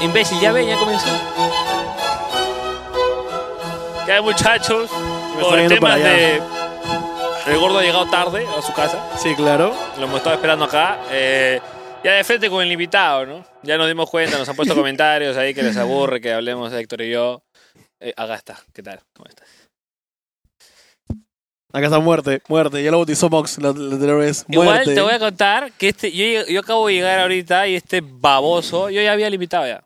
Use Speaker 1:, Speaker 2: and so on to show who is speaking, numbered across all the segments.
Speaker 1: imbécil, ya ve, ya comenzó.
Speaker 2: Que hay muchachos.
Speaker 3: Me
Speaker 2: Por
Speaker 3: estoy
Speaker 2: el
Speaker 3: yendo
Speaker 2: tema
Speaker 3: para allá.
Speaker 2: de. El gordo ha llegado tarde a su casa.
Speaker 3: Sí, claro.
Speaker 2: Lo hemos estado esperando acá. eh, ya de frente con el invitado, ¿no? Ya nos dimos cuenta, nos han puesto comentarios ahí que les aburre que hablemos de Héctor y yo. Eh, acá está. ¿Qué tal? ¿Cómo estás?
Speaker 3: Acá está muerte, muerte. Ya lo bautizó Mox la, la anterior vez.
Speaker 2: Igual
Speaker 3: Muerte.
Speaker 2: te voy a contar que este, yo, yo acabo de llegar ahorita y este baboso, yo ya había limitado ya.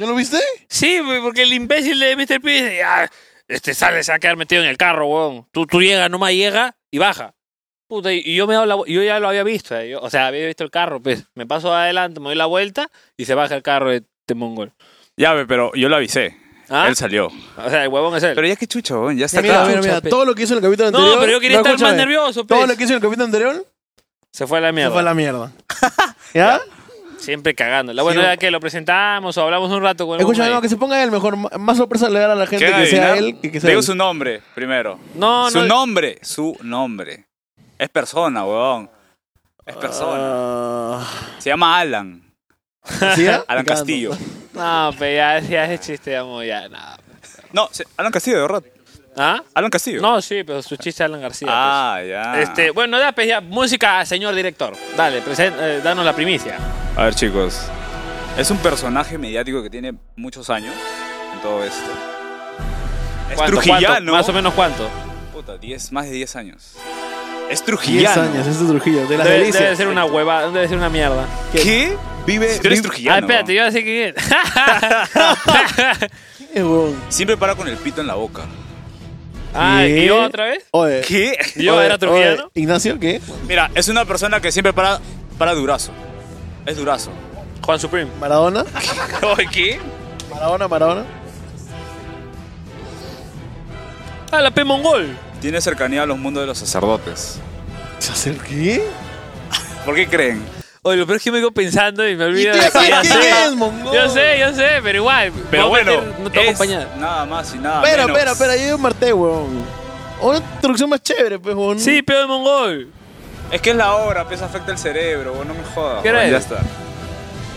Speaker 3: ¿Ya lo viste?
Speaker 2: Sí, güey, porque el imbécil de Mr. P dice, "Ah, este sale, se va a quedar metido en el carro, weón. Tú, tú llegas, nomás llega y baja. Puta, y y yo, me doy la vu- yo ya lo había visto, eh. Yo- o sea, había visto el carro, pues. Me paso adelante, me doy la vuelta y se baja el carro de este mongol.
Speaker 4: Ya, ve, pero yo lo avisé.
Speaker 2: ¿Ah?
Speaker 4: Él salió.
Speaker 2: O sea, el huevón es él.
Speaker 4: Pero ya que chucho,
Speaker 2: ¿eh?
Speaker 4: weón, ya está
Speaker 3: Mira, mira,
Speaker 4: acá.
Speaker 3: mira,
Speaker 2: Chucha, pe.
Speaker 3: todo lo que hizo en el capítulo
Speaker 2: no,
Speaker 3: anterior.
Speaker 2: pero yo quería estar más
Speaker 3: escúchame.
Speaker 2: nervioso,
Speaker 3: Todo
Speaker 2: pues.
Speaker 3: lo que hizo en el capítulo anterior
Speaker 2: Se fue a la
Speaker 3: se fue a
Speaker 2: mierda.
Speaker 3: la mierda. ¿Ya?
Speaker 2: Siempre cagándola. Bueno,
Speaker 3: Sí,
Speaker 2: ya que lo presentamos o hablamos un rato con el
Speaker 3: Escúchame,
Speaker 2: huevón
Speaker 3: no,
Speaker 2: ahí.
Speaker 3: que se ponga él mejor. M- Más sorpresa le dará a la gente
Speaker 4: ¿Quieren
Speaker 3: que sea
Speaker 4: adivinar?
Speaker 3: él que que sea
Speaker 4: Digo
Speaker 3: él.
Speaker 4: su nombre primero.
Speaker 2: No,
Speaker 4: su
Speaker 2: no.
Speaker 4: nombre, su nombre. Es persona, weón. Es persona.
Speaker 3: Ah,
Speaker 4: Se llama Alan.
Speaker 3: ¿sí, ya?
Speaker 4: Alan Castillo.
Speaker 2: No, pero ya, ya ese chiste, amo, ya, nada. pues.
Speaker 4: No, se- Alan Castillo, de verdad.
Speaker 2: ¿Ah?
Speaker 4: Alan Castillo.
Speaker 2: No, sí, pero su chiste Alan García. pues.
Speaker 4: Ah, ya.
Speaker 2: Este, bueno, ya, pues, ya, música, señor director. Dale, presen- eh, danos la primicia.
Speaker 4: A ver, chicos. Es un personaje mediático que tiene muchos años en todo esto. Es trujillano.
Speaker 2: cuánto? Más o menos cuánto.
Speaker 4: Puta, 10, más de 10 años. Es
Speaker 3: 10
Speaker 4: trujillano.
Speaker 3: años, este es Trujillo, de las
Speaker 2: Debe,
Speaker 3: delicias.
Speaker 2: debe ser una hueva, debe ser una mierda.
Speaker 4: ¿Qué? Vive.
Speaker 3: Si tú eres
Speaker 4: vive-
Speaker 2: ah,
Speaker 4: trujillano.
Speaker 2: espérate, yo ya sé quién es.
Speaker 3: Eh, huevón.
Speaker 4: Siempre para con el pito en la boca.
Speaker 2: ah, ¿y
Speaker 3: ¿Qué?
Speaker 2: yo otra vez?
Speaker 3: Oye,
Speaker 4: ¿Qué?
Speaker 2: ¿Yo
Speaker 3: oye,
Speaker 2: era trujillano?
Speaker 3: oye, Ignacio, ¿qué?
Speaker 4: Mira, es una persona que siempre para, para durazo. Es durazo.
Speaker 2: Juan Supreme.
Speaker 3: Maradona,
Speaker 4: ¿Qué?
Speaker 3: Maradona, Maradona.
Speaker 2: Ah, la P Mongol.
Speaker 4: Tiene cercanía a los mundos de los sacerdotes.
Speaker 3: ¿Se acerca- ¿Qué?
Speaker 4: ¿Por qué creen?
Speaker 2: Oye, lo peor es que me quedo pensando y me olvido de
Speaker 3: sabes
Speaker 2: ya
Speaker 3: quién es, mongol?
Speaker 2: Yo sé, yo sé, pero igual.
Speaker 4: Pero
Speaker 2: vos
Speaker 4: bueno,
Speaker 2: meter- no te voy a
Speaker 4: es
Speaker 2: acompañar.
Speaker 4: nada más y nada
Speaker 3: Espera,
Speaker 4: menos.
Speaker 3: espera, espera, yo marté, huevón. Una introducción más chévere, pues, huevón.
Speaker 2: Sí, pedo de Mongol.
Speaker 4: Es que es la hora, pues afecta el cerebro, vos no me jodas.
Speaker 2: ¿Qué
Speaker 4: vos,
Speaker 2: eres?
Speaker 4: ya está.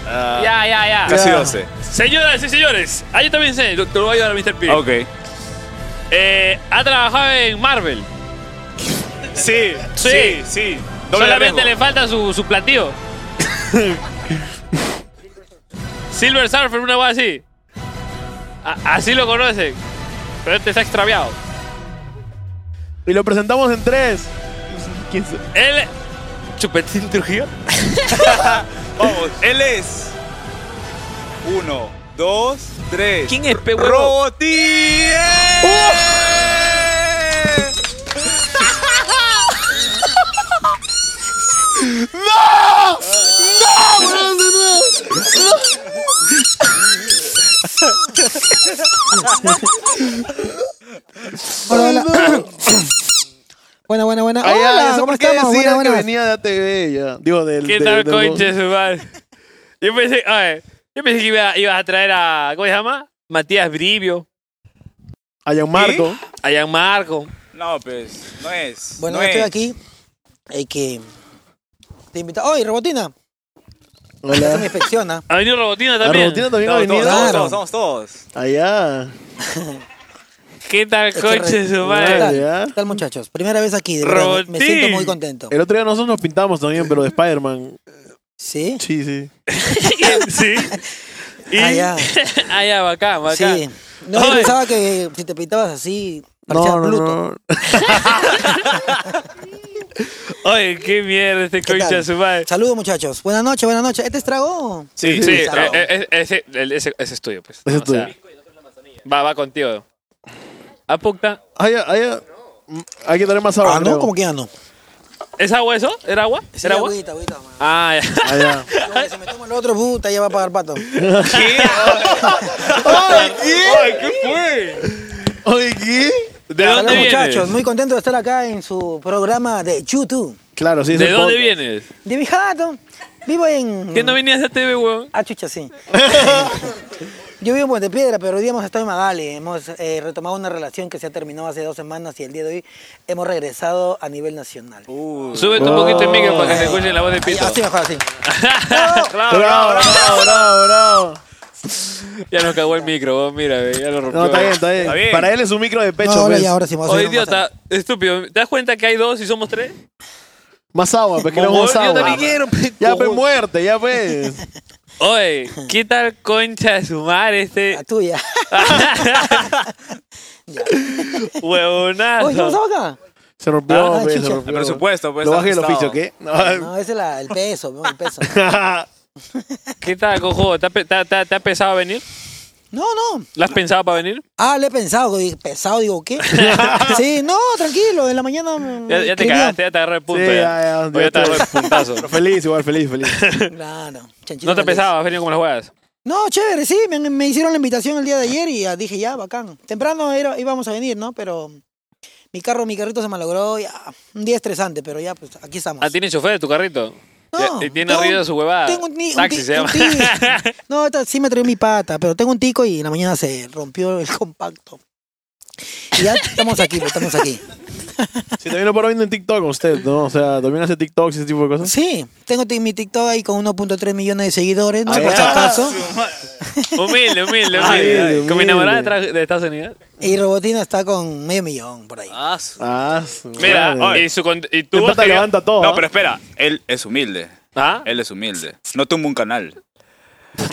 Speaker 4: Ah,
Speaker 2: Ya, ya, ya.
Speaker 4: Casi
Speaker 3: Ya.
Speaker 4: 12.
Speaker 2: Señoras y señores, ah, yo también sé, lo, te lo voy a ayudar a Mr. P.
Speaker 4: Ah, Ok.
Speaker 2: Eh, ha trabajado en Marvel.
Speaker 4: Sí,
Speaker 2: Sí.
Speaker 4: sí, sí. Doble
Speaker 2: Solamente
Speaker 4: riesgo.
Speaker 2: le falta su, su platillo. Silver Surfer, una cosa así. A- así lo conocen. Pero este está extraviado.
Speaker 3: Y lo presentamos en tres. ¿Quién se-
Speaker 2: Él. Chupetín Trujillo.
Speaker 4: Vamos, él es. Uno, dos, tres.
Speaker 2: ¿Quién es, pe huevo?
Speaker 4: ¡Robotín!
Speaker 5: Hola, hola. buena, buena, buena.
Speaker 3: Ah, ya,
Speaker 5: hola,
Speaker 3: eso
Speaker 5: ¿cómo
Speaker 3: porque
Speaker 5: estamos?
Speaker 3: decían
Speaker 5: Buena,
Speaker 3: que
Speaker 5: buena.
Speaker 3: venía de ATV ya. Digo, del...
Speaker 2: ¿Qué
Speaker 3: de-
Speaker 2: tal,
Speaker 3: del-
Speaker 2: coche, su madre? Yo pensé, a ver, yo pensé que iba- ibas a traer a. ¿Cómo se llama? Matías Brivio,
Speaker 3: A Gianmarco.
Speaker 2: a Gianmarco.
Speaker 4: No, pues, no es.
Speaker 5: Bueno,
Speaker 4: no
Speaker 5: yo estoy
Speaker 4: es.
Speaker 5: aquí. Hay que. Te invito. ¡Oye, Robotina! Esta es mi
Speaker 3: Hola.
Speaker 5: inspección, ¿ah?
Speaker 2: Ha venido Robotina
Speaker 3: La
Speaker 2: también.
Speaker 3: Robotina también ha
Speaker 4: Estamos todos,
Speaker 3: venido. Ah,
Speaker 4: estamos
Speaker 5: Claro.
Speaker 4: todos, estamos todos.
Speaker 3: Allá.
Speaker 2: ¿Qué tal,
Speaker 5: Es que
Speaker 2: coche,
Speaker 5: re-
Speaker 2: su
Speaker 5: ¿Qué
Speaker 2: madre?
Speaker 3: Claro.
Speaker 5: tal?
Speaker 3: ya. Eh,
Speaker 5: ¿Qué tal, muchachos? Primera vez aquí, de verdad, me- Me
Speaker 2: Robotín.
Speaker 5: siento muy contento.
Speaker 3: El otro día nosotros nos pintamos también, pero de Spider-Man.
Speaker 5: ¿Sí?
Speaker 3: Sí, sí.
Speaker 2: sí. Y-
Speaker 5: Ah, ya.
Speaker 2: Ah, ya, bacán, bacán.
Speaker 5: Sí. No,
Speaker 2: Oye.
Speaker 5: yo pensaba que si te pintabas así, parecía
Speaker 3: No, no,
Speaker 5: Pluto.
Speaker 3: no.
Speaker 2: Oye, qué mierda este
Speaker 5: ¿Qué
Speaker 2: concha
Speaker 5: tal?
Speaker 2: su madre.
Speaker 5: Saludos, muchachos. Buenas noches, buenas noches. ¿Este es trago?
Speaker 2: Sí,
Speaker 3: sí,
Speaker 2: sí,
Speaker 3: sí.
Speaker 2: eh, eh, ese, el- ese, ese estudio, pues.
Speaker 3: Ese
Speaker 2: O sea, va, va contigo. Apunta.
Speaker 3: Allá, allá. Hay que tener más agua,
Speaker 5: Ah,
Speaker 3: creo.
Speaker 5: no, como que ya no.
Speaker 2: ¿Es agua eso? ¿Era agua?
Speaker 5: Sí,
Speaker 2: ¿Era agua?
Speaker 5: agüita, agüita, man.
Speaker 2: Ah, ya.
Speaker 3: Allá.
Speaker 5: Oye, Si me tomo el otro, puta, ya va a pagar pato.
Speaker 4: ¿Qué?
Speaker 3: ¡Ay, qué!
Speaker 4: ¿Qué fue?
Speaker 3: ¡Ay, qué!
Speaker 2: ¿De
Speaker 5: Hola,
Speaker 2: dónde vienes?
Speaker 5: muchachos. Muy contento de estar acá en su programa de YouTube.
Speaker 3: Claro, sí. es
Speaker 2: ¿De
Speaker 3: el
Speaker 2: dónde
Speaker 3: podcast.
Speaker 2: vienes?
Speaker 5: De mi jato. Vivo en.
Speaker 2: ¿Qué no venías a TV, huevón?
Speaker 5: Ah, chucha, sí. Yo vivo en Puente Piedra, pero hoy día hemos estado en Magali. Hemos eh, retomado una relación que se ha terminado hace dos semanas y el día de hoy hemos regresado a nivel nacional.
Speaker 2: Súbete un poquito el micro
Speaker 3: Ah.
Speaker 2: para que se escuche la voz de Uh, Pito.
Speaker 5: Así mejor, así.
Speaker 2: bravo, bravo, bravo.
Speaker 3: Bravo, bravo, bravo, bravo.
Speaker 2: Ya nos cagó el micro, weón, mira, ve, ya lo rompió.
Speaker 3: No, está bien, está bien,
Speaker 4: Está bien.
Speaker 3: Para él es un micro de pecho.
Speaker 5: No, ahora
Speaker 3: pues.
Speaker 5: ya, ahora sí. vamos a
Speaker 2: Oh,
Speaker 5: hacer una
Speaker 2: idiota, estúpido. ¿Te das cuenta que hay dos y somos tres?
Speaker 3: Más agua, pues queremos
Speaker 2: Mongol,
Speaker 3: más
Speaker 2: yo
Speaker 3: agua.
Speaker 5: Ah,
Speaker 2: también quiero, pe-
Speaker 3: Ya, pues muerte, ya, pues.
Speaker 2: Oye, ¿qué tal concha de su madre
Speaker 5: más. La
Speaker 2: este
Speaker 5: tuya.
Speaker 2: huevonazo?
Speaker 5: Oye, ¿qué pasaba acá?
Speaker 3: Se rompió,
Speaker 5: Ah,
Speaker 3: pues,
Speaker 5: chucha.
Speaker 3: se
Speaker 5: El
Speaker 3: rompió.
Speaker 4: El presupuesto, pues.
Speaker 3: Lo
Speaker 4: está
Speaker 3: bajé el
Speaker 4: ajustado.
Speaker 3: oficio, ¿qué? No.
Speaker 2: Ah.
Speaker 5: No, ese es la- el peso, ¿no? el peso.
Speaker 2: ¿Qué tal, cojo? ¿Te, ha pe- te ha- te ha- te ha pensado venir?
Speaker 5: No, no.
Speaker 2: ¿La has pensado para venir?
Speaker 5: Ah, le he pensado, digo, pesado, digo, ¿qué? Sí, no, tranquilo, en la mañana. me
Speaker 2: Ya, ya te
Speaker 5: escribió.
Speaker 2: cagaste, ya te agarró el punto.
Speaker 3: Sí,
Speaker 2: ya.
Speaker 3: ya, ya,
Speaker 2: Oye,
Speaker 3: ya
Speaker 2: te agarró
Speaker 3: te-
Speaker 2: el puntazo.
Speaker 3: Pero feliz, igual, feliz, feliz.
Speaker 5: Claro, chanchito.
Speaker 2: No te
Speaker 5: feliz.
Speaker 2: pensaba, has venido como las juegas.
Speaker 5: No, chévere, sí, me, me hicieron la invitación el día de ayer y ya dije, ya, bacán. Temprano era- íbamos a venir, ¿no? Pero mi carro, mi carrito se malogró, ya. Un día estresante, pero ya, pues aquí estamos.
Speaker 2: Ah, tiene chofer tu carrito.
Speaker 5: No,
Speaker 2: Ya- y tiene
Speaker 5: tengo-
Speaker 2: arriba de su huevada.
Speaker 5: Tengo un, ti- un
Speaker 2: Taxi
Speaker 5: ti-
Speaker 2: se
Speaker 5: un
Speaker 2: llama.
Speaker 5: ti- No, esta- sí me traí mi pata, pero tengo un tico y en la mañana se rompió el compacto. Y ya estamos aquí, pues, estamos aquí.
Speaker 3: Si también lo paro viendo en TikTok usted, ¿no? O sea, también hace TikToks y ese tipo de cosas.
Speaker 5: Sí, tengo ti- mi TikTok ahí con 1.3 millones de seguidores, ¿no?
Speaker 3: Ay,
Speaker 5: Por si
Speaker 3: ah,
Speaker 5: acaso.
Speaker 2: humilde, humilde, humilde.
Speaker 3: Humilde,
Speaker 2: Con mi
Speaker 3: humilde.
Speaker 2: enamorada de, tra- de Estados Unidos.
Speaker 5: Y Robotina está con medio millón por ahí.
Speaker 4: Ah, su-
Speaker 3: Ah, su
Speaker 2: Mira,
Speaker 3: madre.
Speaker 2: y, su, con- y
Speaker 3: El
Speaker 2: tú.
Speaker 3: pata
Speaker 2: querías-
Speaker 3: levanta todo. ¿ah?
Speaker 4: No, pero espera. Él es humilde.
Speaker 2: ¿Ah?
Speaker 4: Él es humilde. No tumba un canal.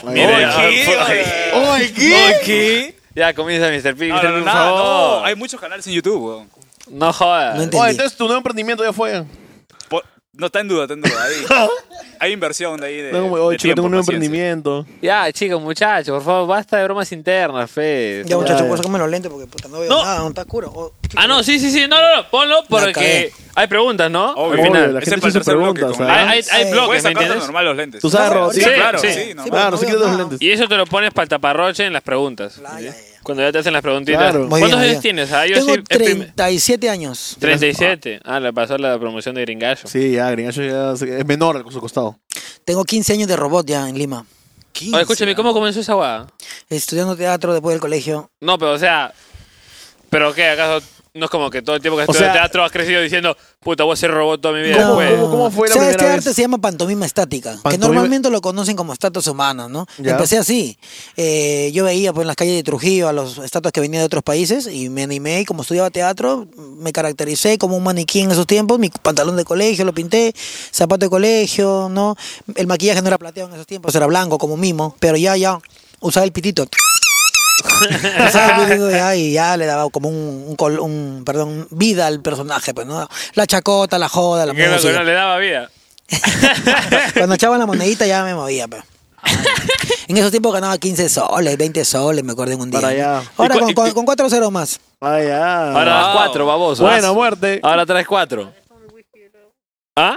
Speaker 2: Mira,
Speaker 4: Oye,
Speaker 2: ah,
Speaker 4: oye.
Speaker 3: ¡Ay, qué!
Speaker 2: Ya comienza Mr. P.
Speaker 4: No,
Speaker 2: Mr.
Speaker 4: no,
Speaker 2: P,
Speaker 4: no,
Speaker 2: por
Speaker 4: nada,
Speaker 2: favor.
Speaker 4: no. Hay muchos canales en YouTube, weón.
Speaker 2: No
Speaker 5: No
Speaker 2: jodas.
Speaker 5: entendí.
Speaker 3: Oye, entonces tu nuevo emprendimiento ya fue.
Speaker 4: Eh, Po- No está en duda, está en duda. Ahí. Hay inversión de ahí de.
Speaker 3: No, como,
Speaker 4: de
Speaker 3: oye, chico,
Speaker 4: tiempo,
Speaker 3: tengo un nuevo
Speaker 4: paciencia.
Speaker 3: emprendimiento.
Speaker 2: Ya, chicos, muchachos, por favor, basta de bromas internas, fe.
Speaker 5: Ya, muchachos,
Speaker 3: ya.
Speaker 5: por eso comen los lentes porque puta, no veo
Speaker 2: No.
Speaker 5: nada, no está oscuro. Oh,
Speaker 2: Ah, no, sí, sí, sí, no, no, no, ponlo porque
Speaker 5: cagué.
Speaker 2: hay preguntas, ¿no?
Speaker 4: Obvio.
Speaker 2: Al final.
Speaker 3: Obvio, la
Speaker 4: Ese
Speaker 3: gente
Speaker 4: para
Speaker 3: hizo
Speaker 4: el tercer bloque,
Speaker 3: preguntas,
Speaker 4: como-
Speaker 2: Hay,
Speaker 3: ¿ah?
Speaker 2: hay, hay
Speaker 5: Sí.
Speaker 2: bloques,
Speaker 4: Puedes
Speaker 2: ¿me
Speaker 4: sacarte
Speaker 2: entiendes?
Speaker 4: normal los lentes.
Speaker 3: Tú sabes, Rod,
Speaker 4: Sí,
Speaker 2: sí,
Speaker 4: claro,
Speaker 2: sí.
Speaker 4: sí, normal.
Speaker 3: Claro, sí Ah,
Speaker 5: no
Speaker 3: quiero
Speaker 5: veo
Speaker 3: los
Speaker 5: nada.
Speaker 3: lentes.
Speaker 2: Y eso te lo pones para el taparroche en las preguntas.
Speaker 5: La- ya, ya, ya.
Speaker 2: Cuando ya te hacen las preguntitas.
Speaker 3: Claro. Muy
Speaker 5: Muy bien,
Speaker 2: ¿Cuántos
Speaker 5: muy
Speaker 2: años
Speaker 5: bien.
Speaker 2: tienes? Ah, yo
Speaker 5: Tengo
Speaker 2: sí, es prim-
Speaker 5: 37 años.
Speaker 2: 37. Ah, le pasó la promoción de Gringallo.
Speaker 3: Sí, ya, Gringacho ya se- es menor al su costado.
Speaker 5: Tengo 15 años de robot ya en Lima.
Speaker 2: Oye, escúchame, ¿cómo comenzó esa guada?
Speaker 5: Estudiando teatro después del colegio.
Speaker 2: No, pero o sea, ¿pero qué? ¿Acaso no es como que todo el tiempo que estudias
Speaker 3: sea-
Speaker 2: teatro has crecido diciendo, puta, voy a ser robot toda mi vida?
Speaker 5: No.
Speaker 2: pues?
Speaker 3: ¿Cómo- cómo fue la
Speaker 5: O sea,
Speaker 3: primera
Speaker 5: este
Speaker 3: vez?
Speaker 5: arte se llama pantomima estática, que
Speaker 3: Pantomima-
Speaker 5: normalmente lo conocen como estatuas humanas, ¿no?
Speaker 3: Ya.
Speaker 5: Empecé así. Eh, yo veía pues, en las calles de Trujillo a los estatuas que venían de otros países y me animé y como estudiaba teatro, me caractericé como un maniquí en esos tiempos. Mi pantalón de colegio lo pinté, zapato de colegio, ¿no? El maquillaje no era plateado en esos tiempos, era blanco como mimo, pero ya, ya, usaba el pitito. Pasaba el video ya, y ya le daba como un, un col- un- perdón, vida al personaje, pues, ¿no? La chacota, la joda, la
Speaker 2: ¿Qué es lo que no
Speaker 5: música.
Speaker 2: le daba vida?
Speaker 5: Cuando echaba la monedita ya me movía, pero. En esos tiempos ganaba 15 soles, 20 soles, me acuerdo en un día.
Speaker 3: Para allá.
Speaker 5: Ahora
Speaker 2: ¿Y cu-
Speaker 5: con,
Speaker 2: y-
Speaker 5: con, con cuatro ceros más.
Speaker 3: Ay, ya.
Speaker 2: Ahora
Speaker 4: Wow.
Speaker 2: das cuatro, baboso.
Speaker 3: Buena
Speaker 2: Ah,
Speaker 3: muerte.
Speaker 2: Ahora traes cuatro. ¿Ah?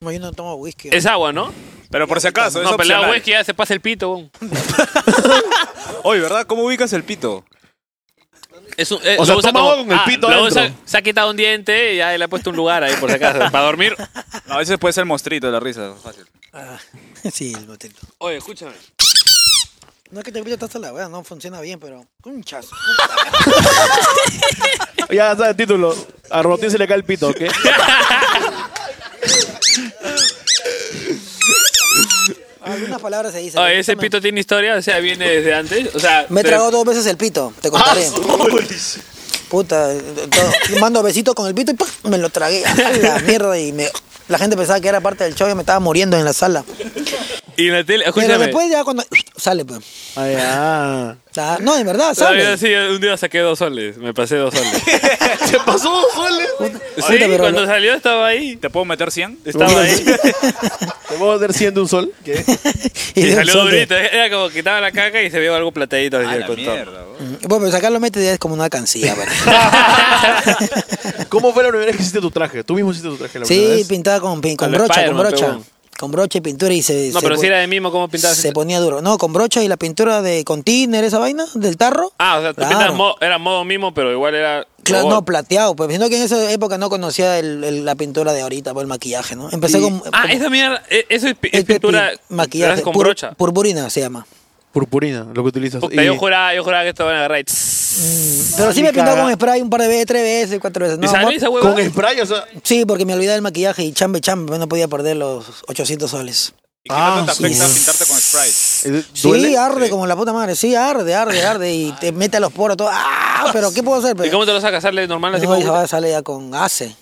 Speaker 5: No, yo no tomo whisky.
Speaker 2: Es agua, ¿no?
Speaker 4: Pero por si acaso, es
Speaker 2: No, pelea
Speaker 4: opcional.
Speaker 2: güey, que ya se pasa el pito, weón.
Speaker 4: Oye, ¿verdad? ¿Cómo ubicas el pito?
Speaker 2: Es un- eh,
Speaker 3: O sea,
Speaker 2: lo usa
Speaker 3: toma
Speaker 2: como-
Speaker 3: agua con el
Speaker 2: ah,
Speaker 3: pito
Speaker 2: lo
Speaker 3: adentro.
Speaker 2: usa- se ha quitado un diente y ahí le ha puesto un lugar ahí, por si acaso, para dormir.
Speaker 4: No, a veces puede ser mostrito de la risa. Fácil.
Speaker 5: Sí, el botito.
Speaker 2: Oye, escúchame.
Speaker 5: No es que te pilla hasta la wea, no funciona bien, pero. Un chazo.
Speaker 3: Ya sabes el título. A Robotín se le cae el pito, ¿ok?
Speaker 5: Algunas palabras se dicen.
Speaker 2: Oye, Ah, ese
Speaker 5: Escúchame.
Speaker 2: pito tiene historia, o sea, viene desde antes. O sea,
Speaker 5: Me
Speaker 2: te-
Speaker 5: tragó dos veces el pito, te contaré.
Speaker 2: Ah,
Speaker 5: Puta, eh, todo. mando besito con el pito y ¡pum! me lo tragué. ¡A La mierda y me. La gente pensaba que era parte del show y me estaba muriendo en la sala.
Speaker 2: Y en la tele, escúchame.
Speaker 5: Pero después ya cuando sale, pues.
Speaker 3: Ay, ya.
Speaker 5: Ah, No, en verdad,
Speaker 2: La vida
Speaker 5: sale.
Speaker 2: sí, un día saqué dos soles, me pasé dos soles.
Speaker 3: ¿Se pasó dos soles?
Speaker 5: Puta,
Speaker 2: sí,
Speaker 5: pero
Speaker 2: cuando
Speaker 5: lo-
Speaker 2: salió estaba ahí.
Speaker 4: ¿Te puedo meter 100?
Speaker 2: Estaba ahí.
Speaker 3: ¿Te puedo hacer 100 de un sol? ¿Qué?
Speaker 5: Y
Speaker 2: Y
Speaker 5: de un
Speaker 2: salió
Speaker 5: sol de-
Speaker 2: durito. Era como quitaba la caca y se vio algo plateadito así
Speaker 3: Ah,
Speaker 4: A
Speaker 2: el
Speaker 4: la
Speaker 2: contorno.
Speaker 4: mierda, weón.
Speaker 5: Bueno, pero sacarlo mete ya es como una cancilla, ¿verdad?
Speaker 3: ¿Cómo fue la primera vez que hiciste tu traje? Tú mismo hiciste tu traje la primera
Speaker 5: sí,
Speaker 3: vez.
Speaker 5: pintaba con, pin-
Speaker 2: A
Speaker 5: con
Speaker 2: la
Speaker 5: brocha, con
Speaker 2: Spider-Man,
Speaker 5: brocha.
Speaker 2: pegó.
Speaker 5: Con brocha y pintura y se,
Speaker 2: No,
Speaker 5: se
Speaker 2: pero
Speaker 5: po-
Speaker 2: si era de mismo, ¿cómo pintabas?
Speaker 5: se ponía duro. No, con brocha y la pintura de con tíner, esa vaina, del tarro.
Speaker 2: Ah, o sea, tú
Speaker 5: Claro.
Speaker 2: pintabas mo- era modo mimo, pero igual era.
Speaker 5: Claro,
Speaker 2: robot.
Speaker 5: no, plateado, pues sino que en esa época no conocía el- el- la pintura de ahorita, por el maquillaje, ¿no? Empecé con...
Speaker 2: Ah,
Speaker 5: con-
Speaker 2: esa mierda, e- eso es, pi- es
Speaker 5: este
Speaker 2: pintura
Speaker 5: pi- maquillaje,
Speaker 2: gracias con
Speaker 5: pur-
Speaker 2: brocha.
Speaker 5: purpurina se llama.
Speaker 3: Purpurina, lo que utilizas.
Speaker 2: Puta,
Speaker 3: Y-
Speaker 2: yo juraba, yo juraba que esto van a agarrar. y tss.
Speaker 5: Pero sí
Speaker 3: ni
Speaker 5: me pintaba
Speaker 3: caga.
Speaker 5: con spray un par de veces, tres veces, cuatro veces.
Speaker 2: ¿Y
Speaker 5: No,
Speaker 2: sale
Speaker 5: amor.
Speaker 2: esa hueva?
Speaker 3: Con spray, o sea...
Speaker 5: Sí, porque me olvidaba del maquillaje y chambe, chambe, no podía perder los 800 soles.
Speaker 4: ¿Y qué tanto
Speaker 3: Ah,
Speaker 4: te afecta
Speaker 5: sí.
Speaker 4: pintarte con Sprite?
Speaker 5: Sí, ah, arde como la puta madre. Sí, arde, arde, arde. Y te mete a los poros todo. ¡Ah! Pero ¿qué puedo hacer?
Speaker 2: ¿Y
Speaker 5: Pero,
Speaker 2: cómo te lo sacas? ¿Sale normal así
Speaker 5: no,
Speaker 2: como-
Speaker 5: hija, va, sale ya con ACE.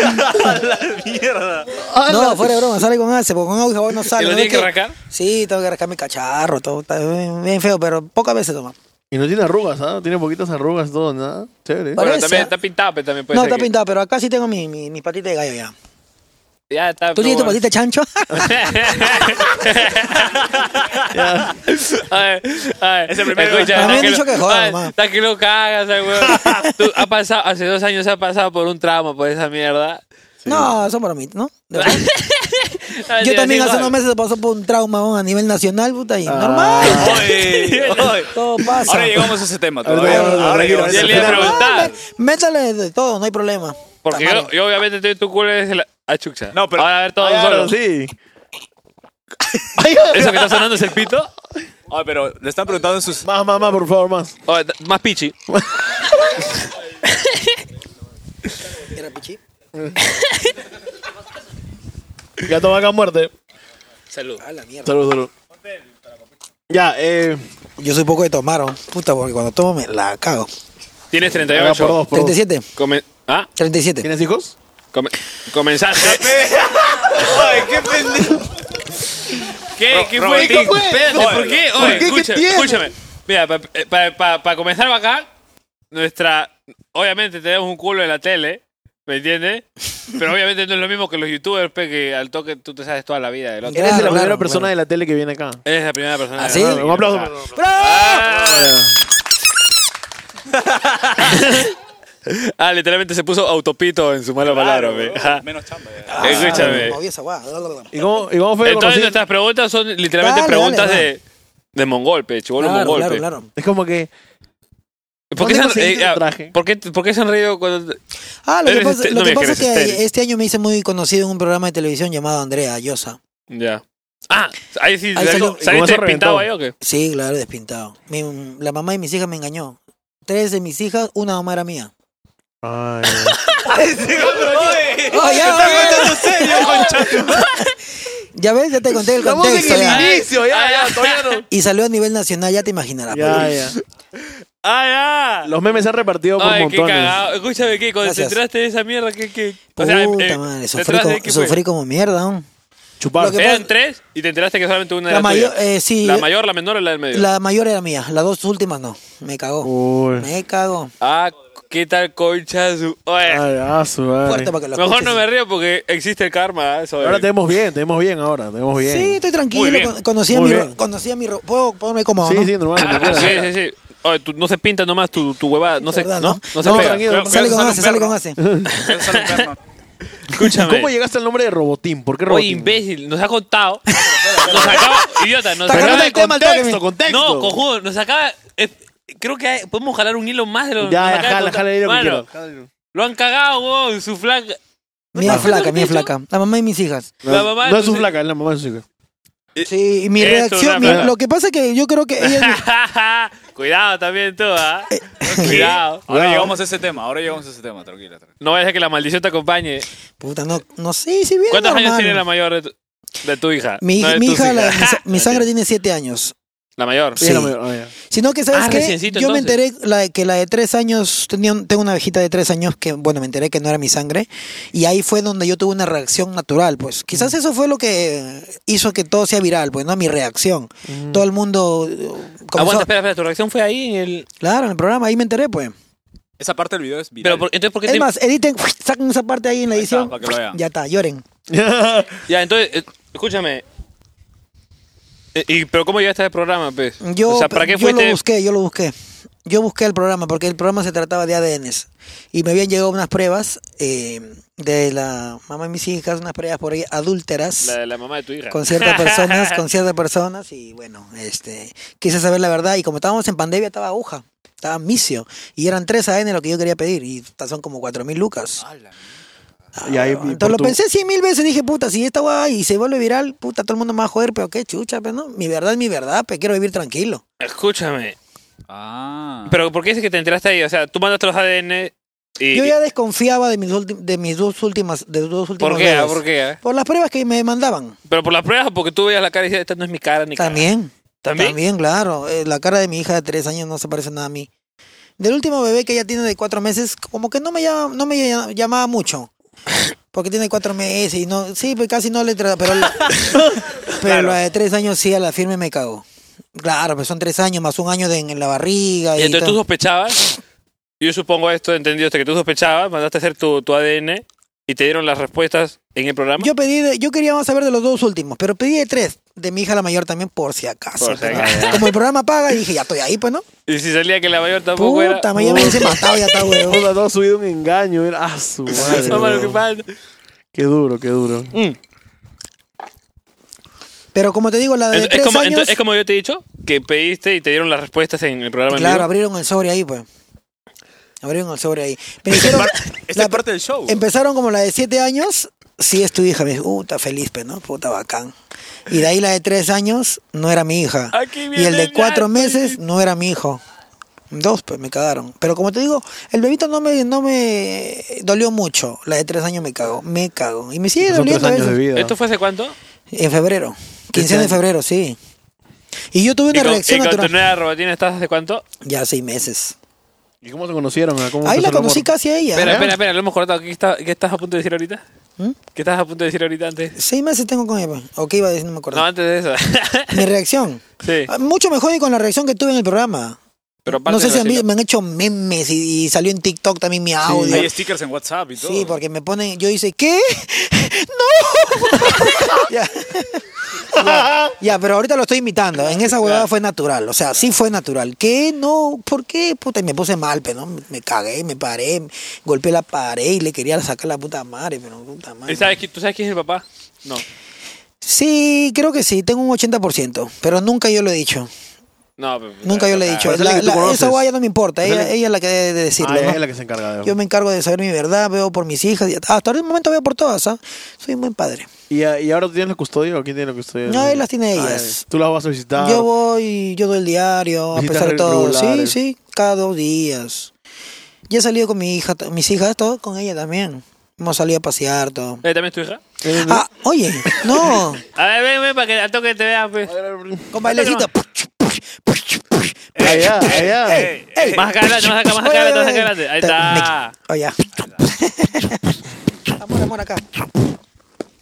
Speaker 3: la mierda. Ah,
Speaker 5: No, fuera de broma, sale con ACE, porque con agua y jabón no sale.
Speaker 2: Ah, lo
Speaker 5: ¿no?
Speaker 2: tienes
Speaker 5: Es
Speaker 2: que arrancar?
Speaker 5: Sí, tengo que arrancar mi cacharro, todo. Está bien, bien feo, pero pocas veces toma.
Speaker 3: Y no tiene arrugas, ¿ah? Tiene poquitas arrugas, todo, nada. Chévere.
Speaker 5: Bueno,
Speaker 2: Bueno,
Speaker 5: Parece,
Speaker 2: también
Speaker 5: ¿ah?
Speaker 2: está pintado, pero también puede
Speaker 5: No,
Speaker 2: ser
Speaker 5: está
Speaker 2: que-
Speaker 5: pintado, pero acá sí tengo mi, mi, mi patita de gallo ya.
Speaker 2: Ya está.
Speaker 5: ¿Tú tienes tu patita de chancho?
Speaker 2: Ya. Ay, ay,
Speaker 4: Ese primero.
Speaker 5: Me habían
Speaker 2: tranquilo.
Speaker 5: dicho que joda,
Speaker 2: Ay,
Speaker 5: mamá.
Speaker 2: Tranquilo, cagas, ay, weón. Tú, ha pasado, hace dos años se ha pasado por un tramo, por esa mierda.
Speaker 5: No, son bromitas, ¿no? De verdad.
Speaker 2: Ay,
Speaker 5: Yo
Speaker 2: tío,
Speaker 5: también
Speaker 2: así,
Speaker 5: hace unos
Speaker 2: joder.
Speaker 5: meses pasó por un trauma weón, a nivel nacional, puta, y
Speaker 3: Ah.
Speaker 5: normal.
Speaker 4: Oye, oye.
Speaker 5: Todo pasa.
Speaker 4: Ahora llegamos a ese tema
Speaker 3: Ahorita
Speaker 4: todavía.
Speaker 3: llegamos,
Speaker 4: Ahora
Speaker 3: tranquilo,
Speaker 4: llegamos a ese
Speaker 2: ahorita
Speaker 4: tema.
Speaker 2: llegamos. preguntar.
Speaker 5: No, mé- Métale de todo, no hay problema.
Speaker 2: Porque
Speaker 5: Está
Speaker 2: yo,
Speaker 5: mal.
Speaker 2: yo obviamente estoy tu culo es la achucha.
Speaker 4: No, pero-
Speaker 2: Ahora a ver todo
Speaker 3: Ah,
Speaker 2: solo.
Speaker 3: sí.
Speaker 2: ¿Eso que está sonando es el pito?
Speaker 4: Oye, pero le están preguntando en sus.
Speaker 3: Más, más, más, por favor, más.
Speaker 2: Oye, da- más pichi.
Speaker 5: Era pichi.
Speaker 3: Gato vaca muerte.
Speaker 2: Salud.
Speaker 5: A la mierda.
Speaker 3: Salud, salud. Ya, eh.
Speaker 5: Yo soy poco de tomar, weón. puta, porque cuando tomo me la cago.
Speaker 2: Tienes
Speaker 3: haga por
Speaker 2: 38.
Speaker 3: dos, por dos.
Speaker 5: 37,
Speaker 2: Come- ¿Ah?
Speaker 5: 37.
Speaker 3: ¿Tienes hijos?
Speaker 2: Come- comenzaste.
Speaker 4: Ay, qué pendejo.
Speaker 2: ¿Qué, ¿Qué
Speaker 4: Ro-
Speaker 2: fue?
Speaker 4: Robertico,
Speaker 3: pues.
Speaker 2: Espérate,
Speaker 4: Oye,
Speaker 2: ¿por qué?
Speaker 3: ¿por
Speaker 2: Oye,
Speaker 3: qué? ¿Qué
Speaker 2: escúchame,
Speaker 3: tiene?
Speaker 2: escúchame. Mira, para comenzar acá, nuestra... Obviamente tenemos un culo en la tele, ¿me entiendes? Pero obviamente no es lo mismo que los youtubers, pe, que al toque tú te sabes toda la vida del otro.
Speaker 5: Claro,
Speaker 3: Eres la
Speaker 5: claro,
Speaker 3: primera persona
Speaker 5: bueno.
Speaker 3: de la tele que viene acá.
Speaker 2: Eres la primera persona.
Speaker 5: ¿Ah, sí?
Speaker 2: Ah,
Speaker 3: Un aplauso.
Speaker 2: Ah, literalmente se puso autopito en su mala palabra, pe. Ajá.
Speaker 4: Menos chamba. ya.
Speaker 5: Ah,
Speaker 2: Escúchame.
Speaker 5: me moví esa guada. Claro,
Speaker 3: ¿Y cómo, ¿Y cómo fue? que
Speaker 2: Entonces
Speaker 3: conociste?
Speaker 2: nuestras preguntas son literalmente
Speaker 5: Dale,
Speaker 2: preguntas
Speaker 5: dale,
Speaker 2: de... De mongol, pe, chivolo mongol,
Speaker 5: claro,
Speaker 2: pe.
Speaker 5: claro.
Speaker 3: Es como que.
Speaker 2: ¿Por qué,
Speaker 3: ¿Dónde
Speaker 2: se han,
Speaker 3: conseguiste
Speaker 2: eh,
Speaker 3: tu
Speaker 2: ah,
Speaker 3: traje?
Speaker 2: ¿por, qué, ¿Por qué se han reído cuando...?
Speaker 5: Ah, lo que
Speaker 2: Eres
Speaker 5: pasa,
Speaker 2: este-
Speaker 5: lo
Speaker 2: no
Speaker 5: que
Speaker 2: me
Speaker 5: pasa es
Speaker 2: dijeras,
Speaker 5: que
Speaker 2: estéril.
Speaker 5: este año me hice muy conocido en un programa de televisión llamado Andrea Llosa.
Speaker 2: Ya. Ah, ahí sí,
Speaker 5: Ahí
Speaker 2: sal-
Speaker 5: salió-
Speaker 3: ¿Y cómo se
Speaker 2: ¿saliste
Speaker 3: reventó?
Speaker 2: pintado ahí o qué?
Speaker 5: Sí, claro, despintado. Mi- la mamá de mis hijas me engañó. Tres de mis hijas, una mamá era mía.
Speaker 3: Ay,
Speaker 4: Oye,
Speaker 5: Oh, ya,
Speaker 4: está
Speaker 5: oye.
Speaker 4: contando serio, concha.
Speaker 5: Ya ves, ya te conté el
Speaker 3: La música
Speaker 5: contexto.
Speaker 3: en el
Speaker 5: ya.
Speaker 3: inicio. ya, ya,
Speaker 2: todavía no.
Speaker 5: Y salió a nivel nacional, ya te imaginarás.
Speaker 3: ya,
Speaker 5: pues.
Speaker 3: ya.
Speaker 2: Ah, ya.
Speaker 3: Los memes se han repartido por
Speaker 2: Ay, qué
Speaker 3: montones.
Speaker 2: cagado. Escúchame, ¿qué? Cuando te
Speaker 5: Gracias.
Speaker 2: enteraste de esa mierda, ¿qué? qué? eh,
Speaker 5: Puta madre, sufrí, como,
Speaker 2: pues,
Speaker 5: sufrí como mierda. ¿no?
Speaker 3: Chupar.
Speaker 5: Lo que-
Speaker 2: Eran tres y te enteraste que solamente una
Speaker 5: La
Speaker 2: era
Speaker 5: mayor,
Speaker 2: tuya.
Speaker 5: eh, sí,
Speaker 2: La mayor, la menor o la del medio.
Speaker 5: la mayor era mía, las dos últimas no. Me cagó.
Speaker 3: Uy.
Speaker 5: Me cagó.
Speaker 2: Ah, ¿qué tal concha su... Oye,
Speaker 3: Ay, ah, su madre.
Speaker 5: Fuerte para que lo
Speaker 2: mejor no
Speaker 5: escuches.
Speaker 2: me río porque existe el karma, ¿eh? eso es.
Speaker 3: Ahora te vemos bien, te vemos bien ahora, te vemos bien.
Speaker 5: Sí, estoy
Speaker 2: Muy
Speaker 5: tranquilo.
Speaker 2: bien.
Speaker 5: con- Conocí a
Speaker 3: Muy
Speaker 5: mi,
Speaker 3: bien.
Speaker 5: ro- conocí a mi ro- Puedo ponerme cómodo.
Speaker 3: sí,
Speaker 5: ¿no?
Speaker 3: sí, normal. como quieras.
Speaker 2: Ah, Sí, sí, sí. Oye, tú- no se pinta nomás tu, tu huevada, no se,
Speaker 5: ¿Verdad,
Speaker 2: no,
Speaker 5: no?
Speaker 2: no se
Speaker 3: No,
Speaker 2: pega.
Speaker 3: tranquilo,
Speaker 2: Creo-
Speaker 3: no
Speaker 5: Sale
Speaker 2: creo-
Speaker 5: con
Speaker 4: Sale un
Speaker 5: ACE, sale
Speaker 4: perro.
Speaker 5: con ACE.
Speaker 4: Sale un perno.
Speaker 2: Escúchame.
Speaker 3: ¿Cómo llegaste al nombre de Robotín? ¿Por qué
Speaker 2: Oye,
Speaker 3: Robotín?
Speaker 2: imbécil, nos ha contado. nos acaba. Idiota, nos
Speaker 5: Está
Speaker 2: acaba
Speaker 5: cagando
Speaker 2: de
Speaker 5: el tema al toque, mi-
Speaker 3: contexto.
Speaker 2: No, cojudo, nos acaba. eh, creo que hay- podemos jalar un hilo más de lo nos
Speaker 3: Ya, ya,
Speaker 2: acaba de
Speaker 3: jala,
Speaker 2: contar.
Speaker 3: jala, di lo que
Speaker 2: Mano,
Speaker 3: quieras.
Speaker 2: Lo han cagado, weón, su flaca.
Speaker 5: Mía
Speaker 2: Ah.
Speaker 5: flaca, mía flaca. La mamá de mis hijas.
Speaker 2: La mamá
Speaker 3: no,
Speaker 2: de
Speaker 3: es su
Speaker 2: tus-
Speaker 3: flaca, es la mamá de su hija.
Speaker 5: Sí, y mi
Speaker 2: Esto, Eh, una
Speaker 5: reacción, mi-
Speaker 2: flaca.
Speaker 5: lo que pasa es que yo creo que ella...
Speaker 2: Cuidado también tú, ¿ah?
Speaker 5: Eh,
Speaker 2: Cuidado.
Speaker 4: Ahora
Speaker 3: Wow.
Speaker 4: llegamos a ese tema, ahora llegamos a ese tema, tranquila. tranquila.
Speaker 2: No vayas a ser que la maldición te acompañe.
Speaker 5: Puta, no, no sé, si bien
Speaker 2: ¿Cuántos
Speaker 5: normal.
Speaker 2: años tiene la mayor de tu, de tu hija?
Speaker 5: Mi,
Speaker 2: No, de
Speaker 5: mi
Speaker 2: tus
Speaker 5: hija, la-
Speaker 2: hijas.
Speaker 5: mi, sa- mi sangre tiene siete años.
Speaker 2: La mayor.
Speaker 5: Sí.
Speaker 3: Ella es la mayor, ah, ya.
Speaker 5: Sino que, ¿sabes
Speaker 2: Ah,
Speaker 5: qué?
Speaker 2: reciencito,
Speaker 5: Yo me
Speaker 2: entonces.
Speaker 5: enteré la, que la de tres años, tenía, un- tengo una abejita de tres años que, bueno, me enteré que no era mi sangre. Y ahí fue donde yo tuve una reacción natural, pues. Quizás eso fue lo que hizo que todo sea viral, pues, ¿no? Mi reacción. Todo el mundo... eh, comenzó-
Speaker 2: Aguanta, espera, espera, tu reacción fue ahí en el.
Speaker 5: Claro, en el programa, ahí me enteré, pues.
Speaker 4: Esa parte del video es viral.
Speaker 2: Pero, por- entonces, ¿por qué
Speaker 5: Es
Speaker 2: te-
Speaker 5: más, editen, sacan esa parte ahí en la
Speaker 4: Ahí está,
Speaker 5: edición.
Speaker 4: para que lo vean.
Speaker 5: Ya está, lloren.
Speaker 3: oh,
Speaker 2: Ya, entonces, eh, escúchame. Eh, ¿Y, pero cómo llegaste al programa, pues?
Speaker 5: Yo,
Speaker 2: o sea, ¿para qué
Speaker 5: yo
Speaker 2: fuiste?
Speaker 5: lo busqué, yo lo busqué. Yo busqué el programa porque el programa se trataba de ADNs. Y me habían llegado unas pruebas eh, de la mamá de mis hijas, unas pruebas por ahí adúlteras.
Speaker 2: La, la mamá de tu hija.
Speaker 5: Con ciertas personas, con ciertas personas. Y bueno, este quise saber la verdad. Y como estábamos en pandemia, estaba aguja, estaba misio. Y eran tres ADN lo que yo quería pedir. Y son como cuatro mil lucas.
Speaker 3: Y ahí, Ah, y por
Speaker 5: Entonces lo
Speaker 3: tu-
Speaker 5: pensé cien mil veces, dije, puta, si esta guay y se vuelve viral, puta, todo el mundo me va a joder, pero qué chucha, pero no, mi verdad es mi verdad, pero quiero vivir tranquilo.
Speaker 2: Escúchame.
Speaker 4: Ah.
Speaker 2: Pero ¿por qué dices que te enteraste ahí? O sea, tú mandaste los ADN Y-
Speaker 5: Yo ya desconfiaba de mis, ulti- de mis dos últimas de dos últimos
Speaker 2: ¿Por qué?
Speaker 5: dedos.
Speaker 2: ¿Por qué? eh?
Speaker 5: Por las pruebas que me mandaban.
Speaker 2: Pero por las pruebas, porque tú veías la cara y decías, esta no es mi cara ni cara.
Speaker 5: También.
Speaker 2: ¿También?
Speaker 5: claro. Eh, La cara de mi hija de tres años no se parece nada a mí. Del último bebé que ella tiene de cuatro meses, como que no me, llama- no me ll- llamaba mucho. Porque tiene cuatro meses y no. Sí, pues casi no le tra- Pero, la, pero
Speaker 4: Claro.
Speaker 5: la de tres años sí, a la firme me cago. Claro, pues son tres años más un año de- en la barriga.
Speaker 2: Y
Speaker 5: Y,
Speaker 2: entonces tú
Speaker 5: todo.
Speaker 2: sospechabas, yo supongo esto, entendido, que tú sospechabas, mandaste a hacer tu, tu ADN y te dieron las respuestas en el programa.
Speaker 5: Yo pedí, de- yo quería más saber de los dos últimos, pero pedí de tres. De mi hija la mayor también, por si acaso.
Speaker 2: Por si
Speaker 5: pero
Speaker 2: acaso.
Speaker 5: Como el programa paga, dije, ya estoy ahí, pues, ¿no?
Speaker 2: Y si salía que la mayor tampoco era...
Speaker 5: Puta, me ya me hubiese matado, ya está, huevón.
Speaker 3: Puta, todo subido un engaño. Era, ah, su madre,
Speaker 2: Mamá, lo que
Speaker 3: weón.
Speaker 2: pasa.
Speaker 3: Qué duro, qué duro.
Speaker 2: Mm.
Speaker 5: Pero como te digo, la de
Speaker 2: Ent-
Speaker 5: tres
Speaker 2: es, como, ento-
Speaker 5: años...
Speaker 2: es como yo te he dicho, que pediste y te dieron las respuestas en el programa. en
Speaker 5: Claro,
Speaker 2: vivo.
Speaker 5: abrieron el sobre ahí, pues. Abrieron el sobre ahí. Me dijeron,
Speaker 4: Esta
Speaker 5: la-
Speaker 4: Este es parte del show.
Speaker 5: empezaron como la de siete años, sí es tu hija. Me dijo, puta, feliz, pues, ¿no? Puta, bacán. Y de ahí la de tres años, no era mi hija.
Speaker 2: Aquí
Speaker 5: Y
Speaker 2: viene
Speaker 5: el de
Speaker 2: el
Speaker 5: cuatro
Speaker 2: gato.
Speaker 5: meses, no era mi hijo. Dos, pues, me cagaron. Pero como te digo, el bebito no me, no me dolió mucho. La de tres años me cago, me cago. Y me sigue
Speaker 3: Son tres
Speaker 5: doliendo
Speaker 3: años
Speaker 5: eso.
Speaker 3: de vida.
Speaker 2: ¿Esto fue hace cuánto?
Speaker 5: En febrero. 15 de
Speaker 3: año.
Speaker 5: febrero, sí. Y yo tuve
Speaker 2: ¿Y
Speaker 5: una
Speaker 2: con,
Speaker 5: reacción
Speaker 2: y con tu
Speaker 5: natural.
Speaker 2: nueva robotina estás hace cuánto?
Speaker 5: Ya seis meses.
Speaker 3: ¿Y cómo se conocieron? ah? ¿Cómo
Speaker 5: Ahí
Speaker 3: empezó
Speaker 5: la
Speaker 3: el
Speaker 5: conocí
Speaker 3: amor?
Speaker 5: casi a ella.
Speaker 2: Espera,
Speaker 5: ¿eh?
Speaker 2: espera, espera, lo hemos cortado. ¿Qué, está- qué estás a punto de decir ahorita?
Speaker 5: ¿Mm?
Speaker 2: ¿Qué estás a punto de decir ahorita antes?
Speaker 5: Seis meses tengo con ella. O qué iba a decir, no me acuerdo.
Speaker 2: No, antes de eso.
Speaker 5: Mi reacción.
Speaker 2: sí.
Speaker 5: Ah, Mucho mejor y con la reacción que tuve en el programa.
Speaker 2: Pero aparte
Speaker 5: No sé
Speaker 2: de
Speaker 5: si a mí
Speaker 2: vacilo.
Speaker 5: me han hecho memes y, y salió en TikTok también mi audio.
Speaker 4: Hay stickers en WhatsApp y todo.
Speaker 5: Sí, porque me ponen, yo hice, ¿qué? ¡No! ya. ya, ya, pero ahorita lo estoy imitando. En esa huevada fue natural. O sea, sí fue natural. ¿Qué? No, ¿por qué? Puta, y me puse mal, pero no, me cagué, me paré, golpeé la pared y le quería sacar la puta madre, pero puta madre.
Speaker 2: ¿Y sabes, qui- ¿Tú sabes quién es el papá? No.
Speaker 5: Sí, creo que sí, tengo un 80%, pero nunca yo lo he dicho.
Speaker 2: No, pero-
Speaker 5: Nunca yo le he dicho.
Speaker 3: Pues es la
Speaker 5: La-
Speaker 3: que tú
Speaker 5: la-
Speaker 3: conoces.
Speaker 5: esa guaya no me importa,
Speaker 3: Es la
Speaker 5: ella,
Speaker 3: que-
Speaker 5: ella es la que debe de decirlo.
Speaker 3: Ah, ella
Speaker 5: ¿no?
Speaker 3: es la que se encarga de
Speaker 5: Yo me encargo de saber mi verdad, veo por mis hijas. y Hasta el momento veo por todas, ¿ah? Soy un buen padre.
Speaker 3: ¿Y, ah, ¿Y ahora tú tienes la custodia o quién tiene la custodia?
Speaker 5: No, él las tiene
Speaker 3: Ah,
Speaker 5: ellas.
Speaker 3: ¿Tú las vas a visitar?
Speaker 5: Yo voy, yo doy el diario, a
Speaker 3: Visitas
Speaker 5: pesar de todo. Sí,
Speaker 3: regulares.
Speaker 5: sí, cada dos días. Ya he salido con mi hija, t- mis hijas, todo con ella también. Hemos salido a pasear, todo.
Speaker 2: ¿Eh, ¿También es tu hija?
Speaker 3: Eh, no.
Speaker 5: Ah, oye, no,
Speaker 2: A ver, ven, ven, para que al toque te veas. Pues.
Speaker 5: con bailecito.
Speaker 3: Allá, allá.
Speaker 2: Más acá adelante, más acá, más acá adelante, más acá adelante. Ahí está.
Speaker 5: Allá. Amor, amor, acá.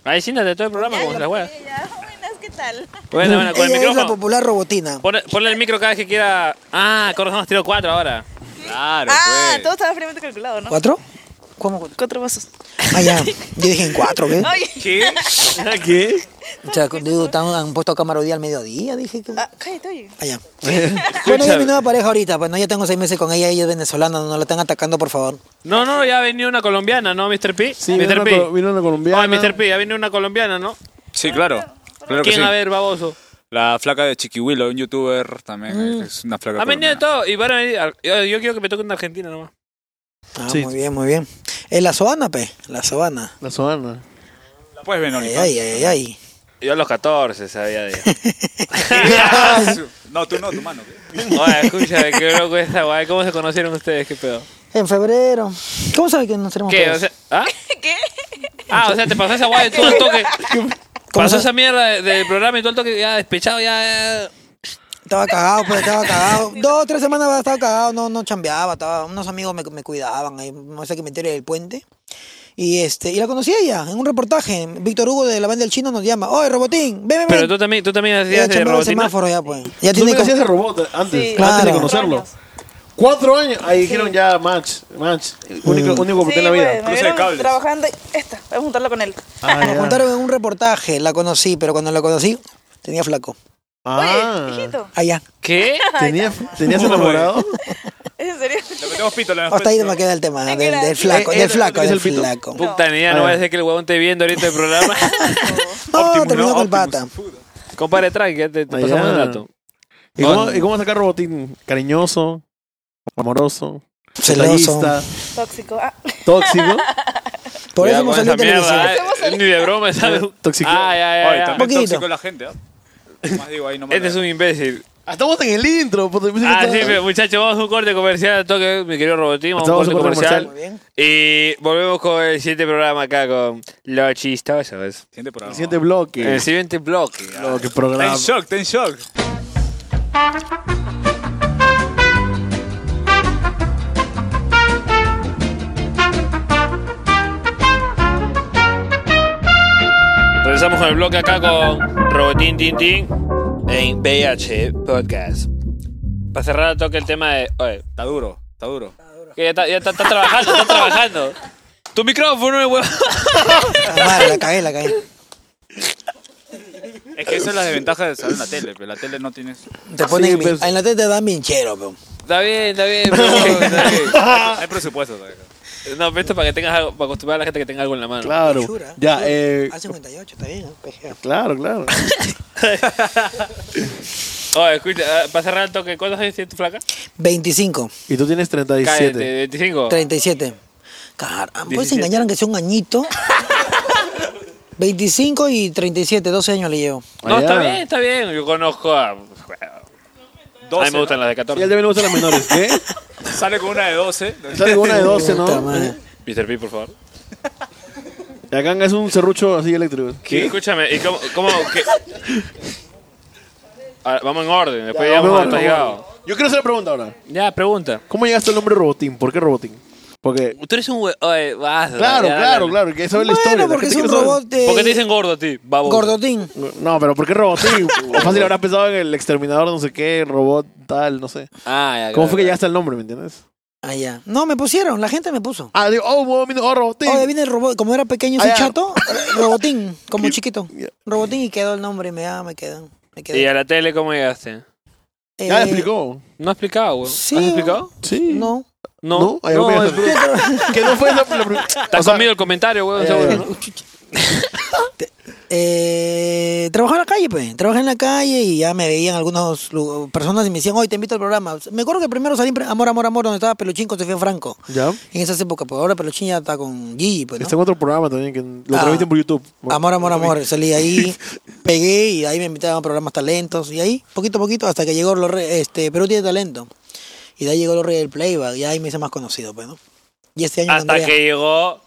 Speaker 2: Ahí siéntate todo el programa como las huevas.
Speaker 1: Ya, buenas, ¿qué tal?
Speaker 2: Bueno, bueno, con el
Speaker 5: Ella es la
Speaker 2: micrófono.
Speaker 5: popular robotina.
Speaker 2: Ponle, ponle el micro cada vez que quiera. Ah, corazón, has tirado cuatro ahora. Claro,
Speaker 1: ah,
Speaker 2: pues.
Speaker 1: todo estaba fríamente calculado, ¿no?
Speaker 5: ¿Cuatro? ¿Cómo?
Speaker 1: Cuatro vasos.
Speaker 5: Ah, ya. Yo dije en cuatro, ¿qué?
Speaker 1: Oye.
Speaker 2: ¿Qué?
Speaker 3: ¿Qué?
Speaker 5: O sea, digo, tan- han puesto cámara hoy día al mediodía, dije. Que...
Speaker 1: Ah, cállate, oye.
Speaker 5: Allá. bueno, ella es mi nueva pareja ahorita. Bueno, ya tengo seis meses con ella, ella es venezolana, no la están atacando, por favor.
Speaker 2: No, no, ya ha venido una colombiana, ¿no, Mr. P?
Speaker 3: Sí, vino
Speaker 2: Mr.
Speaker 3: una,
Speaker 2: P.
Speaker 3: col- vino una colombiana.
Speaker 2: Ah, Mr. P, ya venido una colombiana, ¿no?
Speaker 4: Sí, claro. Claro que
Speaker 2: ¿Quién
Speaker 4: sí.
Speaker 2: a ver, baboso?
Speaker 4: La flaca de Chiquihuilo, un youtuber
Speaker 5: Mm.
Speaker 4: también. Es una flaca.
Speaker 2: Ha venido de
Speaker 4: colombiana.
Speaker 2: todo. Y van a venir. al- Yo, yo quiero que me toque una argentina nomás.
Speaker 5: Ah,
Speaker 3: Sí.
Speaker 5: muy bien, muy bien. Es la soana, pe, la soana.
Speaker 3: La Soana.
Speaker 4: Puedes ver en
Speaker 5: Ay,
Speaker 4: OnlyFans.
Speaker 5: ay, ay, ay.
Speaker 2: Yo a los 14 sabía de
Speaker 4: No, tú no, tu mano.
Speaker 2: Oye, escúchame, qué loco esta guay. ¿Cómo se conocieron ustedes? ¿Qué pedo?
Speaker 5: En febrero. ¿Cómo sabe que nos tenemos
Speaker 2: ¿Qué?
Speaker 5: pedos?
Speaker 2: O sea, ¿ah?
Speaker 1: ¿Qué?
Speaker 2: ah, o sea, te pasó esa guay todo el toque.
Speaker 5: ¿Cómo
Speaker 2: Pasó
Speaker 5: se-
Speaker 2: esa mierda de- del programa y todo el toque ya despechado, ya. ya.
Speaker 5: Estaba cagado, pues, estaba cagado. Dos, tres semanas estaba cagado, no, no chambeaba, estaba, unos amigos me, me cuidaban, ahí, no sé qué meter el puente. Y este, y la conocí a ella, en un reportaje. Víctor Hugo de la banda del chino nos llama, oye robotín, ven, ven,
Speaker 2: Pero
Speaker 5: ven.
Speaker 2: tú también, tú también
Speaker 5: Ya
Speaker 2: hacías de
Speaker 5: chambeaba el
Speaker 2: robotina.
Speaker 5: semáforo ya, pues. Ya
Speaker 3: Tú
Speaker 5: tiene
Speaker 3: me
Speaker 5: como-
Speaker 3: hacías de robot antes, antes
Speaker 5: Claro.
Speaker 3: de conocerlo. Cuatro años. Ahí dijeron ya match, match. Único, único
Speaker 1: Sí,
Speaker 3: porque en la vida.
Speaker 1: pues, me
Speaker 4: Cruce de
Speaker 1: vieron
Speaker 4: cables.
Speaker 1: trabajando. Esta, voy a juntarlo con él.
Speaker 3: Ah,
Speaker 5: Me contaron en un reportaje, la conocí, pero cuando la conocí, tenía flaco.
Speaker 3: Ah,
Speaker 1: Oye, hijito,
Speaker 5: Allá.
Speaker 2: ¿Qué?
Speaker 3: ¿tenías, ¿tenías
Speaker 4: Uy.
Speaker 3: enamorado?
Speaker 1: ¿es en serio?
Speaker 4: Le metemos pito, le metemos
Speaker 5: Hasta ahí
Speaker 4: pito.
Speaker 5: me queda el tema,
Speaker 1: Ay,
Speaker 5: del, del
Speaker 1: gracias.
Speaker 5: flaco,
Speaker 3: pues, Eh, eh,
Speaker 5: del flaco,
Speaker 3: ¿es el
Speaker 5: del
Speaker 3: pito?
Speaker 5: flago.
Speaker 2: Puta, ni idea,
Speaker 3: Ah,
Speaker 2: no voy a
Speaker 3: ya.
Speaker 2: decir que el huevón te viendo ahorita el programa.
Speaker 5: No,
Speaker 4: Optimus,
Speaker 5: terminó con el
Speaker 4: Optimus.
Speaker 5: pata.
Speaker 4: Puta.
Speaker 2: Compadre, tranqui, ya te, te
Speaker 3: Ah,
Speaker 2: pasamos
Speaker 3: ya.
Speaker 2: el dato.
Speaker 3: ¿Y cómo, ¿Y cómo sacar robotín? Cariñoso, amoroso,
Speaker 5: Celoso.
Speaker 3: detallista,
Speaker 1: Tóxico. Ah,
Speaker 3: tóxico.
Speaker 5: Por eso
Speaker 2: Cuidado
Speaker 5: no
Speaker 2: con
Speaker 5: salió en
Speaker 2: esa
Speaker 5: televisión.
Speaker 2: mierda, eh. Ni de broma, ¿sabes?
Speaker 3: Toxiqueo.
Speaker 2: Ah, ya, ya,
Speaker 4: Oye,
Speaker 2: ya.
Speaker 4: también
Speaker 5: Poquito.
Speaker 4: tóxico la gente, ¿ah? Más digo ahí, no me
Speaker 2: Este es un imbécil.
Speaker 3: Ah, Estamos en el intro. puta, pensé que
Speaker 2: Ah,
Speaker 3: estaba-
Speaker 2: sí, pero, muchachos, vamos a un corte comercial al toque, mi querido Robotín. Vamos a un
Speaker 3: Estamos
Speaker 2: corte
Speaker 3: en corte
Speaker 2: comercial.
Speaker 5: Muy bien.
Speaker 2: Y volvemos con el siguiente programa acá con Los Chistosos.
Speaker 4: Siguiente programa.
Speaker 3: El siguiente bloque.
Speaker 2: El siguiente bloque.
Speaker 3: bloque
Speaker 4: Ten
Speaker 3: programa.
Speaker 4: shock, ten shock.
Speaker 2: Regresamos con el bloque acá con Robotín Tintín en VH Podcast. Para cerrar al toque el tema de. Oye,
Speaker 4: Está duro, está duro.
Speaker 2: que ya está, ya está- está trabajando, está trabajando. Tu micrófono, me huevo.
Speaker 5: Ah, madre, la cagué, la cagué.
Speaker 4: Es que esa es la desventaja de estar en la tele, pero la tele no tienes.
Speaker 5: Te ponen
Speaker 3: pues.
Speaker 5: En la tele te dan minchero, pero.
Speaker 2: Está bien, está bien, pero- está bien.
Speaker 4: Hay presupuesto todavía.
Speaker 2: No, pero esto para que tengas algo, para acostumbrar a la gente que tenga algo en la mano.
Speaker 3: Claro.
Speaker 5: Chura.
Speaker 3: Ya, eh.
Speaker 5: A 58, está bien. ¿eh? PGA.
Speaker 3: Claro, claro.
Speaker 2: Oye, escucha, ah, para cerrar el toque, ¿cuántos años tiene tu flaca?
Speaker 5: 25,
Speaker 3: Y tú tienes 37.
Speaker 2: Cállate, 25.
Speaker 5: 37. Caramba, pues se engañaron que sea un añito. 25 y 37, 12 años le llevo.
Speaker 2: No, está
Speaker 3: Allá.
Speaker 2: bien, está bien. Yo conozco a. bueno, a mí
Speaker 4: 12,
Speaker 2: me gustan las de
Speaker 3: Y él
Speaker 2: 14.
Speaker 3: también le gustan las menores. ¿Qué?
Speaker 4: ¿no? Sale con una de 12.
Speaker 3: Sale con una de 12,
Speaker 5: Puta
Speaker 3: ¿no?
Speaker 5: madre.
Speaker 2: Mr. P, por favor.
Speaker 3: La ganga es un serrucho así eléctrico.
Speaker 2: Y Escúchame, ¿y cómo.? cómo qué? A ver, vamos en orden, después ya,
Speaker 3: Ya,
Speaker 2: vamos
Speaker 3: vamos,
Speaker 2: a dónde has llegado.
Speaker 3: Yo quiero hacer la pregunta ahora.
Speaker 2: Ya, pregunta.
Speaker 3: ¿Cómo llegaste al nombre Robotín? ¿Por qué Robotín? Porque.
Speaker 2: Tú eres un hue... Oye, vas.
Speaker 3: Claro,
Speaker 2: ya,
Speaker 3: claro,
Speaker 2: dale.
Speaker 3: claro. Hay que saber la historia. la
Speaker 5: Bueno, porque es
Speaker 3: gente
Speaker 5: un
Speaker 3: quiere
Speaker 5: robot de.
Speaker 2: ¿Por qué te dicen gordo a ti? Babo.
Speaker 5: Gordotín.
Speaker 3: saber. No, pero ¿por qué Robotín? o fácil habrá pensado en el exterminador, no sé qué, robot tal, no sé.
Speaker 2: Ah, ya.
Speaker 3: ¿Cómo fue que
Speaker 2: claro.
Speaker 3: llegaste al nombre, me entiendes?
Speaker 5: Ah, ya. No, me pusieron, la gente me puso.
Speaker 3: Ah, digo, oh, wow, mira, oh, Robotín.
Speaker 5: Oye, viene el robot, como era pequeño
Speaker 3: Ah,
Speaker 5: ese
Speaker 3: ya.
Speaker 5: chato, robotín, como chiquito.
Speaker 3: Ya.
Speaker 5: Robotín y quedó el nombre, me, ah, me quedó. Me quedó.
Speaker 2: ¿Y a la tele cómo llegaste?
Speaker 5: Eh,
Speaker 3: Ya le explicó.
Speaker 2: No has explicado, güey.
Speaker 5: Sí,
Speaker 2: ¿Has explicado?
Speaker 3: Sí.
Speaker 5: No.
Speaker 2: No.
Speaker 3: Ay, ok,
Speaker 2: es-
Speaker 3: está bien. que no fue la, la primera.
Speaker 2: Te has comido el comentario, güey.
Speaker 3: ya,
Speaker 2: seguro,
Speaker 3: ya.
Speaker 2: ¿no?
Speaker 5: Eh, trabajaba en la calle, pues. Trabajé en la calle y ya me veían algunas lu- personas y me decían, hoy te invito al programa. Me acuerdo que primero salí en pre- Amor, Amor, Amor, donde estaba Peluchín con Sofía Franco.
Speaker 3: Ya.
Speaker 5: En esas épocas, pues ahora Peluchín ya está con Gigi, pues. ¿no?
Speaker 3: Está en otro programa también que lo
Speaker 5: Ah.
Speaker 3: transmiten por YouTube. Bueno,
Speaker 5: Amor, amor, amor. Salí ahí, pegué y ahí me invitaban a programas talentos. Y ahí, poquito a poquito, hasta que llegó los re- este, Perú tiene talento. Y de ahí llegó los reyes del playback. Y ahí me hice más conocido, pues, ¿no? Y este año
Speaker 2: Hasta
Speaker 5: Andrea.
Speaker 2: que llegó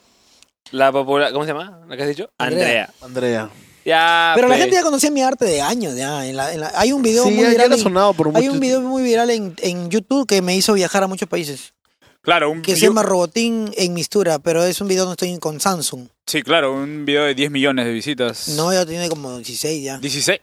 Speaker 2: la popular. ¿Cómo se llama? ¿La que has dicho? Andrea.
Speaker 5: Andrea.
Speaker 3: Andrea.
Speaker 2: Ya.
Speaker 5: Pero la
Speaker 2: pues.
Speaker 5: gente ya conocía mi arte de años, ya. En la- en la- hay un video
Speaker 3: Sí,
Speaker 5: muy
Speaker 3: ya- ya
Speaker 5: viral.
Speaker 3: era
Speaker 5: en-
Speaker 3: sonado por
Speaker 5: hay
Speaker 3: mucho-
Speaker 5: un video muy viral en, en YouTube que me hizo viajar a muchos países.
Speaker 4: Claro, un
Speaker 5: Que se
Speaker 4: yo-
Speaker 5: llama Robotín en Mistura, pero es un video donde estoy con Samsung.
Speaker 4: Sí, claro, un video de 10 millones de visitas.
Speaker 5: No, ya tiene como 16 ya.
Speaker 4: 16.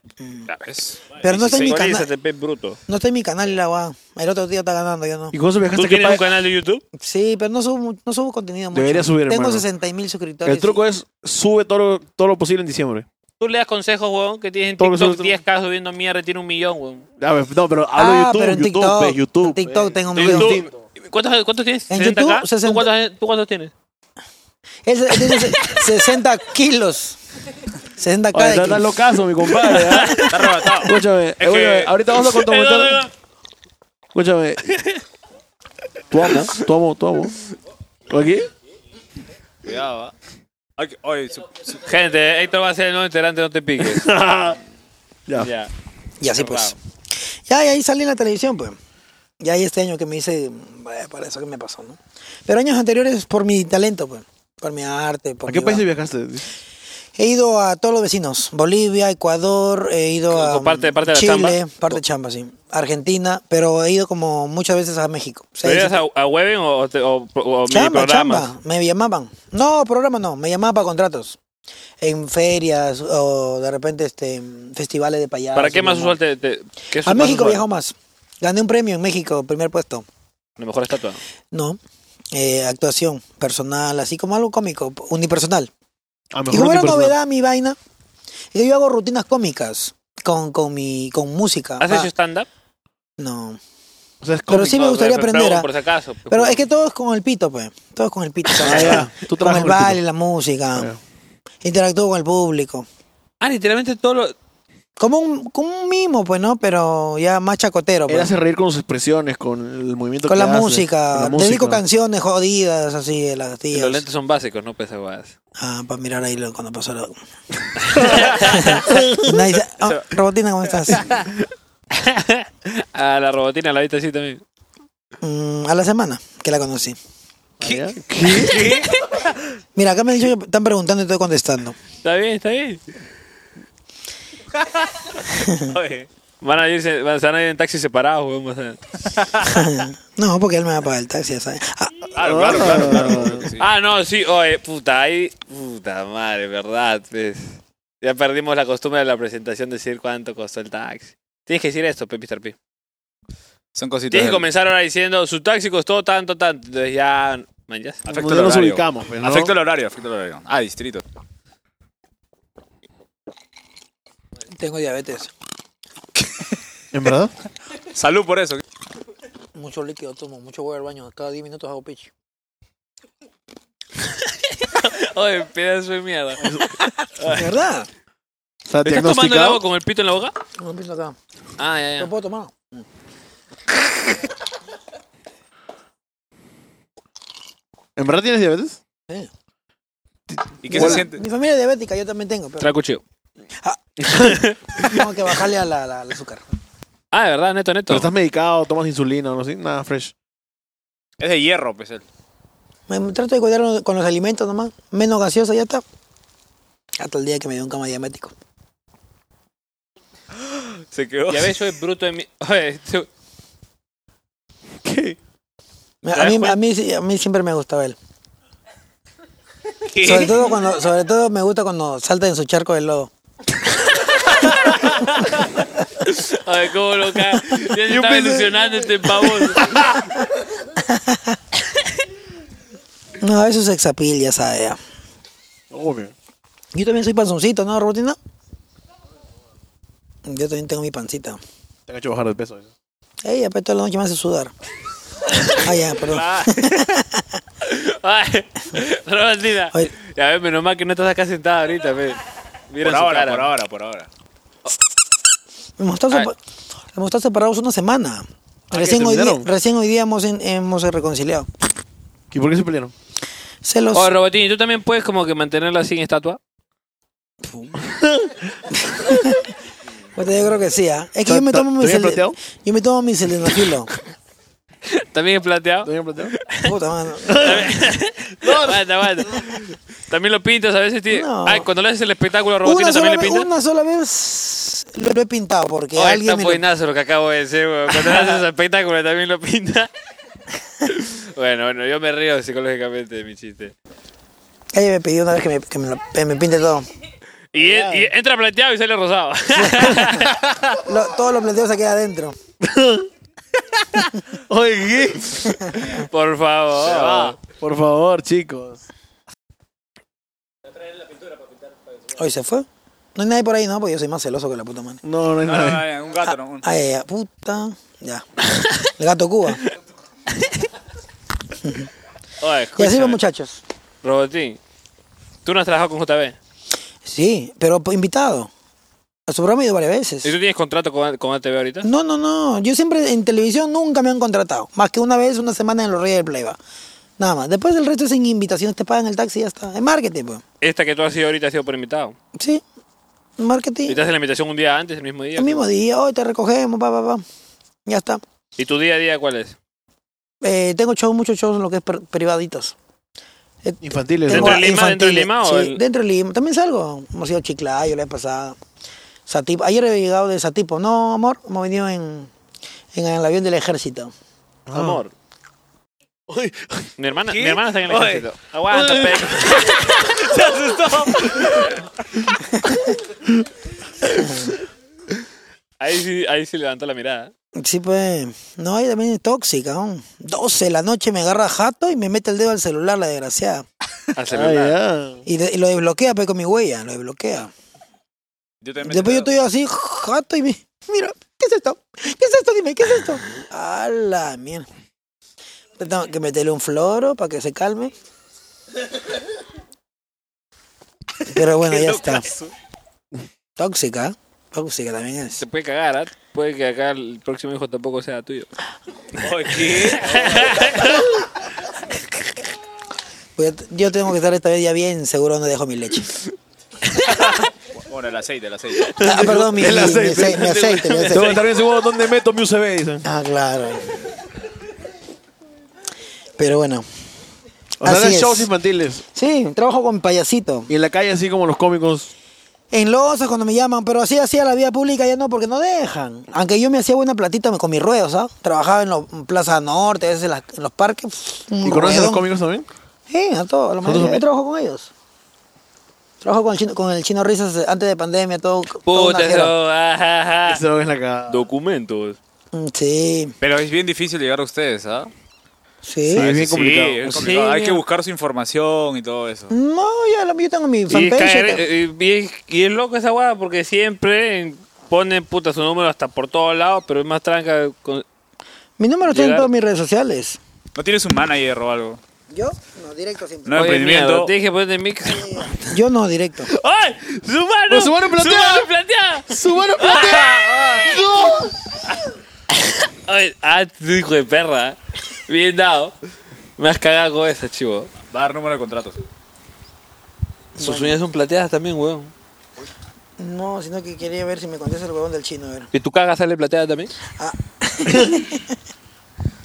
Speaker 4: Ya ves.
Speaker 5: Pero no está en mi canal.
Speaker 2: Actualízate, pe, bruto.
Speaker 5: No está en mi canal la guagua. El otro día está ganando, yo no.
Speaker 3: ¿Y cómo se
Speaker 2: ¿Tú
Speaker 3: viajaste? ¿Qué
Speaker 2: tienes un
Speaker 3: país?
Speaker 2: canal de YouTube?
Speaker 5: Sí, pero no subo, no subo contenido mucho.
Speaker 3: Debería subir,
Speaker 5: Tengo
Speaker 3: hermano.
Speaker 5: 60 mil suscriptores.
Speaker 3: El truco es sube todo lo, todo lo posible en diciembre.
Speaker 2: Tú le das consejos, weón, que tienes en
Speaker 3: Todo lo que
Speaker 2: TikTok
Speaker 3: son-
Speaker 2: 10K subiendo mierda y tiene un millón, weón.
Speaker 3: A ver, no, pero hablo de
Speaker 5: Ah,
Speaker 3: YouTube,
Speaker 5: pero en
Speaker 3: YouTube,
Speaker 5: TikTok.
Speaker 3: pe, YouTube.
Speaker 5: en TikTok tengo un
Speaker 2: ¿En
Speaker 5: video.
Speaker 2: YouTube? ¿Cuántos, cuántos tienes?
Speaker 5: En
Speaker 2: ¿60K?
Speaker 5: YouTube,
Speaker 2: ¿Tú
Speaker 5: 60.
Speaker 2: cuántos- ¿Tú cuántos tienes?
Speaker 5: Él se- tiene se- 60 kilos. 60
Speaker 3: Oye,
Speaker 5: k de
Speaker 3: está, está
Speaker 5: kilos.
Speaker 3: locazo, mi compadre. ¿ah?
Speaker 4: Está arrebatado.
Speaker 5: Eh,
Speaker 3: Escúchame,
Speaker 4: que-
Speaker 3: escúchame, ahorita vamos a contar. Escúchame. Tu amo, tu amo, tu amo. ¿Aquí?
Speaker 4: Cuidado, va. Ay, que- Oye, su- su-
Speaker 2: Gente, Héctor va a ser el nuevo enterante, no te piques.
Speaker 3: Ya.
Speaker 2: ya.
Speaker 5: Y así pues. Ya, y ahí salí en la televisión, pues. Ya ahí este año que me hice, bueno, para eso que me pasó, ¿no? Pero años anteriores por mi talento, pues. Por mi arte. Por
Speaker 3: ¿A qué
Speaker 5: mi-
Speaker 3: países viajaste?
Speaker 5: He ido a todos los vecinos. Bolivia, Ecuador, he ido a
Speaker 2: Con parte- parte de la
Speaker 5: Chile,
Speaker 2: chamba.
Speaker 5: parte de chamba, sí. Argentina, pero he ido como muchas veces a México. O sea,
Speaker 2: ¿Te
Speaker 5: he
Speaker 2: ibas
Speaker 5: visitado-
Speaker 2: a, a Webin o, o, te- o, o mini
Speaker 5: Chamba,
Speaker 2: programas?
Speaker 5: chamba. Me llamaban. No, programa no. Me llamaban para contratos. En ferias o de repente este, en festivales de payasos.
Speaker 2: ¿Para qué más
Speaker 5: ¿no?
Speaker 2: usual te, te- qué es
Speaker 5: A
Speaker 2: más
Speaker 5: México
Speaker 2: usual?
Speaker 5: viajó más. Gané un premio en México, primer puesto.
Speaker 2: La mejor estatua.
Speaker 5: No. Eh, actuación personal, así como algo cómico, unipersonal.
Speaker 3: A
Speaker 5: Y como era novedad mi vaina, es que yo hago rutinas cómicas con, con, mi, con música.
Speaker 2: ¿Has
Speaker 5: Va,
Speaker 2: hecho stand-up?
Speaker 5: No.
Speaker 3: O sea, es
Speaker 5: Pero
Speaker 3: cómico.
Speaker 5: Ah, sí me gustaría
Speaker 2: No, pero-
Speaker 5: aprender.
Speaker 2: pero
Speaker 5: ¿ah?
Speaker 2: Por si acaso. pues,
Speaker 5: Pero es que todo es con el pito, pues. Todo es con el pito.
Speaker 3: Ah, ya. Tú
Speaker 5: con
Speaker 3: trabajas con el
Speaker 5: el
Speaker 3: pito.
Speaker 5: baile, la música.
Speaker 3: Ya.
Speaker 5: Interactúo con el público.
Speaker 2: Ah, literalmente todo lo...
Speaker 5: Como un, como un mimo, pues, ¿no? Pero ya más chacotero.
Speaker 3: Él
Speaker 5: pues.
Speaker 3: hace reír con sus expresiones, con el movimiento
Speaker 5: Con
Speaker 3: que
Speaker 5: la
Speaker 3: hace,
Speaker 5: música.
Speaker 3: con la
Speaker 5: Dedico
Speaker 3: música. Ah,
Speaker 5: canciones jodidas, así, de las
Speaker 2: Y
Speaker 5: tías.
Speaker 2: los lentes son básicos, no pesa guadas.
Speaker 5: Ah, para mirar ahí lo- cuando pasó lo... Y nadie dice, "Ah, Robotina, ¿cómo estás?
Speaker 2: A la robotina la viste así también.
Speaker 5: Mm, a la semana que la conocí.
Speaker 2: ¿Qué?
Speaker 5: Mira, acá me han dicho que están preguntando y estoy contestando.
Speaker 2: Está bien, está bien. Oye, van a irse, van se van a ir en taxi separados, weón. o sea.
Speaker 5: No, porque él me va a pagar el taxi, ya ¿sabes? Ah,
Speaker 2: Claro, claro, claro, claro. Ah, no, sí, oye, puta, ahí. Puta madre, verdad, pues. Ya perdimos la costumbre de la presentación de decir cuánto costó el taxi. Tienes que decir esto, pe, Mr. P.
Speaker 4: Son cositas.
Speaker 2: Tienes que
Speaker 4: del-
Speaker 2: comenzar ahora diciendo, su taxi costó tanto, tanto. Entonces ya. Man, ya.
Speaker 4: Afecta
Speaker 3: Como
Speaker 4: el
Speaker 3: ya nos
Speaker 4: horario.
Speaker 3: ubicamos, pues, ¿no?
Speaker 4: Afecta el horario, afecta el horario. Ah, distrito.
Speaker 5: tengo diabetes.
Speaker 3: ¿En verdad?
Speaker 4: Salud por eso.
Speaker 5: Mucho líquido tomo, mucho voy al baño. Cada 10 minutos hago pichi.
Speaker 2: Oye, pedazo de mierda. ¿Estás
Speaker 5: ¿De verdad?
Speaker 3: O sea,
Speaker 2: tomando el agua
Speaker 3: diagnosticado.
Speaker 2: con el pito en la boca?
Speaker 5: No empiezo acá.
Speaker 2: Ah, ya,
Speaker 5: ¿Lo
Speaker 2: ya.
Speaker 5: puedo tomar?
Speaker 3: ¿En verdad tienes diabetes?
Speaker 4: ¿Y qué
Speaker 3: Hola.
Speaker 4: se siente?
Speaker 5: Mi familia es diabética, yo también tengo, pero
Speaker 2: Trae cuchillo.
Speaker 5: tengo que bajarle a la, la- la azúcar.
Speaker 2: Ah, de verdad, neto,
Speaker 3: ¿Pero
Speaker 2: neto.
Speaker 3: estás medicado? ¿Tomas insulina o no sé? Nada, fresh.
Speaker 4: Es de hierro, pues él.
Speaker 5: Me, me trato de cuidar con los alimentos nomás. Menos gaseosa, ya está. Hasta el día que me dio un cama diabético.
Speaker 4: Se quedó.
Speaker 2: Ya ves, soy bruto en mi. Oye, tú-
Speaker 3: ¿Qué?
Speaker 5: Me- A mí, a, mí, sí- a mí siempre me ha gustado él.
Speaker 4: ¿Qué?
Speaker 5: Sobre todo, cuando, sobre todo me gusta cuando salta en su charco de lodo.
Speaker 2: Ay, cómo lo cae. Ya se
Speaker 3: Yo
Speaker 2: estaba
Speaker 3: pensé-
Speaker 2: ilusionando este pavón.
Speaker 5: No, eso es exapil, ya sabes. ya.
Speaker 3: Obvio.
Speaker 5: Yo también soy panzoncito, ¿no, Robotina? Yo también tengo mi pancita.
Speaker 3: Te han hecho bajar de peso. eso.
Speaker 5: Ey, apeto toda la noche me hace sudar. Ah, ya, perdón.
Speaker 2: Ay, Robatina.
Speaker 5: Oye.
Speaker 2: Ya ves, menos mal que no estás acá sentada ahorita, ve. Mira
Speaker 4: Por
Speaker 2: su
Speaker 4: ahora,
Speaker 2: cara.
Speaker 4: por ahora, por ahora.
Speaker 5: Hemos estado, sepa- hemos estado separados una semana.
Speaker 3: Ah, ¿que
Speaker 5: Recién hoy, día,
Speaker 3: terminaron?
Speaker 5: recién hoy día hemos, en- hemos reconciliado.
Speaker 3: ¿Y por qué se pelearon?
Speaker 5: Celos.
Speaker 2: Oye, Robotín, ¿y Oh, tú también puedes como que mantenerla sin estatua?
Speaker 5: Pues yo creo que sí, ¿ah? Es que yo me
Speaker 3: ¿Está-
Speaker 5: tomo mi
Speaker 3: está bien
Speaker 5: cel-
Speaker 3: planteado?
Speaker 5: Yo me tomo mi selenofilo.
Speaker 2: ¿También es plateado?
Speaker 3: ¿Te han planteado?
Speaker 5: Puta mano.
Speaker 2: Aguanta, aguanta. También lo pintas a veces, tío.
Speaker 5: No.
Speaker 2: Ay, cuando le haces el espectáculo a Robotina
Speaker 5: Una sola,
Speaker 2: también le
Speaker 5: vez,
Speaker 2: pintas.
Speaker 5: una sola vez lo he pintado porque
Speaker 2: Oye,
Speaker 5: alguien
Speaker 2: está
Speaker 5: me lo-
Speaker 2: buenazo lo que acabo de decir, weón. Cuando le haces el espectáculo también lo pinta. bueno, bueno, yo me río psicológicamente de mi chiste.
Speaker 5: Ella me pidió una vez que me, que me lo- que me pinte todo.
Speaker 2: Y, en- y entra plateado y sale rosado.
Speaker 5: Lo- todo lo planteo se queda adentro.
Speaker 3: Oye, ¿qué?
Speaker 2: Por favor.
Speaker 3: Por favor, chicos.
Speaker 5: Hoy se fue. No hay nadie por ahí, ¿no? Porque yo soy más celoso que la puta madre.
Speaker 3: No, no hay
Speaker 4: No, no,
Speaker 3: nada.
Speaker 4: no, no, Ah, un gato, no. un-
Speaker 5: Ay, ay, ay, puta. Ya. El gato Cuba.
Speaker 2: Oye,
Speaker 5: Y así
Speaker 2: escúchame.
Speaker 5: los muchachos.
Speaker 2: Robotín, tú no has trabajado con JB.
Speaker 5: Sí, pero invitado. A su programa he ido varias
Speaker 2: ¿Y tú
Speaker 5: veces.
Speaker 2: tienes contrato con, con ATV ahorita?
Speaker 5: No, no, no. Yo siempre en televisión nunca me han contratado. Más que una vez, una semana en los Reyes del Playba. Nada más. Después el resto es en invitaciones. Te pagan el taxi y ya está. Es marketing, pues.
Speaker 2: Esta que tú has sido ahorita ha sido por invitado.
Speaker 5: Sí.
Speaker 2: Y
Speaker 5: Marketing.
Speaker 2: te hacen la invitación un día antes, el mismo día.
Speaker 5: El mismo día. Hoy te recogemos, pa, pa, pa. Ya está.
Speaker 2: ¿Y tu día a día cuál es?
Speaker 5: Eh, tengo shows, muchos shows en lo que es per- privaditos. Eh,
Speaker 3: Infantiles.
Speaker 5: Tengo
Speaker 2: ¿Dentro de
Speaker 5: a-
Speaker 2: Lima? ¿Dentro de
Speaker 5: infantiles,
Speaker 2: Lima o
Speaker 5: sí,
Speaker 2: el-
Speaker 5: dentro de Lima. También salgo. Hemos ido a Chiclayo la vez pasada. Satipo. Ayer he llegado de Satipo. No, amor, hemos venido en, en el avión del ejército.
Speaker 3: Ah.
Speaker 2: Amor. Mi hermana,
Speaker 4: ¿Qué?
Speaker 2: mi hermana está en el
Speaker 4: Oye.
Speaker 2: ejército. Aguanta,
Speaker 4: Oye.
Speaker 2: pe.
Speaker 4: Se asustó.
Speaker 2: Ahí sí, ahí sí levantó la mirada.
Speaker 5: Sí, pues. No, ella también es tóxica. ¿no? 12 de la noche me agarra jato y me mete el dedo al celular, la desgraciada.
Speaker 2: Al
Speaker 3: Ah,
Speaker 2: celular.
Speaker 3: ya.
Speaker 5: Y, de- y lo desbloquea, pues con mi huella, lo desbloquea.
Speaker 4: Yo también me
Speaker 5: Después yo
Speaker 4: quedo.
Speaker 5: estoy así, jato, y me. Mira, ¿qué es esto? ¿Qué es esto? Dime, ¿qué es esto? A la mierda. Te Tengo que meterle un floro para que se calme. Pero bueno, ya está. Tóxica, tóxica también es.
Speaker 2: Se puede cagar, ¿ah? Puede que acá el próximo hijo tampoco sea tuyo.
Speaker 4: Oye, ¿qué?
Speaker 5: Voy a- Yo tengo que estar esta vez ya bien seguro donde dejo mi leche.
Speaker 4: Bueno, el aceite, el aceite.
Speaker 5: Ah, perdón, mi, mi,
Speaker 3: El
Speaker 5: mi
Speaker 3: aceite.
Speaker 5: ace- mi
Speaker 3: Te
Speaker 5: aceite, mi
Speaker 3: voy a
Speaker 5: aceite.
Speaker 3: contar bien seguro dónde meto mi USB, dicen.
Speaker 5: Ah, claro. Pero bueno.
Speaker 3: O sea,
Speaker 5: Así
Speaker 3: eran
Speaker 5: es.
Speaker 3: shows infantiles.
Speaker 5: Sí, trabajo con payasito.
Speaker 3: Y en la calle así como los cómicos.
Speaker 5: En losas cuando me llaman, pero así hacía la vida pública ya no, porque no dejan. Aunque yo me hacía buena platita con mis ruedos, ¿ah? Trabajaba en, la Plaza Norte, a veces en, las- en los parques. pff, un
Speaker 3: ¿Y conoces a los
Speaker 5: ruedón.
Speaker 3: cómicos también?
Speaker 5: Sí, a todos. a La mayoría. Yo trabajo con ellos. Trabajo con el chino, con el chino Risas eh, antes de pandemia, todo. todo una
Speaker 2: Puta,
Speaker 5: jera.
Speaker 2: eso, ajá, ajá.
Speaker 3: Eso es la cagada.
Speaker 2: Documentos.
Speaker 5: Mm, Sí,
Speaker 4: Pero es bien difícil llegar a ustedes, ¿ah?
Speaker 5: sí.
Speaker 3: Sí. Es
Speaker 4: Eso
Speaker 3: bien complicado.
Speaker 4: Sí, es
Speaker 2: Sí,
Speaker 4: complicado. Hay
Speaker 2: bien.
Speaker 4: que buscar su información y todo eso.
Speaker 5: No, ya lo- yo tengo mi
Speaker 3: Pues
Speaker 2: Y es,
Speaker 5: fanpage.
Speaker 2: caer-
Speaker 5: te-
Speaker 2: eh, y, es, y es loco esa guada porque siempre ponen puta su número hasta por todos lados, pero es más tranca. con-
Speaker 5: mi número está en
Speaker 2: llegar-
Speaker 5: todas mis redes sociales.
Speaker 4: ¿No tienes un manager o algo?
Speaker 5: ¿Yo? No, directo siempre.
Speaker 4: No,
Speaker 2: Oye,
Speaker 4: emprendimiento.
Speaker 2: mierda, Te dije ponerte mic.
Speaker 5: Yo no, directo.
Speaker 2: ¡Ay! ¡Su mano!
Speaker 3: No, Pues su mano platea.
Speaker 2: ¡Su mano platea!
Speaker 3: ¡Su mano platea! ¡No!
Speaker 2: Ay, ¡Ah, tu hijo de perra! ¿eh? Bien dado. Me has cagado con esa, chivo.
Speaker 4: Va a dar número de contratos.
Speaker 2: Sus uñas son plateadas también, weón.
Speaker 5: No, sino que quería ver si me contesta el huevón del chino. A ver.
Speaker 2: ¿Y tu caga sale plateada también?
Speaker 5: Ah.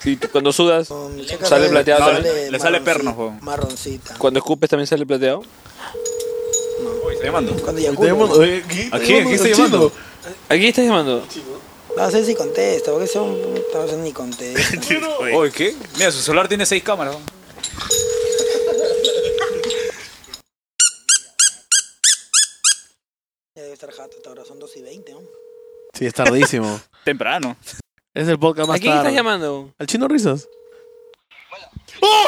Speaker 2: ¿Y tú- cuando sudas
Speaker 5: Um, checa
Speaker 2: sale
Speaker 5: ver,
Speaker 2: plateada
Speaker 4: sale-
Speaker 2: también?
Speaker 4: le sale
Speaker 5: marroncita-
Speaker 4: pernos, huevón.
Speaker 5: Marroncita.
Speaker 2: ¿Cuando escupes también sale plateado?
Speaker 4: Uy, está llamando.
Speaker 5: Cuando ya
Speaker 3: Tenemos-
Speaker 5: culo.
Speaker 3: oye, ¿qué?
Speaker 4: ¿A quién? ¿A quién está
Speaker 3: Chino.
Speaker 4: llamando?
Speaker 2: ¿A quién estás llamando?
Speaker 5: No sé si contesta, porque son. No sé ni contesta.
Speaker 4: Oye, ¿qué? Mira, su celular tiene seis cámaras. ¿no?
Speaker 5: Ya debe estar jato, hasta ahora son 2 y 20, ¿no?
Speaker 3: Sí, es tardísimo.
Speaker 4: Temprano.
Speaker 3: es el podcast
Speaker 2: ¿A
Speaker 3: más
Speaker 2: quién estás
Speaker 3: tarde.
Speaker 2: llamando?
Speaker 3: ¿Al chino risas? ¡Oh!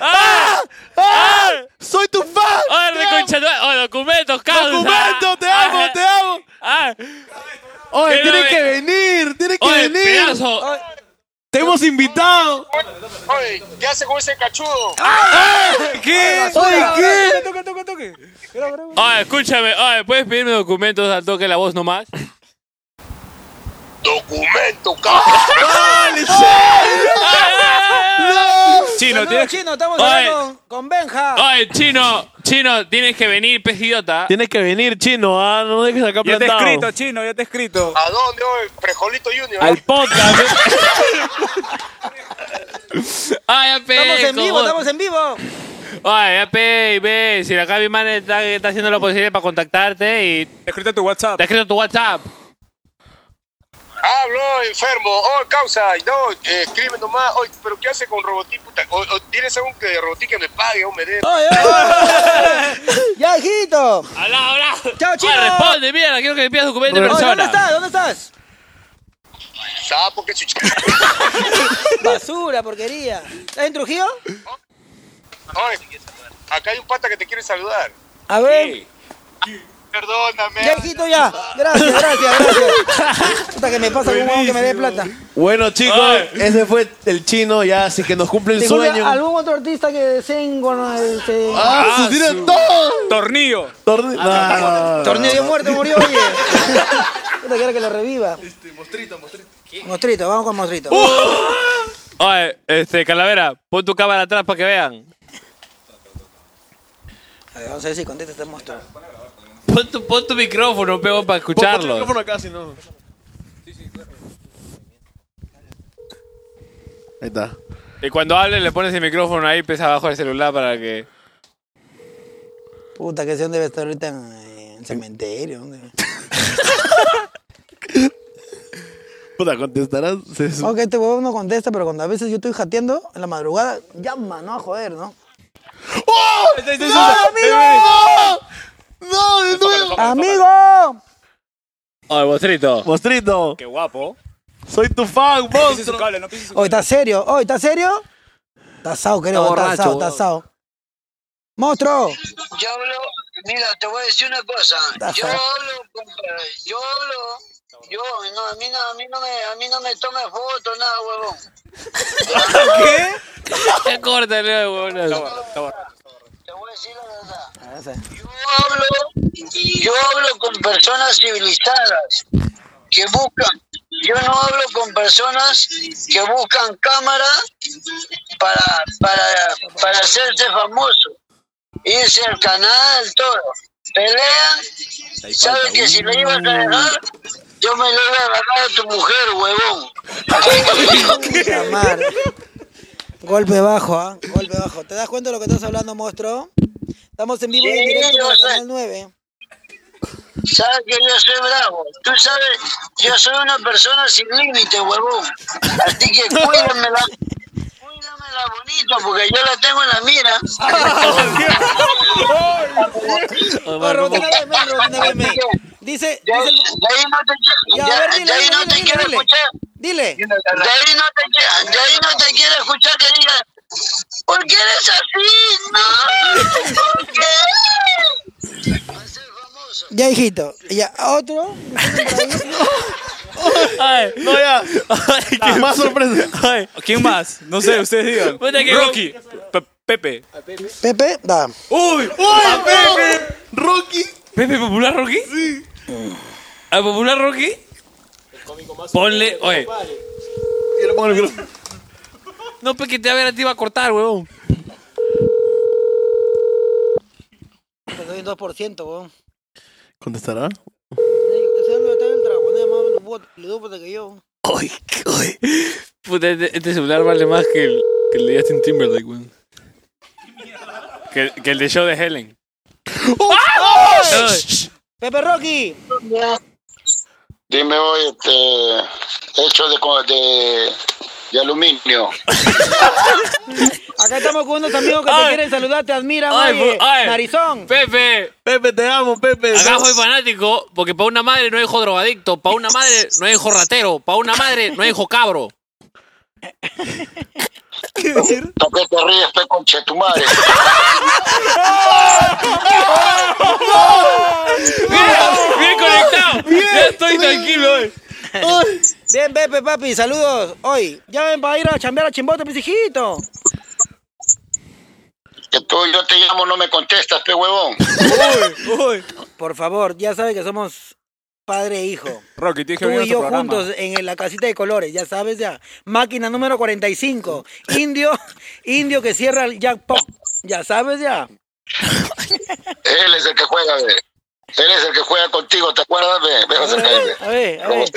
Speaker 2: ¡Ah!
Speaker 3: ¡Soy tu fan!
Speaker 2: ¡Ay, reconchatu! ¡Oh, documentos, causa!
Speaker 3: ¡Documento! ¡Te amo,
Speaker 2: Ah,
Speaker 3: te amo!
Speaker 2: ah.
Speaker 3: ¡Oye,
Speaker 2: Pero,
Speaker 3: tienes
Speaker 2: eh,
Speaker 3: que venir! ¡Tienes que
Speaker 2: ¡Oye,
Speaker 3: venir!
Speaker 2: pedazo!
Speaker 3: ¡Te hemos invitado!
Speaker 6: Oye, ¿qué hace con ese cachudo?
Speaker 3: ¿Qué? ¡Oye, qué!
Speaker 2: ¡Oye, escúchame! ¡Oye, puedes pedirme documentos al toque la voz nomás!
Speaker 6: Documento,
Speaker 3: ¡Dale,
Speaker 6: cabrón.
Speaker 4: Chino, tienes
Speaker 5: chino, estamos
Speaker 2: Oye.
Speaker 5: hablando con Benja.
Speaker 2: ¡Oye, chino! ¡Chino, tienes que venir, pez idiota!
Speaker 3: Tienes que venir, chino. Ah, no dejes acá
Speaker 4: Ya te he
Speaker 3: plantado.
Speaker 4: escrito, chino, ya te he escrito.
Speaker 6: ¿A dónde, oye? Prejolito Junior.
Speaker 2: ¡Al podcast! ¡Ay, ya pe!
Speaker 5: Estamos en vivo,
Speaker 2: cojón.
Speaker 5: estamos en vivo.
Speaker 2: ¡Ay, ya pe! y ve! Si acá mi man está, está haciendo lo posible para contactarte y
Speaker 4: Te he escrito en tu WhatsApp.
Speaker 2: te ha escrito tu WhatsApp.
Speaker 6: Hablo, enfermo. Oh, causa. No, eh, escribe nomás. Oye, ¿pero qué hace con Robotín, puta? O, o, tienes algún que Robotín que me pague, hombre. de-
Speaker 5: Oye, oye. ya, hijito.
Speaker 2: ¡Habla, habla!
Speaker 5: Chao, chino.
Speaker 2: Oye, responde, mierda! Quiero que me pidas documentos en
Speaker 5: Oye,
Speaker 2: persona.
Speaker 5: ¿Dónde estás? ¿Dónde estás?
Speaker 6: Sapo, que chucha.
Speaker 5: Basura, porquería. ¿Estás en Trujillo?
Speaker 6: Oye, acá hay un pata que te quiere saludar.
Speaker 5: A ver.
Speaker 6: Perdóname.
Speaker 5: Ya, hijito, ya. Gracias, gracias, gracias. Puta que me pasa con un huevón que me dé plata.
Speaker 3: Bueno, chicos, ese fue el chino. Ya, así que nos cumple el
Speaker 5: Digo,
Speaker 3: sueño.
Speaker 5: ya, ¿Algún otro artista que deseen con este...
Speaker 3: ¡Ah, se tiran todos!
Speaker 4: Tornillo.
Speaker 3: Torne- Ah,
Speaker 5: Torneo de muerte murió, oye. Puta quiero que lo reviva. Este, mostrito, mostrito. Mostrito, vamos con mostrito.
Speaker 3: Uh.
Speaker 2: Oye, este, Calavera, pon tu cámara atrás para que vean.
Speaker 5: A ver, vamos a ver si contesta este monstruo.
Speaker 2: Pon tu, pon tu micrófono, pego, para
Speaker 3: Pon- pon el
Speaker 2: escucharlo.
Speaker 3: micrófono acá, si no. Ahí está.
Speaker 2: Y cuando hable le pones el micrófono ahí, pesa abajo el celular para que...
Speaker 5: Puta, que sé dónde debe estar ahorita en, eh, en cementerio. ¿dónde?
Speaker 3: Puta, contestarás. Se-
Speaker 5: No, que este huevo no contesta, pero cuando a veces yo estoy jateando en la madrugada, llama, no a joder, ¿no?
Speaker 3: ¡Oh! ¡No! ¡No! ¡De nuevo!
Speaker 5: ¡Amigo!
Speaker 2: Oye, bostrito.
Speaker 3: Mostrito,
Speaker 4: Qué guapo.
Speaker 3: soy tu fan,
Speaker 4: Pise su
Speaker 3: monstruo.
Speaker 4: cable, no pise su
Speaker 5: Hoy ¿estás serio? Hoy ¿estás serio? Tasao, creo,
Speaker 2: Está
Speaker 5: tasao,
Speaker 2: borracho,
Speaker 5: tasao. ¡Monstruo!
Speaker 7: Yo hablo, mira, te voy a decir una cosa. Yo
Speaker 5: Ajá.
Speaker 7: hablo, compadre, yo hablo, yo, no, a mí no, a mí no me, a mí no me tome foto, nada, huevón.
Speaker 2: Ya córtale, huevón.
Speaker 7: Te voy a decir la verdad.
Speaker 5: A ver,
Speaker 7: Yo hablo, yo hablo con personas civilizadas que buscan. Yo no hablo con personas que buscan cámara para, para, para hacerse famoso. irse al canal, todo. Pelean, sabe que si le iba a cargar, yo me lo iba a agarrar a tu mujer, huevón.
Speaker 5: Puta madre. Golpe bajo, ¿ah? Golpe bajo. ¿Te das cuenta de lo que estás hablando, monstruo? Estamos en vivo y en
Speaker 7: Sí,
Speaker 5: directo
Speaker 7: yo
Speaker 5: por el
Speaker 7: sé.
Speaker 5: canal 9.
Speaker 7: Sabes que yo soy bravo. Tú sabes, yo soy una persona sin límite, huevón. Así que cuídamela. Cuídamela bonito, porque yo la tengo en la mira.
Speaker 5: Oh, Robotina, veme, Robotina, veme. Dice, dice el-
Speaker 7: De ahí, de ahí no te, qui-
Speaker 5: Ya, a
Speaker 7: de-
Speaker 5: ver,
Speaker 7: de
Speaker 5: dile,
Speaker 7: ahí
Speaker 5: dile,
Speaker 7: no te
Speaker 5: dile,
Speaker 7: quiero
Speaker 5: dile.
Speaker 7: escuchar.
Speaker 5: Dile.
Speaker 7: De ahí no te quiero, de ahí no te quiero escuchar que digas, ¿por qué eres así? No, ¿por qué?
Speaker 5: Ya, hijito. Ya, otro.
Speaker 2: Ay, no, ya. Ay, qué
Speaker 3: Más sorpresa.
Speaker 2: Ay,
Speaker 4: ¿Quién más? No sé, ustedes digan.
Speaker 2: Puta que-
Speaker 4: Rocky. Pe- Pepe.
Speaker 5: Pepe, da.
Speaker 4: ¡Uy!
Speaker 3: Pepe! ¡Rocky!
Speaker 2: ¿Pepe Popular Rocky? Sí. ¿A Popular Rocky? Ponle, oye.
Speaker 3: Y le pongo el micrófono.
Speaker 2: No, porque te a ver, te iba a cortar, huevón.
Speaker 5: Pues doy un 2%, weón.
Speaker 3: ¿Contestará?
Speaker 5: Ese hombre está en el dragón, nada más los votos, los dos votos que yo.
Speaker 2: Ay, qué- ay. Puta, este, este celular vale más que el, que el de Justin Timberlake, weón. Que, que el de show de Helen. ¡Ah! Ay.
Speaker 5: Pepe Rocky.
Speaker 7: Dime hoy, este, hecho de, co- de, de aluminio.
Speaker 5: Acá estamos con unos amigos que te
Speaker 2: Ay.
Speaker 5: quieren saludar, te admiran,
Speaker 2: Ay,
Speaker 5: oye.
Speaker 2: bu- ay.
Speaker 5: Narizón.
Speaker 2: Pepe,
Speaker 3: Pepe, te amo, Pepe.
Speaker 2: acá soy fanático, porque para una madre no hay hijo drogadicto, para una madre no hay hijo ratero, para una madre no hay hijo cabro.
Speaker 3: ¿Qué decir?
Speaker 7: ¿Por qué te ríes, pe conche tu madre?
Speaker 2: Bien, bien conectado. ya estoy tranquilo, eh. hoy.
Speaker 5: Bien, Pepe, papi, saludos. Hoy, ya ven para ir a chambear a Chimbote, pues, mis hijitos.
Speaker 7: Que tú yo te llamo, no me contestas, pe huevón.
Speaker 5: Por favor, ya saben que somos padre e hijo.
Speaker 4: Rocky, tienes que
Speaker 5: Tú
Speaker 4: venir a
Speaker 5: y
Speaker 4: tu
Speaker 5: yo
Speaker 4: programa.
Speaker 5: juntos eh. en la casita de colores, ya sabes ya. Máquina número 45. Indio, indio que cierra el jackpot. Ya sabes ya.
Speaker 7: Él es el que juega, ve. Él es el que juega contigo, ¿te acuerdas? Ve, ve,
Speaker 5: A ver, a
Speaker 7: acércate.
Speaker 5: ver, a ver.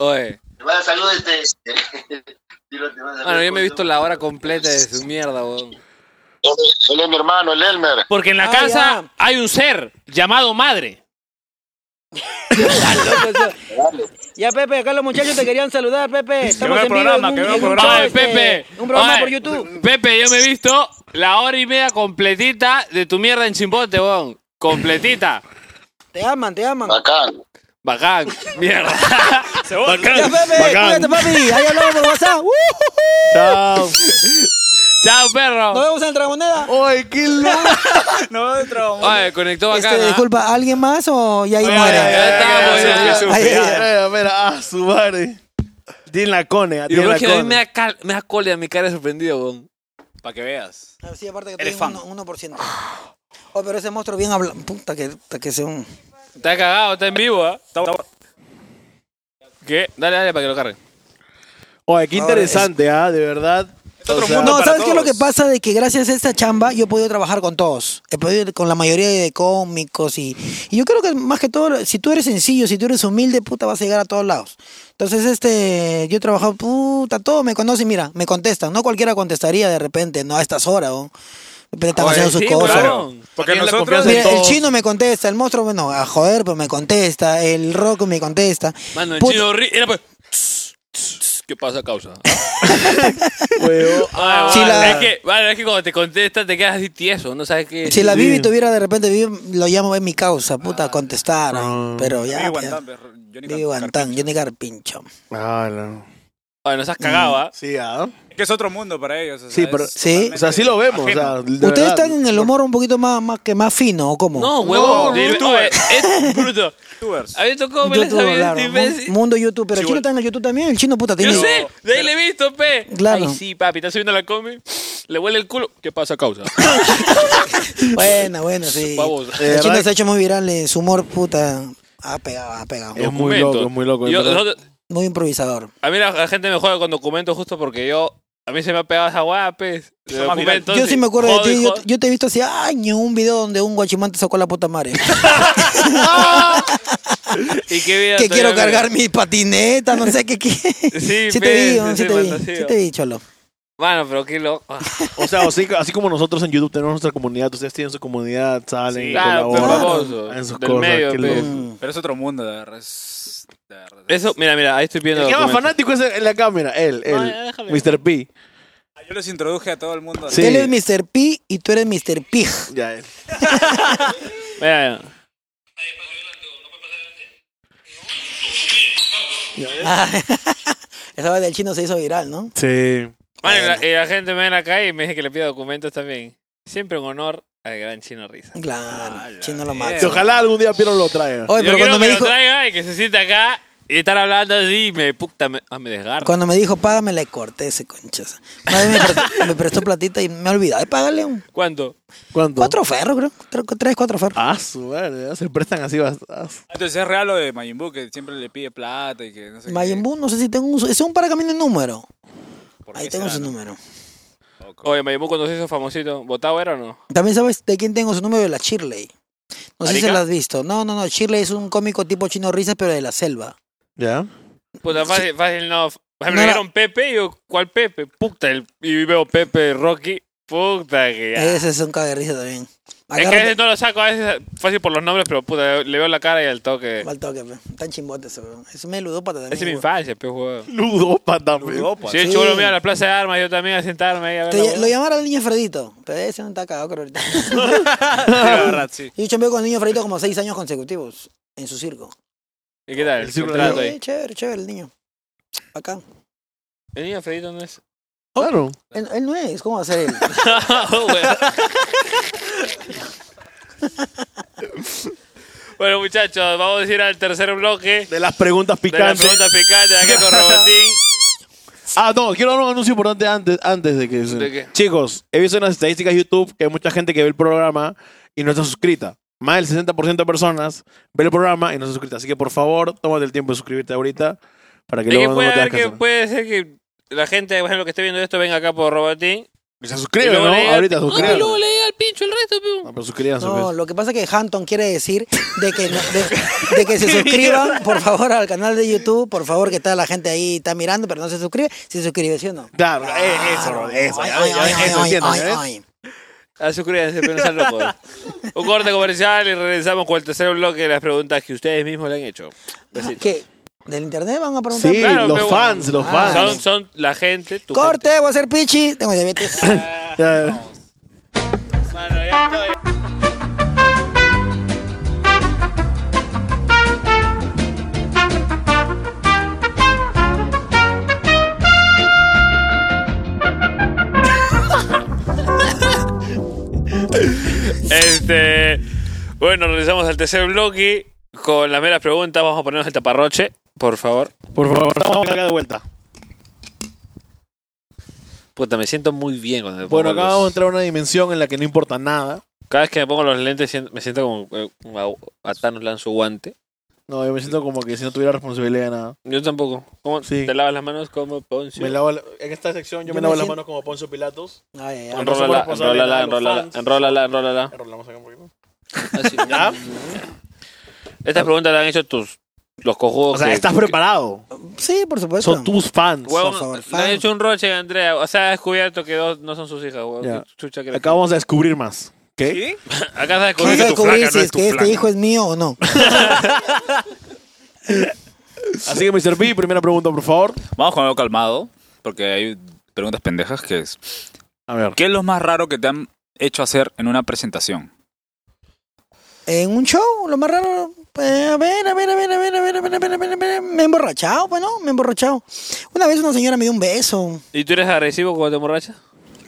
Speaker 2: Oye.
Speaker 7: Te manda saludos este.
Speaker 2: Bueno, Ah, yo me he visto la hora completa de su mierda, weón.
Speaker 7: Él es- él es mi hermano, el Elmer.
Speaker 2: Porque en la
Speaker 5: Ah,
Speaker 2: casa
Speaker 5: ya.
Speaker 2: hay un ser llamado madre.
Speaker 5: Ya, Pepe, acá los muchachos te querían saludar, Pepe. Estamos
Speaker 4: vea el
Speaker 5: en vivo
Speaker 4: programa,
Speaker 5: en un,
Speaker 4: que vea el
Speaker 5: en un
Speaker 4: programa.
Speaker 5: show,
Speaker 2: Oye,
Speaker 5: este,
Speaker 2: Pepe.
Speaker 5: Un programa
Speaker 2: oye,
Speaker 5: por YouTube.
Speaker 2: Pepe, yo me he visto la hora y media completita de tu mierda en chimbote, weón. Completita.
Speaker 5: Te aman, te aman.
Speaker 7: Bacán.
Speaker 2: Bacán. Mierda.
Speaker 5: Ya,
Speaker 2: Bacán.
Speaker 5: Pepe, cuídate, papi. Ahí hablamos por WhatsApp. Uh, ¡Woo!
Speaker 2: Chao. Chao,
Speaker 5: Nos
Speaker 2: perro.
Speaker 5: vemos en el Dragoneda.
Speaker 3: ¡Ay, qué loco!
Speaker 4: No, otro.
Speaker 2: Oye, conectó bacán.
Speaker 5: Este,
Speaker 2: ¿ah?
Speaker 5: disculpa, ¿alguien más o ya ahí
Speaker 2: Ya,
Speaker 5: muere?
Speaker 2: ya, ya
Speaker 3: Ah,
Speaker 2: estamos,
Speaker 4: Jesús,
Speaker 2: ya.
Speaker 4: Jesús.
Speaker 5: Ay, ay, ay.
Speaker 3: Mira, mira, ah, su madre. Tiene la cone, ah,
Speaker 2: Y lo
Speaker 3: tiene
Speaker 2: peor
Speaker 3: la
Speaker 2: es que a mí me
Speaker 3: cone.
Speaker 2: da, cal- me da cólera, mi cara de sorprendido, weón.
Speaker 4: Para que veas.
Speaker 5: Ah, Sí, aparte que
Speaker 4: Eres
Speaker 5: tengo
Speaker 4: fan.
Speaker 5: un, 1%. Oh, pero ese monstruo bien habla. Puta, que, que sea un.
Speaker 2: Está cagado, está en vivo, ¿ah? ¿Qué? Dale, dale, para que lo cargue.
Speaker 3: Oye, qué
Speaker 5: Ahora,
Speaker 3: interesante, ah, de verdad.
Speaker 4: otro
Speaker 3: O sea,
Speaker 4: mundo.
Speaker 5: No,
Speaker 4: para
Speaker 5: ¿sabes qué es lo
Speaker 4: todos.
Speaker 5: que pasa? De que gracias a esta chamba yo he podido trabajar con todos. He podido ir con la mayoría de cómicos y, y yo creo que más que todo, si tú eres sencillo, si tú eres humilde, puta, vas a llegar a todos lados. Entonces, este, yo he trabajado, puta, todos me conocen, mira, me contestan. No cualquiera contestaría de repente, no a estas horas, ¿no? De repente están
Speaker 2: Oye,
Speaker 5: haciendo sus
Speaker 2: sí,
Speaker 5: cosas. Pues
Speaker 2: claro.
Speaker 4: Porque
Speaker 3: Tiene la
Speaker 4: nosotros.
Speaker 3: confianza en
Speaker 5: Mira, el
Speaker 3: todos.
Speaker 5: chino me contesta, el monstruo, bueno, a joder, pues me contesta, el rock me contesta.
Speaker 2: Mano, el
Speaker 5: Puta,
Speaker 2: chino ri- era pues. tss, tss, ¿Qué pasa, causa?
Speaker 3: Huevo.
Speaker 2: Ah,
Speaker 5: Si
Speaker 2: vale,
Speaker 5: la-
Speaker 2: es que, vale, es que cuando te contestas te quedas así tieso, no sabes qué.
Speaker 5: Si la Bibi
Speaker 3: Sí.
Speaker 5: tuviera de repente, Bibi, lo llamo en mi causa,
Speaker 2: Ah,
Speaker 5: puta, contestar. ¿no? Pero ya.
Speaker 4: Vivi
Speaker 5: pues,
Speaker 4: Guantán, perro. Johnny
Speaker 5: Vivi Guantán, Johnny Carpincho.
Speaker 3: Ah, no.
Speaker 2: Ay, nos has cagado, ¿ah?
Speaker 3: Sí, ah.
Speaker 4: Carpincho. Que es otro mundo para ellos. o sea,
Speaker 3: Sí, pero-
Speaker 4: es
Speaker 5: Sí.
Speaker 3: O sea, sí lo vemos, o sea, de
Speaker 5: ¿Ustedes
Speaker 3: verdad.
Speaker 5: están en el humor un poquito más, más que más fino o cómo?
Speaker 2: No, huevo.
Speaker 3: no,
Speaker 2: de-
Speaker 4: youtuber.
Speaker 2: oye, es bruto.
Speaker 4: youtubers.
Speaker 2: A mí tocó me la
Speaker 5: YouTube,
Speaker 2: sabía
Speaker 5: claro,
Speaker 2: este
Speaker 5: mu-
Speaker 2: imbécil.
Speaker 5: mundo YouTube, pero el chino está en el YouTube también, el chino puta tiene.
Speaker 2: Yo sé, de ahí le he visto, pe.
Speaker 5: Claro.
Speaker 2: Ay, sí, papi, está subiendo la combi, le huele el culo. ¿Qué pasa, causa?
Speaker 5: Bueno, bueno, sí.
Speaker 2: Vamos.
Speaker 3: De
Speaker 5: El chino
Speaker 3: verdad.
Speaker 5: se ha hecho muy viral, eh, su humor puta ha pegado, ha pegado.
Speaker 2: Eh,
Speaker 3: Es muy
Speaker 2: Documentos.
Speaker 3: loco, es muy loco, es
Speaker 2: Yo-
Speaker 3: verdad.
Speaker 2: nosotros-
Speaker 5: Muy improvisador.
Speaker 2: a mí la, la gente me juega con documentos justo porque yo A mí se me ha pegado esa guapes.
Speaker 4: más viral.
Speaker 5: yo sí me acuerdo de ti. Yo, yo te he visto hace años un video donde un guachimán te sacó la puta madre.
Speaker 2: ¿Y qué vida
Speaker 5: que
Speaker 2: te
Speaker 5: quiero
Speaker 2: ves?
Speaker 5: cargar mi patineta, no sé qué. qué.
Speaker 2: Sí, pe,
Speaker 5: te
Speaker 2: sí,
Speaker 5: vi, sí te
Speaker 2: sí,
Speaker 5: vi,
Speaker 2: fantasía.
Speaker 5: sí te vi, cholo.
Speaker 2: Mano, pero qué ah, loco.
Speaker 3: O sea, así, así como nosotros en YouTube tenemos nuestra comunidad, ustedes tienen su comunidad, salen,
Speaker 2: Sí,
Speaker 3: y
Speaker 2: claro, pero
Speaker 3: colaboran,
Speaker 2: famosos,
Speaker 3: en sus
Speaker 2: del
Speaker 3: cosas.
Speaker 2: medio,
Speaker 5: pues.
Speaker 3: qué
Speaker 2: pe.
Speaker 3: loco.
Speaker 5: Mm.
Speaker 4: Pero es otro mundo, de verdad. es- de verdad.
Speaker 2: Eso, mira, mira, ahí estoy viendo.
Speaker 3: El que más
Speaker 2: documentos.
Speaker 3: fanático es el- en la cámara, él, él, Mr. P.
Speaker 4: Yo los introduje a todo el mundo.
Speaker 3: Sí.
Speaker 5: Él es Mr. P y tú eres Mr. Pig.
Speaker 3: Ya, él.
Speaker 2: Mira, mira.
Speaker 5: Ah, Esa vaina del chino se hizo viral, ¿no?
Speaker 3: Sí.
Speaker 2: Mano, y la, y la gente me ven acá y me dice que le pida documentos también. Siempre en honor al gran chino Risa.
Speaker 5: Claro, chino lo
Speaker 3: Sí,
Speaker 5: mata.
Speaker 3: ojalá algún día Piero lo traiga.
Speaker 5: Oye,
Speaker 2: Yo
Speaker 5: pero
Speaker 2: quiero
Speaker 5: cuando
Speaker 2: que
Speaker 5: me
Speaker 2: lo
Speaker 5: dijo,
Speaker 2: traiga y que se sienta acá y estar hablando así y me puta, me, ah, me desgarra.
Speaker 5: cuando me dijo, págame, le corté ese conchazo. Una vez me, prestó, me prestó platita y me olvidé de pagarle un
Speaker 2: ¿Cuánto?
Speaker 3: ¿Cuánto?
Speaker 5: cuatro ferros, creo. Tres, tres, cuatro ferros.
Speaker 3: Ah, su madre, ya se prestan así bastante.
Speaker 4: Entonces es real lo de Majin Buu, que siempre le pide plata y que no sé qué.
Speaker 5: Majin Buu, no sé si tengo un... Es un paracamino de número.
Speaker 4: ¿Por
Speaker 5: Ahí
Speaker 4: qué
Speaker 5: tengo
Speaker 4: será,
Speaker 5: su
Speaker 4: no?
Speaker 5: número.
Speaker 2: Oye, me llamó cuando se hizo famosito. ¿Votado era o no?
Speaker 5: También sabes de quién tengo su número, de la Shirley. No sé si
Speaker 2: ¿Arica?
Speaker 5: la has visto. No, no, no. Shirley es un cómico tipo chino risas, pero de la selva.
Speaker 3: ¿Ya?
Speaker 2: Puta, fácil, fácil no. Me
Speaker 5: No era-
Speaker 2: dijeron Pepe y yo, ¿cuál Pepe? Puta, el- y veo Pepe, Rocky. Puta que ya.
Speaker 5: Ese es un cagarrisa también.
Speaker 2: Es que a veces
Speaker 5: Agárrate-
Speaker 2: no lo saco, a veces fácil por los nombres, pero puta, le veo la cara y el toque.
Speaker 5: Mal toque, pe. Tan chimbote ese, weón. Es medio ludópata también.
Speaker 2: Esa es mi
Speaker 5: weón.
Speaker 2: infancia, pe, juego.
Speaker 3: Ludópata, pe.
Speaker 2: Si el
Speaker 5: sí.
Speaker 2: chulo mira a la plaza de armas, yo también a sentarme ahí a ver.
Speaker 5: Te-
Speaker 2: la hueá.
Speaker 5: lo llamara el niño Fredito, pero ese no está cagado creo ahorita.
Speaker 4: Sí, la verdad, sí.
Speaker 5: Yo chambeé con el niño Fredito como seis años consecutivos en su circo.
Speaker 2: ¿Y qué tal?
Speaker 3: El
Speaker 2: El
Speaker 3: círculo
Speaker 2: contrato
Speaker 5: Sí,
Speaker 2: ahí.
Speaker 5: chévere, chévere el niño. Acá.
Speaker 2: El niño Fredito no es.
Speaker 3: Claro.
Speaker 5: Él, él no es, ¿cómo va a ser él?
Speaker 2: Oh, bueno. bueno, muchachos, vamos a ir al tercer bloque.
Speaker 3: De las preguntas
Speaker 2: De la
Speaker 3: picantes.
Speaker 2: pregunta picante, aquí con Robotín.
Speaker 3: Ah, no, quiero dar un anuncio importante antes, antes de que...
Speaker 2: ¿De qué?
Speaker 3: Chicos, he visto en las estadísticas de YouTube que hay mucha gente que ve el programa y no está suscrita. Más del 60% de personas ve el programa y no está suscrita. Así que, por favor, tómate el tiempo de suscribirte ahorita para que
Speaker 2: Es que
Speaker 3: luego no
Speaker 2: puede,
Speaker 3: tengas
Speaker 2: haber
Speaker 3: que
Speaker 2: que-
Speaker 3: hacer.
Speaker 2: puede ser que la gente, por ejemplo, que esté viendo esto, venga acá por Robotín.
Speaker 3: Que se
Speaker 2: Y
Speaker 3: suscriban,
Speaker 2: luego
Speaker 3: ¿no?
Speaker 2: le diga-
Speaker 3: Ahorita,
Speaker 2: Ay,
Speaker 3: suscriban.
Speaker 2: luego le diga al pincho el resto, pe.
Speaker 3: No, pero suscríbanse,
Speaker 5: No,
Speaker 3: pues.
Speaker 5: lo que pasa es que Hampton quiere decir de que, no- de, de que se suscriban, por favor, al canal de YouTube. Por favor, que está la gente ahí, está mirando, pero no se suscribe. Se suscribe, ¿sí o no?
Speaker 3: Claro, eh, eso, bro, eso.
Speaker 5: Ay,
Speaker 3: ya
Speaker 5: ay,
Speaker 3: ves, ya ves,
Speaker 5: ay,
Speaker 3: eso
Speaker 5: ¿eh?
Speaker 3: ¿eh?
Speaker 5: ay,
Speaker 3: entiendes,
Speaker 5: ay,
Speaker 3: ¿ya ves?
Speaker 5: ay.
Speaker 2: Ah, suscríbanse, pero no sean locos. pues. Un corte comercial y regresamos con el tercer bloque de las preguntas que ustedes mismos le han hecho. Besitos.
Speaker 5: ¿Qué? ¿Del internet van a preguntar?
Speaker 3: Sí,
Speaker 2: Claro,
Speaker 3: los
Speaker 2: pero
Speaker 3: fans, los
Speaker 5: Ah.
Speaker 2: Son,
Speaker 3: fans.
Speaker 2: son la gente. tu
Speaker 5: Corte, voy a ser pichi. Tengo diabetes.
Speaker 2: Ah,
Speaker 3: Ya.
Speaker 2: gente. Mano, ya estoy. Este. Bueno, regresamos al tercer bloque. Con las meras preguntas, vamos a ponernos el taparroche, por favor.
Speaker 3: Por favor, estamos acá de vuelta.
Speaker 2: Puta, me siento muy bien cuando me pongo
Speaker 3: Bueno, acá
Speaker 2: los-
Speaker 3: vamos a entrar a una dimensión en la que no importa nada.
Speaker 2: Cada vez que me pongo los lentes sien- me siento como eh, como a, a Thanos lanzo guante.
Speaker 3: No, yo me siento como que si no tuviera responsabilidad de nada.
Speaker 2: Yo tampoco. ¿Cómo
Speaker 3: Sí.
Speaker 2: te lavas las manos como Poncio?
Speaker 3: Me lavo la- en esta sección yo,
Speaker 5: Yo
Speaker 3: me
Speaker 5: me
Speaker 3: lavo las
Speaker 5: siento-
Speaker 3: manos como Poncio Pilatos.
Speaker 5: Ay, ay, ay.
Speaker 2: Enrólala,
Speaker 3: No somos
Speaker 2: enrólala,
Speaker 3: responsabilidad de los
Speaker 2: enrólala,
Speaker 3: fans.
Speaker 2: enrólala, enrólala.
Speaker 3: Enrolamos acá un poquito.
Speaker 2: Así, ¿ya? Estas preguntas las han hecho tus los cojudos.
Speaker 3: O sea,
Speaker 2: que-
Speaker 3: estás
Speaker 2: que-
Speaker 3: preparado.
Speaker 5: Sí, por supuesto.
Speaker 3: Son tus fans.
Speaker 2: Huevón,
Speaker 5: por favor,
Speaker 2: le han
Speaker 5: fan.
Speaker 2: hecho un roche a Andrea. O sea, ha descubierto que dos no son sus hijas, huevón.
Speaker 3: Ya.
Speaker 2: Qué chucha que le-
Speaker 3: Acá vamos a descubrir más. ¿Qué?
Speaker 4: ¿Sí?
Speaker 2: Acá se ha
Speaker 5: Vamos
Speaker 2: descubierto
Speaker 5: a
Speaker 2: que tu flaca
Speaker 5: descubrir
Speaker 2: no
Speaker 5: si
Speaker 2: es
Speaker 5: es
Speaker 2: tu
Speaker 5: que este
Speaker 2: flaca.
Speaker 5: hijo es mío o no.
Speaker 3: Así que Mr. B, primera pregunta, por favor.
Speaker 4: Vamos con algo calmado, porque hay preguntas pendejas que es...
Speaker 3: A ver.
Speaker 4: ¿Qué es lo más raro que te han hecho hacer en una presentación?
Speaker 5: En un show, lo más raro. eh, a ver, a ver, a ver, a ver, a ver, a ver, a ver, a ver, a ver. Me he emborrachado, pues no, me he emborrachado. Una vez una señora me dio un beso.
Speaker 2: ¿Y tú eres agresivo cuando te emborrachas?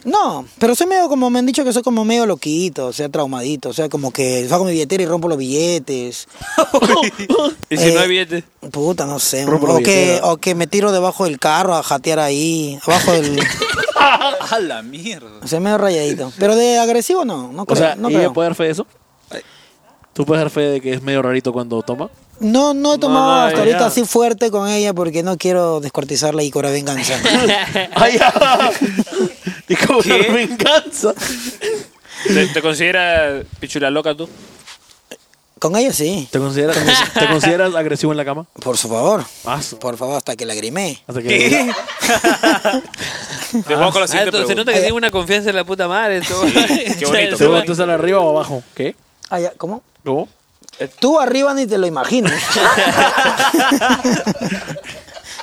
Speaker 5: No, pero soy medio como me han dicho que soy como medio loquito, o sea, traumadito, o sea, como que saco mi billetera y rompo los billetes.
Speaker 2: ¿Y si
Speaker 5: Eh,
Speaker 2: no hay billetes?
Speaker 5: Puta, no sé.
Speaker 3: Rompo la
Speaker 5: O que,
Speaker 3: billetera.
Speaker 5: o que me tiro debajo del carro a jatear ahí, abajo del.
Speaker 4: ¡A la mierda!
Speaker 5: o sea, medio rayadito. Pero de agresivo no, no
Speaker 3: O
Speaker 5: creo.
Speaker 3: sea,
Speaker 5: no
Speaker 3: ¿ella
Speaker 5: creo.
Speaker 3: puede dar fe de eso? ¿Tú puedes dar fe de que es medio rarito cuando toma?
Speaker 5: No, no he tomado
Speaker 3: Ah,
Speaker 5: hasta
Speaker 3: ya.
Speaker 5: ahorita así fuerte con ella porque no quiero descuartizarla y cobrar venganza.
Speaker 3: Ay, ya. Y como
Speaker 2: ¿Qué?
Speaker 3: me encanta.
Speaker 2: ¿Te, te consideras pichula loca tú?
Speaker 5: con ella sí,
Speaker 3: ¿Te consideras, ¿Te consideras agresivo en la cama?
Speaker 5: por su favor.
Speaker 3: Ah, su-
Speaker 5: Por favor, hasta que lagrimé.
Speaker 3: Hasta que-
Speaker 4: Te vamos con la
Speaker 2: Ah,
Speaker 4: siguiente
Speaker 2: se nota
Speaker 5: Eh.
Speaker 4: pregunta.
Speaker 2: que tiene una confianza en la puta madre. todo.
Speaker 4: qué bonito.
Speaker 3: ¿Te gusta estar arriba o abajo? ¿Qué?
Speaker 5: Ah, ya, ¿Cómo?
Speaker 3: ¿Cómo?
Speaker 5: Tú arriba ni te lo imaginas.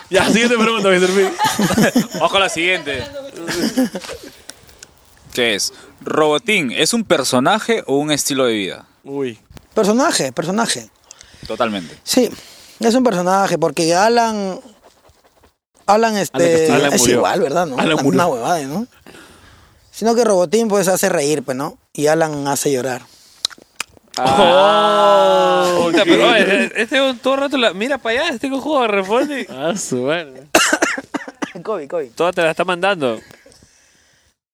Speaker 3: Ya, siguiente pregunta, Mr. P.
Speaker 4: Vamos con la siguiente. ¿Qué es? ¿Robotín es un personaje o un estilo de vida?
Speaker 3: Uy.
Speaker 5: personaje, personaje.
Speaker 4: Totalmente.
Speaker 5: Sí, es un personaje porque Alan...
Speaker 3: Alan
Speaker 5: Alan, este,
Speaker 3: Castillo. Alan
Speaker 5: es
Speaker 3: murió.
Speaker 5: igual, ¿verdad? ¿no?
Speaker 3: Alan murió.
Speaker 5: Una huevada, ¿no? Sino que Robotín pues hace reír, pues, ¿no? Y Alan hace llorar.
Speaker 2: Ah.
Speaker 5: Oh.
Speaker 2: Puta, pero, oye, eh, este weón todo el rato la- mira para allá, este cojudo responde.
Speaker 3: Ah, su madre.
Speaker 5: Kobe, Kobe.
Speaker 2: Toda te la está mandando.
Speaker 5: Ah,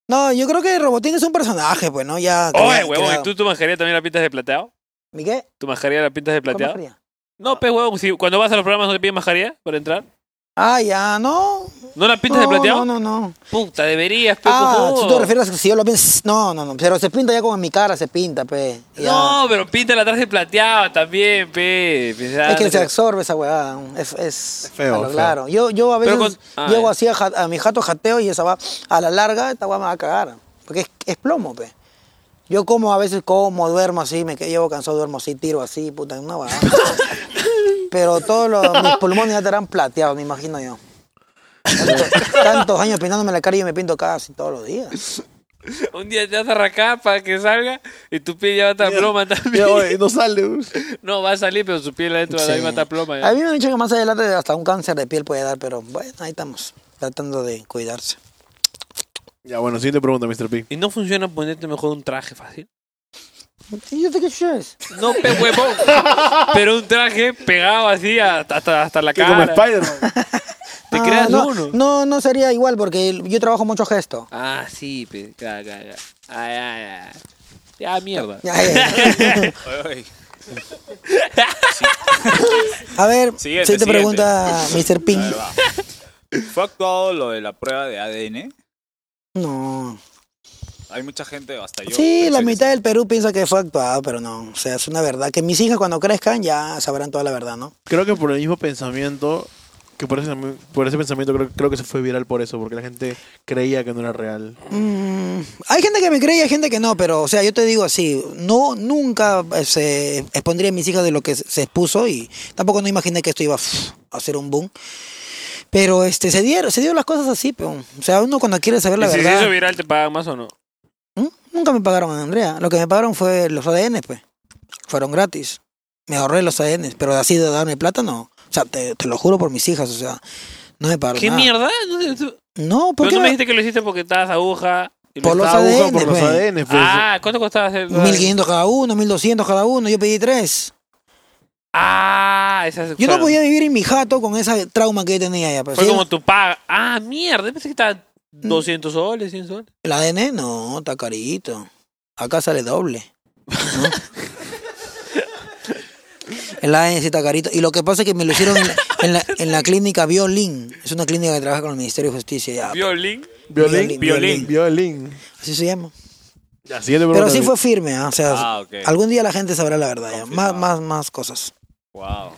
Speaker 5: No, yo creo que Robotín es un personaje, pues, ¿no? Ya.
Speaker 2: Oye,
Speaker 5: crea-
Speaker 2: huevón, ¿y
Speaker 5: creado.
Speaker 2: tú tu mascarilla también la pintas de plateado?
Speaker 5: ¿Mi qué?
Speaker 2: ¿Tu mascarilla la pintas de
Speaker 5: ¿Cuál
Speaker 2: plateado?
Speaker 5: mascarilla?
Speaker 2: No, pe huevón, si cuando vas a los programas no te piden mascarilla para entrar.
Speaker 5: Ah, ya, no.
Speaker 2: ¿No la pintas
Speaker 5: no,
Speaker 2: de plateado?
Speaker 5: No, no, no.
Speaker 2: Puta, deberías, pe
Speaker 5: Ah,
Speaker 2: cojudo.
Speaker 5: si tú te refieres a que si yo lo pienso. No, no, no. Pero se pinta ya con mi cara, se pinta, pe. Ya.
Speaker 2: No, pero píntala atrás de plateado también, pe. Pensá-
Speaker 5: Es que se absorbe esa huevada. Es, es
Speaker 3: feo,
Speaker 5: a lo
Speaker 3: feo.
Speaker 5: claro. Yo, yo a veces
Speaker 2: Pero con- ah,
Speaker 5: llego
Speaker 2: ya.
Speaker 5: así a, ja- a mi jato jateo y esa va a la larga, esta hueá me va a cagar. Porque es, es plomo, pe. Yo como a veces como, duermo así, me que- llevo cansado, duermo así, tiro así, puta, una huevada. Pero todos los, mis pulmones ya estarán plateados, me imagino yo. Tantos, tantos años pintándome la cara y yo me pinto casi todos los días.
Speaker 2: Un día te vas a arrancar para que salga y tu piel ya va a estar ploma también.
Speaker 3: Ya, oye, no sale. uy.
Speaker 2: No, va a salir, pero su piel adentro de
Speaker 5: Sí.
Speaker 2: ahí va a estar ploma. ya.
Speaker 5: A mí me han dicho que más adelante hasta un cáncer de piel puede dar, pero bueno, ahí estamos, tratando de cuidarse.
Speaker 3: Ya, bueno, siguiente pregunta, Mr. P.
Speaker 2: ¿Y no funciona ponerte mejor un traje fácil?
Speaker 5: ¿Y yo sé qué chucha es?
Speaker 2: No, pe huevón. pero un traje pegado así hasta, hasta, hasta la
Speaker 3: Que como
Speaker 2: cara.
Speaker 3: Spider-Man.
Speaker 2: Te
Speaker 5: Ah,
Speaker 2: creas
Speaker 5: no,
Speaker 2: uno.
Speaker 5: No, no sería igual porque yo trabajo mucho gesto.
Speaker 2: Ah, sí, pe. Ya, ya, ya. Ay, ay, ay. Ya, mierda.
Speaker 5: Ya, ya, ya.
Speaker 4: Ay,
Speaker 5: A ver,
Speaker 4: Siguiente,
Speaker 5: si
Speaker 4: siguiente.
Speaker 5: te pregunta Mr. Pink.
Speaker 4: ay. ¿Fue actuado lo de la prueba de ADN?
Speaker 5: No.
Speaker 4: Hay mucha gente, hasta yo.
Speaker 5: Sí,
Speaker 4: pensé
Speaker 5: la
Speaker 4: que
Speaker 5: mitad del Perú piensa que fue actuado, pero no. O sea, es una verdad. Que mis hijas cuando crezcan ya sabrán toda la verdad, ¿no?
Speaker 3: Creo que por el mismo pensamiento, que por ese, por ese pensamiento creo, creo que se fue viral por eso, porque la gente creía que no era real.
Speaker 5: Mm, hay gente que me cree y hay gente que no, pero, o sea, yo te digo así, no, nunca eh, se expondría a mis hijas de lo que se- se expuso y tampoco no imaginé que esto iba pf, a hacer un boom. Pero este, se dieron, se dieron las cosas así, peón. O sea, uno cuando quiere saber la
Speaker 2: ¿Y si se
Speaker 5: verdad.
Speaker 2: hizo viral, ¿te pagan más o no?
Speaker 5: ¿Mm? Nunca me pagaron a Andrea. Lo que me pagaron fue los ADN, pues. Fueron gratis. Me ahorré los ADN, pero así de darme plata no. O sea, te, te lo juro por mis hijas, o sea, no me pagaron
Speaker 2: ¿Qué
Speaker 5: nada.
Speaker 2: mierda? No, sé, tú-
Speaker 5: No,
Speaker 2: pero
Speaker 5: porque
Speaker 2: tú me dijiste que lo hiciste porque estabas aguja. y lo
Speaker 5: Por los
Speaker 2: estabas-
Speaker 3: Estaba buscando
Speaker 5: ADN,
Speaker 3: por los
Speaker 5: pues.
Speaker 3: ADN, pues.
Speaker 2: Ah, ¿cuánto costaba hacer?
Speaker 5: 1500 cada uno, 1200 cada uno, yo pedí tres.
Speaker 2: Ah, esas
Speaker 5: Yo
Speaker 2: fueron.
Speaker 5: no podía vivir en mi jato con ese trauma que yo tenía ya. Pero
Speaker 2: Fue
Speaker 5: sí,
Speaker 2: como tu paga. Ah, mierda, yo pensé que estaba
Speaker 5: Mm.
Speaker 2: 200 soles, 100 soles.
Speaker 5: El ADN no, está carito. Acá sale doble. ¿no? El ADN sí está carito. Y lo que pasa es que me lo hicieron en la, en la- en la clínica Violín. Es una clínica que trabaja con el Ministerio de Justicia. ya.
Speaker 2: Violín.
Speaker 3: Violín.
Speaker 5: Violín,
Speaker 3: Violín.
Speaker 5: violín.
Speaker 3: Violín.
Speaker 5: Así se llama.
Speaker 3: Ya, siguiente pregunta.
Speaker 5: Pero sí fue firme. ¿ah? O sea,
Speaker 4: Ah, ok.
Speaker 5: algún día la gente sabrá la verdad. ya. Más, más, más cosas.
Speaker 4: Wow.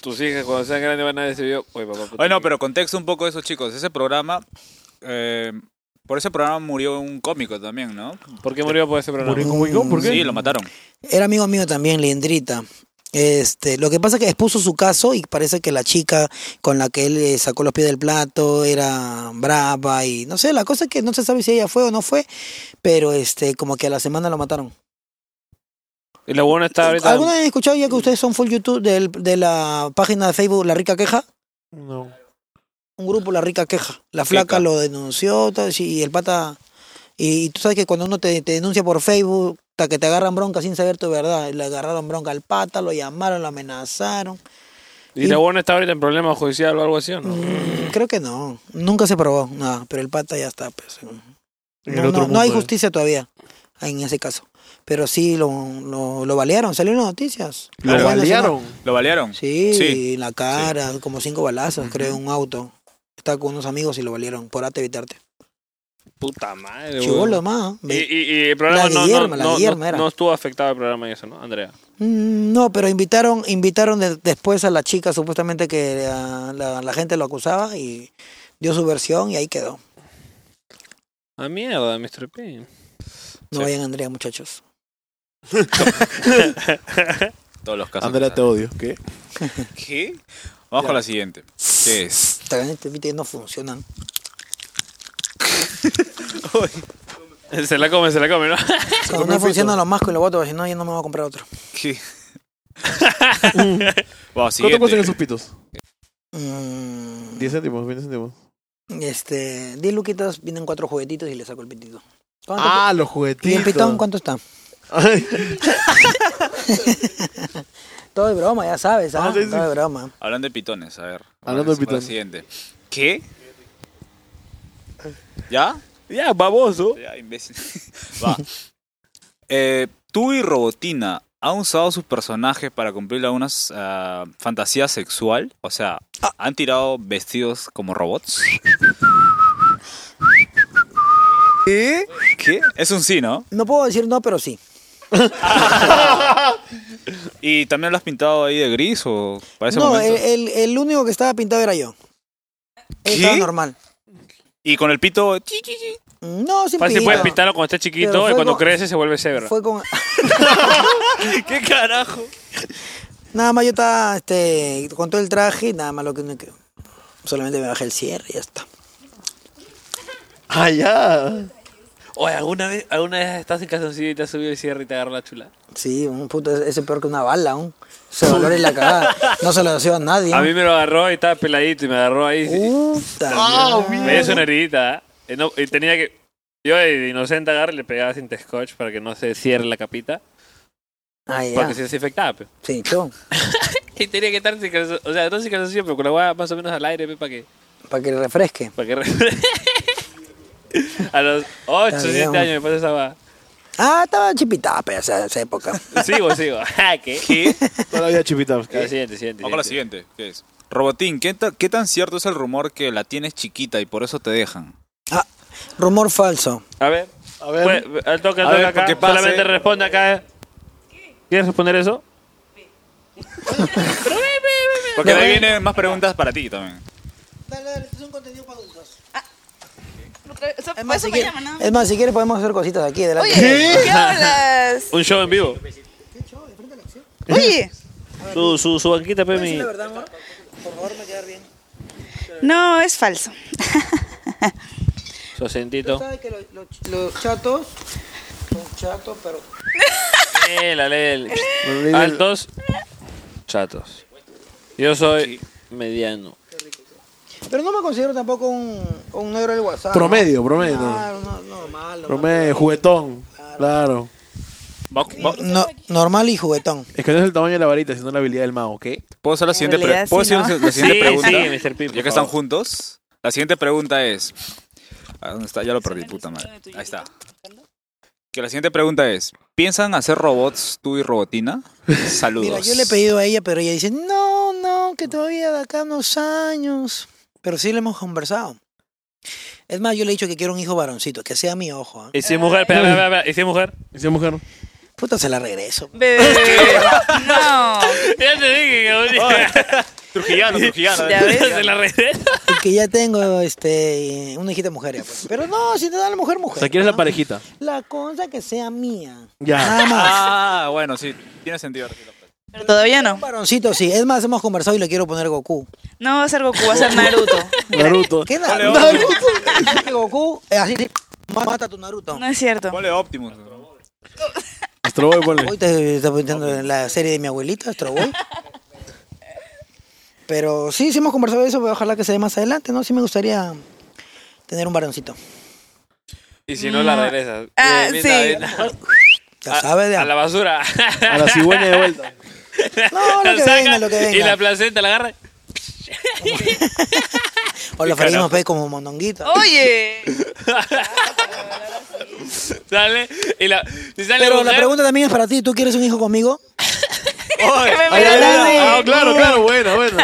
Speaker 2: Tus hijas cuando sean grandes van a decir yo. Oye, papá. puta
Speaker 4: Bueno,
Speaker 2: que-
Speaker 4: pero contexto un poco eso, chicos. Ese programa. eh, por ese programa murió un cómico también, ¿no?
Speaker 2: ¿Por qué murió por ese programa?
Speaker 3: ¿Murió como yo? ¿Por qué?
Speaker 4: Sí, lo mataron.
Speaker 5: Era amigo mío también, Liendrita. Este, lo que pasa es que expuso su caso y parece que la chica con la que él eh, sacó los pies del plato era brava y no sé, la cosa es que no se sabe si ella fue o no fue, pero este, como que a la semana lo mataron.
Speaker 2: Y lo bueno está ahorita.
Speaker 5: ¿Alguna vez han escuchado ya que ustedes son full YouTube del- de la página de Facebook La Rica Queja?
Speaker 3: No.
Speaker 5: Un grupo La Rica Queja. La flaca
Speaker 4: Queja.
Speaker 5: lo denunció tal, y el pata... Y, y tú sabes que cuando uno te, te denuncia por Facebook, hasta que te agarran bronca sin saber tu verdad. Le agarraron bronca al pata, lo llamaron, lo amenazaron.
Speaker 2: Y lo bueno está ahorita en problemas judiciales o algo así, ¿o no?
Speaker 5: Mm, Creo que no. Nunca se probó nada, pero el pata ya está. Pues.
Speaker 3: En
Speaker 5: No,
Speaker 3: el otro
Speaker 5: no- no hay
Speaker 3: mundo, eh.
Speaker 5: justicia todavía. en ese caso. Pero sí lo, lo, lo balearon, salió en las noticias.
Speaker 3: Lo
Speaker 5: Bueno,
Speaker 3: balearon.
Speaker 4: ¿Lo balearon?
Speaker 5: Sí,
Speaker 4: Sí.
Speaker 5: en la cara, como cinco balazos, creo, en un auto. Estaba con unos amigos y lo valieron por arte evitarte.
Speaker 2: Puta madre, weón.
Speaker 5: Chivolo más.
Speaker 2: Y, y- y el programa
Speaker 5: La
Speaker 2: no, no-
Speaker 5: Guillerma, la
Speaker 2: no- no-
Speaker 5: Guillerma era.
Speaker 2: no estuvo afectado el programa y eso, ¿no, Andrea?
Speaker 5: Mm, No, pero invitaron, invitaron de- después a la chica supuestamente que ah, la, la gente lo acusaba y dio su versión y ahí quedó.
Speaker 2: A Ah, mierda, Mr. P.
Speaker 5: No
Speaker 2: Sí.
Speaker 5: vayan Andrea, muchachos.
Speaker 4: Todos los casos.
Speaker 3: Andrea, te odio. ¿Qué?
Speaker 4: ¿Qué? Vamos con la siguiente. ¿Qué es?
Speaker 5: Esta gente, viste, no funcionan.
Speaker 2: Se la come, se la come, ¿no?
Speaker 5: Cuando no funcionan los mascos y los votos, si no, yo no me voy a comprar otro.
Speaker 4: ¿Qué? Vamos,
Speaker 3: ¿Cuánto cuestan
Speaker 4: siguiente.
Speaker 3: esos pitos?
Speaker 5: Mm,
Speaker 3: 10 céntimos, 20 céntimos.
Speaker 5: este, 10 luquitas, vienen cuatro juguetitos y le saco el pitito. ¿Cuánto-
Speaker 3: Ah, los
Speaker 5: ¿Y
Speaker 3: juguetitos.
Speaker 5: el pitón cuánto está?
Speaker 3: Ay,
Speaker 5: Todo es broma, ya sabes, ¿ah?
Speaker 3: Ah, sí, sí.
Speaker 5: Todo es broma.
Speaker 4: Hablando de pitones, a ver.
Speaker 3: Hablando de
Speaker 4: Vamos con la
Speaker 3: pitones.
Speaker 4: siguiente. ¿Qué? ¿Ya?
Speaker 2: ya, baboso.
Speaker 4: Ya, imbécil. Va. Eh, tú y Robotina han usado sus personajes para cumplir alguna ah, fantasía sexual. O sea, ¿han tirado vestidos como robots? ¿Qué? ¿Qué? Es un sí, ¿no?
Speaker 5: No puedo decir no, pero sí.
Speaker 4: ¿Y también lo has pintado ahí de gris o para ese
Speaker 5: No, eh, el,
Speaker 4: momento?
Speaker 5: el, el único que estaba pintado era yo. Él Estaba
Speaker 4: ¿Qué?
Speaker 5: normal.
Speaker 4: Y con el pito... chi, chi, chi.
Speaker 5: No, sin
Speaker 2: Fácil
Speaker 5: pijito.
Speaker 2: puedes pintarlo cuando estés
Speaker 5: Pero
Speaker 2: chiquito
Speaker 5: fue
Speaker 2: y cuando
Speaker 5: con-
Speaker 2: crece se vuelve cebra.
Speaker 5: Fue con...
Speaker 2: ¿Qué carajo?
Speaker 5: Nada más yo estaba este, con todo el traje y nada más lo que... que- Solamente me bajé el cierre y ya está.
Speaker 3: ah, ya.
Speaker 2: Oye, ¿alguna vez, ¿alguna vez estás en calzoncillo y te has subido el cierre y te agarra la chula?
Speaker 5: Sí, un puto, ese es peor que una bala aún. Se valora en la cagada. No se lo deseo a nadie.
Speaker 2: A mí me lo agarró y estaba peladito y me agarró
Speaker 5: Uh,
Speaker 2: ahí.
Speaker 5: Puta
Speaker 2: Ah.
Speaker 5: madre.
Speaker 2: Me hizo una heridita. ¿eh? Y, no- y tenía que. Yo de inocente agarré y le pegaba cinta scotch para que no se cierre la capita.
Speaker 5: Ah, ya.
Speaker 2: Porque se desinfectaba, pe.
Speaker 5: Sí, tú.
Speaker 2: Y tenía que estar sin calzon- O sea, no sin calzoncillo, pero con la guada más o menos al aire, pe, para que.
Speaker 5: Para que refresque.
Speaker 2: Para que... A los 8,
Speaker 5: Está
Speaker 2: 7
Speaker 5: bien.
Speaker 2: años me pasó esa guada.
Speaker 5: Ah, estaba chipitapa esa, esa época.
Speaker 2: Sigo, sigo. Ah, ¿Qué?
Speaker 3: Todavía chipitas.
Speaker 2: Ya, siguiente, siguiente.
Speaker 4: Vamos con la siguiente. ¿Qué es? Robotín, ¿qué, ta- ¿qué tan cierto es el rumor que la tienes chiquita y por eso te dejan?
Speaker 5: Ah, rumor falso.
Speaker 2: A ver.
Speaker 3: A ver.
Speaker 2: Pues, al toque, al
Speaker 4: A
Speaker 2: toque
Speaker 4: ver,
Speaker 2: acá.
Speaker 4: porque pase.
Speaker 2: Solamente responde acá. eh. ¿Quieres responder eso?
Speaker 4: Porque
Speaker 5: No,
Speaker 4: de ahí
Speaker 5: eh.
Speaker 4: vienen más preguntas para ti también.
Speaker 5: Dale, dale, es un contenido para adultos.
Speaker 1: Otra vez, o sea,
Speaker 5: Es
Speaker 1: por
Speaker 5: más,
Speaker 1: eso
Speaker 5: si
Speaker 1: me
Speaker 5: quieres,
Speaker 1: llaman, ¿no?
Speaker 5: es más, si quieres podemos hacer cositas aquí delante.
Speaker 1: Oye, ¿qué hablas?
Speaker 2: Un show en vivo.
Speaker 1: Oye.
Speaker 2: Su, su, su banquita, pe, mi.
Speaker 5: verdad, amor? Por favor, me quedar bien.
Speaker 1: No, es falso.
Speaker 2: Su acentito.
Speaker 5: ¿Sabes que los, los- los chatos son chatos, pero
Speaker 2: Lela, lela. Altos. Chatos. Yo soy mediano.
Speaker 5: Pero no me considero tampoco un, un negro del WhatsApp. ¿no?
Speaker 3: Promedio, promedio.
Speaker 5: Claro, no, normal. normal.
Speaker 3: Promedio, juguetón. Claro.
Speaker 4: Va- va-
Speaker 5: No, normal y juguetón.
Speaker 3: Es que no es el tamaño de la varita, sino la habilidad del mago, ¿qué?
Speaker 4: ¿Puedo hacer la siguiente, pre-
Speaker 1: realidad,
Speaker 4: ¿puedo
Speaker 1: sí,
Speaker 4: hacer
Speaker 1: ¿no?
Speaker 4: la siguiente
Speaker 2: Sí,
Speaker 4: pregunta?
Speaker 2: sí, Mr. Pip, por
Speaker 4: ya que están
Speaker 2: favor.
Speaker 4: juntos, la siguiente pregunta es... ¿A dónde está? Ya lo perdí, puta madre. Ahí está. Que la siguiente pregunta es, ¿piensan hacer robots tú y Robotina? Saludos.
Speaker 5: Mira, yo le he pedido a ella, pero ella dice, no, no, que todavía de acá unos años. Pero sí le hemos conversado. Es más, yo le he dicho que quiero un hijo varoncito, que sea mi ojo. ¿ah?
Speaker 2: ¿Y si es mujer? Espera, espera, espera, espera. ¿Y si es mujer?
Speaker 3: ¿Y si es mujer?
Speaker 5: Puta, se la regreso.
Speaker 1: Bebé. No.
Speaker 2: Ya te dije que
Speaker 4: Trujillano, Trujillano.
Speaker 1: Ya ves.
Speaker 2: se la red.
Speaker 5: Y que ya tengo este, una hijita mujer. ya, pues. Pero no, si te da la mujer, mujer.
Speaker 3: O sea, quieres la
Speaker 5: ¿no?
Speaker 3: parejita.
Speaker 5: La cosa que sea mía.
Speaker 3: Ya.
Speaker 5: Nada más.
Speaker 4: Ah, bueno, sí, tiene sentido.
Speaker 1: Pero todavía no.
Speaker 5: Un varoncito, sí. Es más, hemos conversado y le quiero poner Goku.
Speaker 1: No va a ser Goku, va a ser Naruto.
Speaker 3: Naruto.
Speaker 5: ¿Qué
Speaker 4: Ponle
Speaker 5: Naruto? Que Goku es así, sí, mata a tu Naruto.
Speaker 1: No es cierto.
Speaker 4: Ponle Optimus.
Speaker 3: Astro Boy, ponle.
Speaker 5: Hoy te está pintando en la serie de mi abuelita, Astro Boy. Pero sí, sí hemos conversado de eso, pero ojalá que se dé más adelante, ¿no? Sí me gustaría tener un varoncito.
Speaker 2: Y si no, la regresas.
Speaker 1: Ah,
Speaker 2: Bien,
Speaker 1: sí.
Speaker 2: bien, bien.
Speaker 5: Ya sabes, de...
Speaker 2: A la basura.
Speaker 3: A la cigüeña de vuelta.
Speaker 5: No, lo que
Speaker 2: Saca
Speaker 5: venga, lo que
Speaker 2: Y la
Speaker 5: venga.
Speaker 2: placenta la agarra.
Speaker 5: O lo freímos pues, como mondonguito.
Speaker 2: Oh,
Speaker 1: Oye.
Speaker 2: Sale y la. Si sale
Speaker 5: Pero la
Speaker 2: mujer,
Speaker 5: pregunta también es para ti. ¿Tú quieres un hijo conmigo?
Speaker 1: que me
Speaker 3: Ay,
Speaker 1: miras
Speaker 3: ay, ay,
Speaker 1: así.
Speaker 3: ah, claro, claro, bueno, bueno.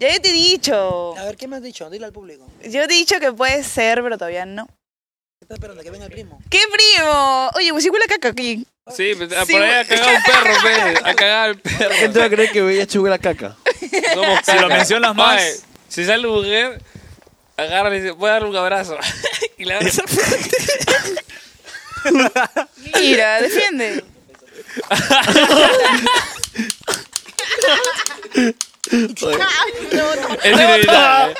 Speaker 1: Ya yo te he dicho.
Speaker 5: A ver, ¿qué me has dicho? Dile al público.
Speaker 1: Yo te he dicho que puede ser, pero todavía no.
Speaker 5: Está esperando que venga el primo.
Speaker 1: ¡Qué primo! Oye, pues sí huele a caca aquí.
Speaker 2: Sí, pues, ah,
Speaker 1: Sí,
Speaker 2: por ahí
Speaker 1: güey.
Speaker 2: ha cagado un perro, pues. Ha cagado el perro.
Speaker 3: Entonces crees que veía chugar la caca.
Speaker 2: Somos
Speaker 4: Si lo
Speaker 2: caca.
Speaker 4: mencionas más.
Speaker 2: Oye, si sale mujer, agarra y dice, voy a darle un abrazo. y le abraza el perro.
Speaker 1: Mira, defiende.
Speaker 2: Es inevitable.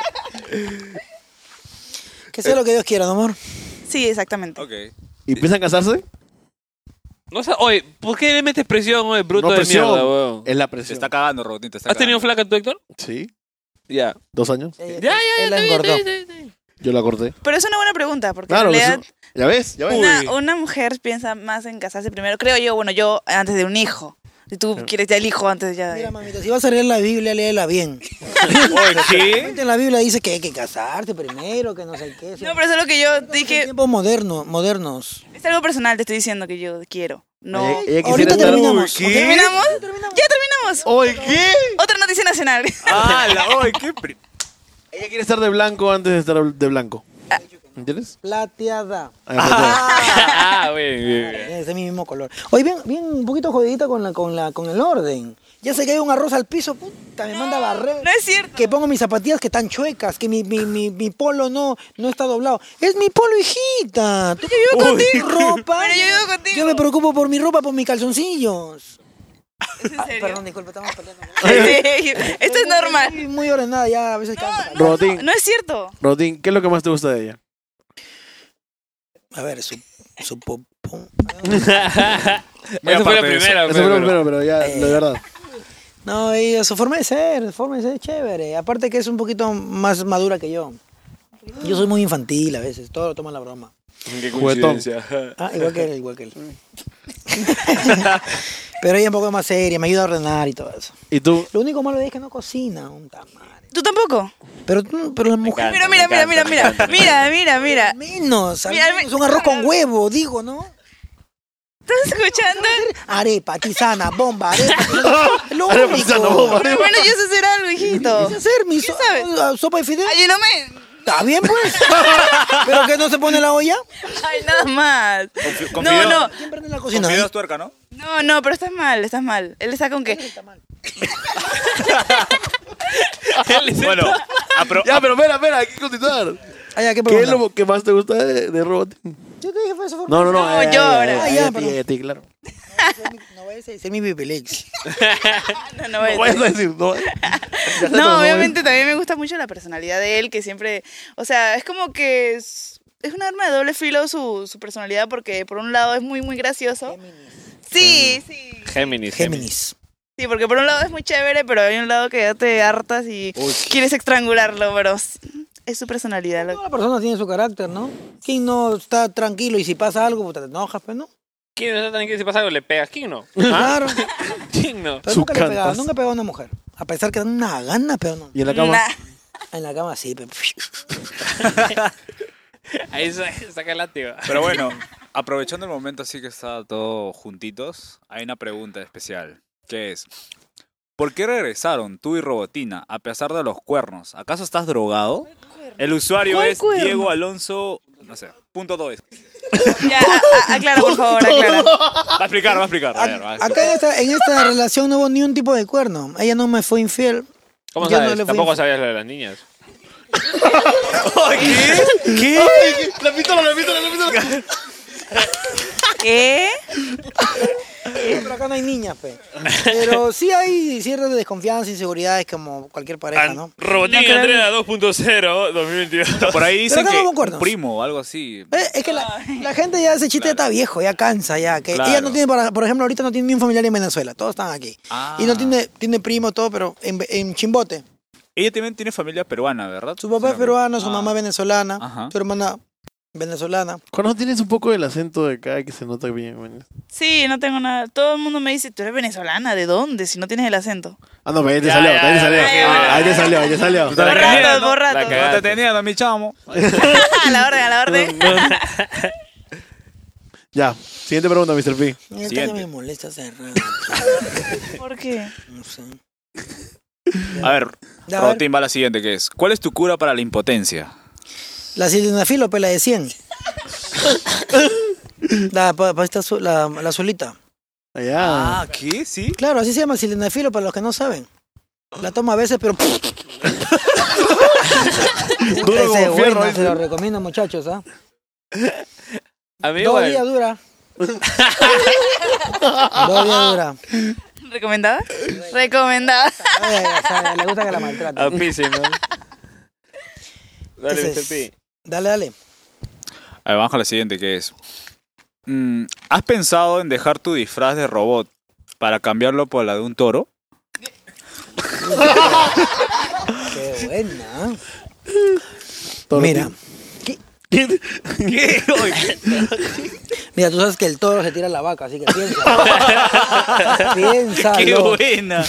Speaker 5: Que sea lo que Dios quiera, ¿no, amor.
Speaker 1: Sí, exactamente.
Speaker 4: Ok.
Speaker 3: ¿Y piensan casarse?
Speaker 2: No, sa- oye, ¿por qué le metes presión, oye, bruto
Speaker 3: no
Speaker 2: de
Speaker 3: presión.
Speaker 2: mierda, weón?
Speaker 5: Eh,
Speaker 3: es la
Speaker 4: Te
Speaker 3: presión.
Speaker 4: está cagando, Robotín. Te está
Speaker 2: ¿Has tenido
Speaker 4: cagando.
Speaker 2: flaca tu Héctor?
Speaker 3: Sí,
Speaker 2: Ya.
Speaker 3: dos años.
Speaker 5: Ella-
Speaker 2: Ya, ya,
Speaker 5: Eh, Él la
Speaker 2: ya.
Speaker 5: engordó.
Speaker 3: Yo la corté.
Speaker 1: Pero es una buena pregunta, porque
Speaker 3: Claro, pues,
Speaker 1: en
Speaker 3: eso-
Speaker 1: realidad
Speaker 3: ya ves, ya ves.
Speaker 1: una, una mujer piensa más en casarse primero, creo yo, bueno, yo antes de un hijo. Y tú quieres ya el hijo antes ya
Speaker 5: Mira,
Speaker 1: de...
Speaker 5: mamita, si vas a leer la Biblia, léela bien.
Speaker 2: Oye, ¿qué?
Speaker 5: En la Biblia dice que hay que casarte primero, que no sé qué.
Speaker 1: No, pero eso es lo que yo dije.
Speaker 5: Tiempos modernos, modernos.
Speaker 1: Es algo personal, te estoy diciendo que yo quiero. No.
Speaker 3: Ella- ella quisiera
Speaker 5: Ahorita
Speaker 3: estar-
Speaker 5: terminamos.
Speaker 4: Uy, ¿qué?
Speaker 1: ¿Terminamos? Ya terminamos.
Speaker 3: Oye, ¿qué?
Speaker 1: Otra noticia nacional.
Speaker 4: ¡Ah, la oye, qué pri-
Speaker 3: Ella quiere estar de blanco antes de estar de blanco. ¿Entiendes?
Speaker 5: Plateada.
Speaker 3: Ahí está.
Speaker 2: Ah, bien, bien, bien.
Speaker 5: Es de mi mismo color. Hoy bien, bien un poquito jodidita con, la, con, la, con el orden. Ya se cae un arroz al piso, puta, me manda a barrer.
Speaker 1: no es cierto.
Speaker 5: Que pongo mis zapatillas que están chuecas, que mi, mi, mi, mi polo no, no está doblado. Es mi polo, hijita. ¿Tú que vivo contigo? ropa?
Speaker 1: Pero yo vivo contigo.
Speaker 5: Yo me preocupo por mi ropa, por mis calzoncillos.
Speaker 1: ¿Es en serio?
Speaker 5: Perdón, disculpa, estamos peleando.
Speaker 1: Sí, Esto es normal.
Speaker 5: Muy, muy ordenada ya, a veces cansa.
Speaker 1: No, no,
Speaker 3: Robotín.
Speaker 1: no es cierto.
Speaker 3: Rodín, ¿qué es lo que más te gusta de ella?
Speaker 5: A ver, su, su popón.
Speaker 2: Esa fue la
Speaker 4: parte de
Speaker 2: primera, pues,
Speaker 3: Eso fue lo
Speaker 2: pero-
Speaker 3: primero, pero Eh. ya, de verdad.
Speaker 5: No, y su forma de ser, su forma de ser es chévere. Aparte que es un poquito más madura que yo. Yo soy muy infantil a veces, todo lo toma la broma.
Speaker 2: Qué
Speaker 3: Juguetón.
Speaker 2: coincidencia.
Speaker 5: Ah, igual que él, igual que él. Pero ella es un poco más seria, me ayuda a ordenar y todo eso.
Speaker 3: ¿Y tú?
Speaker 5: Lo único malo de ella es que no cocina, un tamal.
Speaker 1: ¿Tú tampoco?
Speaker 5: Pero, tú- pero la mujer...
Speaker 1: Pero mira, mira, mira, mira. Mira, mira, mira.
Speaker 5: Menos, al
Speaker 1: Mira,
Speaker 5: menos un arroz con huevo, digo, ¿no?
Speaker 1: ¿Estás escuchando?
Speaker 5: Arepa, tisana, bomba, arepa. Lo
Speaker 3: Arepa,
Speaker 5: único.
Speaker 3: tisana, bomba.
Speaker 1: Por lo menos yo sé hacer algo, hijito.
Speaker 5: ¿Qué hacer? Mi so-
Speaker 1: sabes?
Speaker 5: sopa de fideo.
Speaker 1: Ay, no me...
Speaker 5: Está bien, pues. ¿Pero qué no se pone la olla?
Speaker 1: Ay, nada más.
Speaker 4: Confi-
Speaker 1: No,
Speaker 4: confío-
Speaker 1: no.
Speaker 5: ¿Quién prende la
Speaker 4: Con
Speaker 5: cocina?
Speaker 4: videos tuerca, ¿no?
Speaker 1: No, no, pero estás mal, estás mal. Él está con que...
Speaker 4: Ah, Bueno,
Speaker 2: Ah,
Speaker 4: apro-
Speaker 3: Ya, pero espera, espera, hay que continuar.
Speaker 5: Ah, ya, ¿qué
Speaker 3: ¿Qué es
Speaker 5: pregunta?
Speaker 3: lo que más te gusta de, de Robotín?
Speaker 5: Yo te dije fue esa forma.
Speaker 3: No, no, no.
Speaker 1: No,
Speaker 3: eh,
Speaker 1: yo
Speaker 3: eh,
Speaker 1: ahora.
Speaker 3: eh,
Speaker 5: Ah,
Speaker 3: eh,
Speaker 5: ya,
Speaker 3: a ti,
Speaker 5: pero-
Speaker 3: a ti, claro.
Speaker 5: No vayas a decir mi Bibilix.
Speaker 1: Ah, No, no, voy a
Speaker 3: No vayas
Speaker 1: decir.
Speaker 3: a decir, no. Ya está,
Speaker 1: No,
Speaker 3: no,
Speaker 1: obviamente también me gusta mucho la personalidad de él, que siempre, o sea, es como que es, es un arma de doble filo su, su personalidad, porque por un lado es muy, muy gracioso. Sí, sí.
Speaker 2: Géminis, Géminis.
Speaker 5: Géminis.
Speaker 1: Sí, porque por un lado es muy chévere, pero hay un lado que ya te hartas y quieres estrangularlo, pero s- es su personalidad. lo-
Speaker 5: Toda persona tiene su carácter, ¿no? ¿Quién no está tranquilo y si pasa algo, puta, te enojas, pues, ¿no?
Speaker 2: ¿Quién no está tranquilo si pasa algo? ¿Le pegas? ¿Quién no?
Speaker 5: Claro.
Speaker 2: ¿Quién no?
Speaker 5: Pero
Speaker 3: Su
Speaker 5: nunca le he pegado,
Speaker 3: cantas.
Speaker 5: nunca he pegado a una mujer. A pesar que dan una gana, pero no.
Speaker 3: Y en la cama.
Speaker 1: Nah.
Speaker 5: En la cama sí, pero...
Speaker 2: Ahí sa- saca el látigo.
Speaker 4: pero bueno, aprovechando el momento así que está todo juntitos, hay una pregunta especial, que es, ¿por qué regresaron tú y Robotina a pesar de los cuernos? ¿Acaso estás drogado? El usuario
Speaker 1: ¿Cuál
Speaker 4: es
Speaker 1: cuerno?
Speaker 4: Diego Alonso, no sé, punto dos.
Speaker 1: Ya, a- a- aclara, por favor, aclara.
Speaker 4: Va a explicar, va a explicar. a ver, va a
Speaker 5: Ah, Acá en esta, en esta relación no hubo ni un tipo de cuerno. Ella no me fue infiel.
Speaker 2: ¿Cómo
Speaker 5: Yo no
Speaker 2: sabes?
Speaker 5: le fui
Speaker 2: Tampoco
Speaker 5: infiel.
Speaker 2: sabías lo de las niñas.
Speaker 3: ¿Qué? La pistola, la pistola, la pistola.
Speaker 1: ¿Qué?
Speaker 5: Pero acá no hay niñas, pe. Pero sí hay cierta desconfianza, inseguridades como cualquier pareja, ¿no?
Speaker 2: Robotín
Speaker 1: No creo.
Speaker 2: Andrea 2.0 2022.
Speaker 4: Por ahí dicen
Speaker 5: Pero
Speaker 4: que
Speaker 5: acá no hubo cuernos.
Speaker 4: un primo o algo así.
Speaker 5: Eh, es que la, la gente ya ese chiste está viejo, ya cansa, ya. Que
Speaker 4: Claro.
Speaker 5: Ella no tiene, para- por ejemplo, ahorita no tiene ni un familiar en Venezuela, todos están aquí.
Speaker 4: Ah.
Speaker 5: Y no tiene, tiene primo, todo, pero en, en Chimbote.
Speaker 4: Ella también tiene familia peruana, ¿verdad?
Speaker 5: Su papá
Speaker 4: Sí,
Speaker 5: es peruano, su
Speaker 4: Ah.
Speaker 5: mamá es venezolana,
Speaker 4: Ajá.
Speaker 5: su hermana venezolana.
Speaker 3: Cuando tienes un poco el acento de acá que se nota bien, man.
Speaker 1: Sí, no tengo nada. Todo el mundo me dice, tú eres venezolana, ¿de dónde? Si no tienes el acento.
Speaker 3: Ah, no, pero ahí te
Speaker 2: Ya,
Speaker 3: salió,
Speaker 2: ya,
Speaker 3: ahí
Speaker 2: ya,
Speaker 3: te salió.
Speaker 1: ya, ya.
Speaker 3: Ahí te salió, ahí te salió.
Speaker 4: Puta, la
Speaker 1: Por ratos,
Speaker 4: cagaste, ¿no?
Speaker 1: por ratos.
Speaker 4: La cagaste. No te tenía, no, mi chamo.
Speaker 1: a la orden, a la orden.
Speaker 3: Ya, siguiente pregunta, Mr. P.
Speaker 5: Esta ya
Speaker 4: Siguiente.
Speaker 5: me molesta hace rato,
Speaker 1: ¿Por qué?
Speaker 5: no sé.
Speaker 4: A ver,
Speaker 5: Ya, a ver.
Speaker 4: Rotín va a la siguiente, que es, ¿cuál es tu cura para la impotencia?
Speaker 5: La sildenafil o la de 100. la, pa- pa- esta azu- la, la azulita.
Speaker 3: Allá.
Speaker 2: Ah,
Speaker 4: ¿qué? ¿Sí?
Speaker 5: Claro, así se llama sildenafil para los que no saben. La tomo a veces, pero...
Speaker 3: Duro
Speaker 5: Ese
Speaker 3: como fierro.
Speaker 5: bueno, se
Speaker 3: dice.
Speaker 5: lo recomiendo, muchachos, ¿ah?
Speaker 2: A mí,
Speaker 5: Dos
Speaker 2: igual.
Speaker 5: días dura. Dos días dura.
Speaker 1: ¿Recomendada? Recomendada.
Speaker 5: Ay, ay, ay, le gusta que la maltraten.
Speaker 2: A Pisi, ¿no? Dale,
Speaker 5: Ese
Speaker 2: Mr. P.
Speaker 5: es- Dale, dale.
Speaker 4: A ver, vamos con la siguiente, que es, mm, ¿has pensado en dejar tu disfraz de robot para cambiarlo por la de un toro?
Speaker 5: Qué buena. ¿eh?
Speaker 3: Todo
Speaker 5: Mira,
Speaker 3: tipo.
Speaker 4: ¿Qué?
Speaker 5: mira, tú sabes que el toro se tira a la vaca, así que piensa.
Speaker 4: ¡Qué
Speaker 5: Piénsalo.
Speaker 4: buena!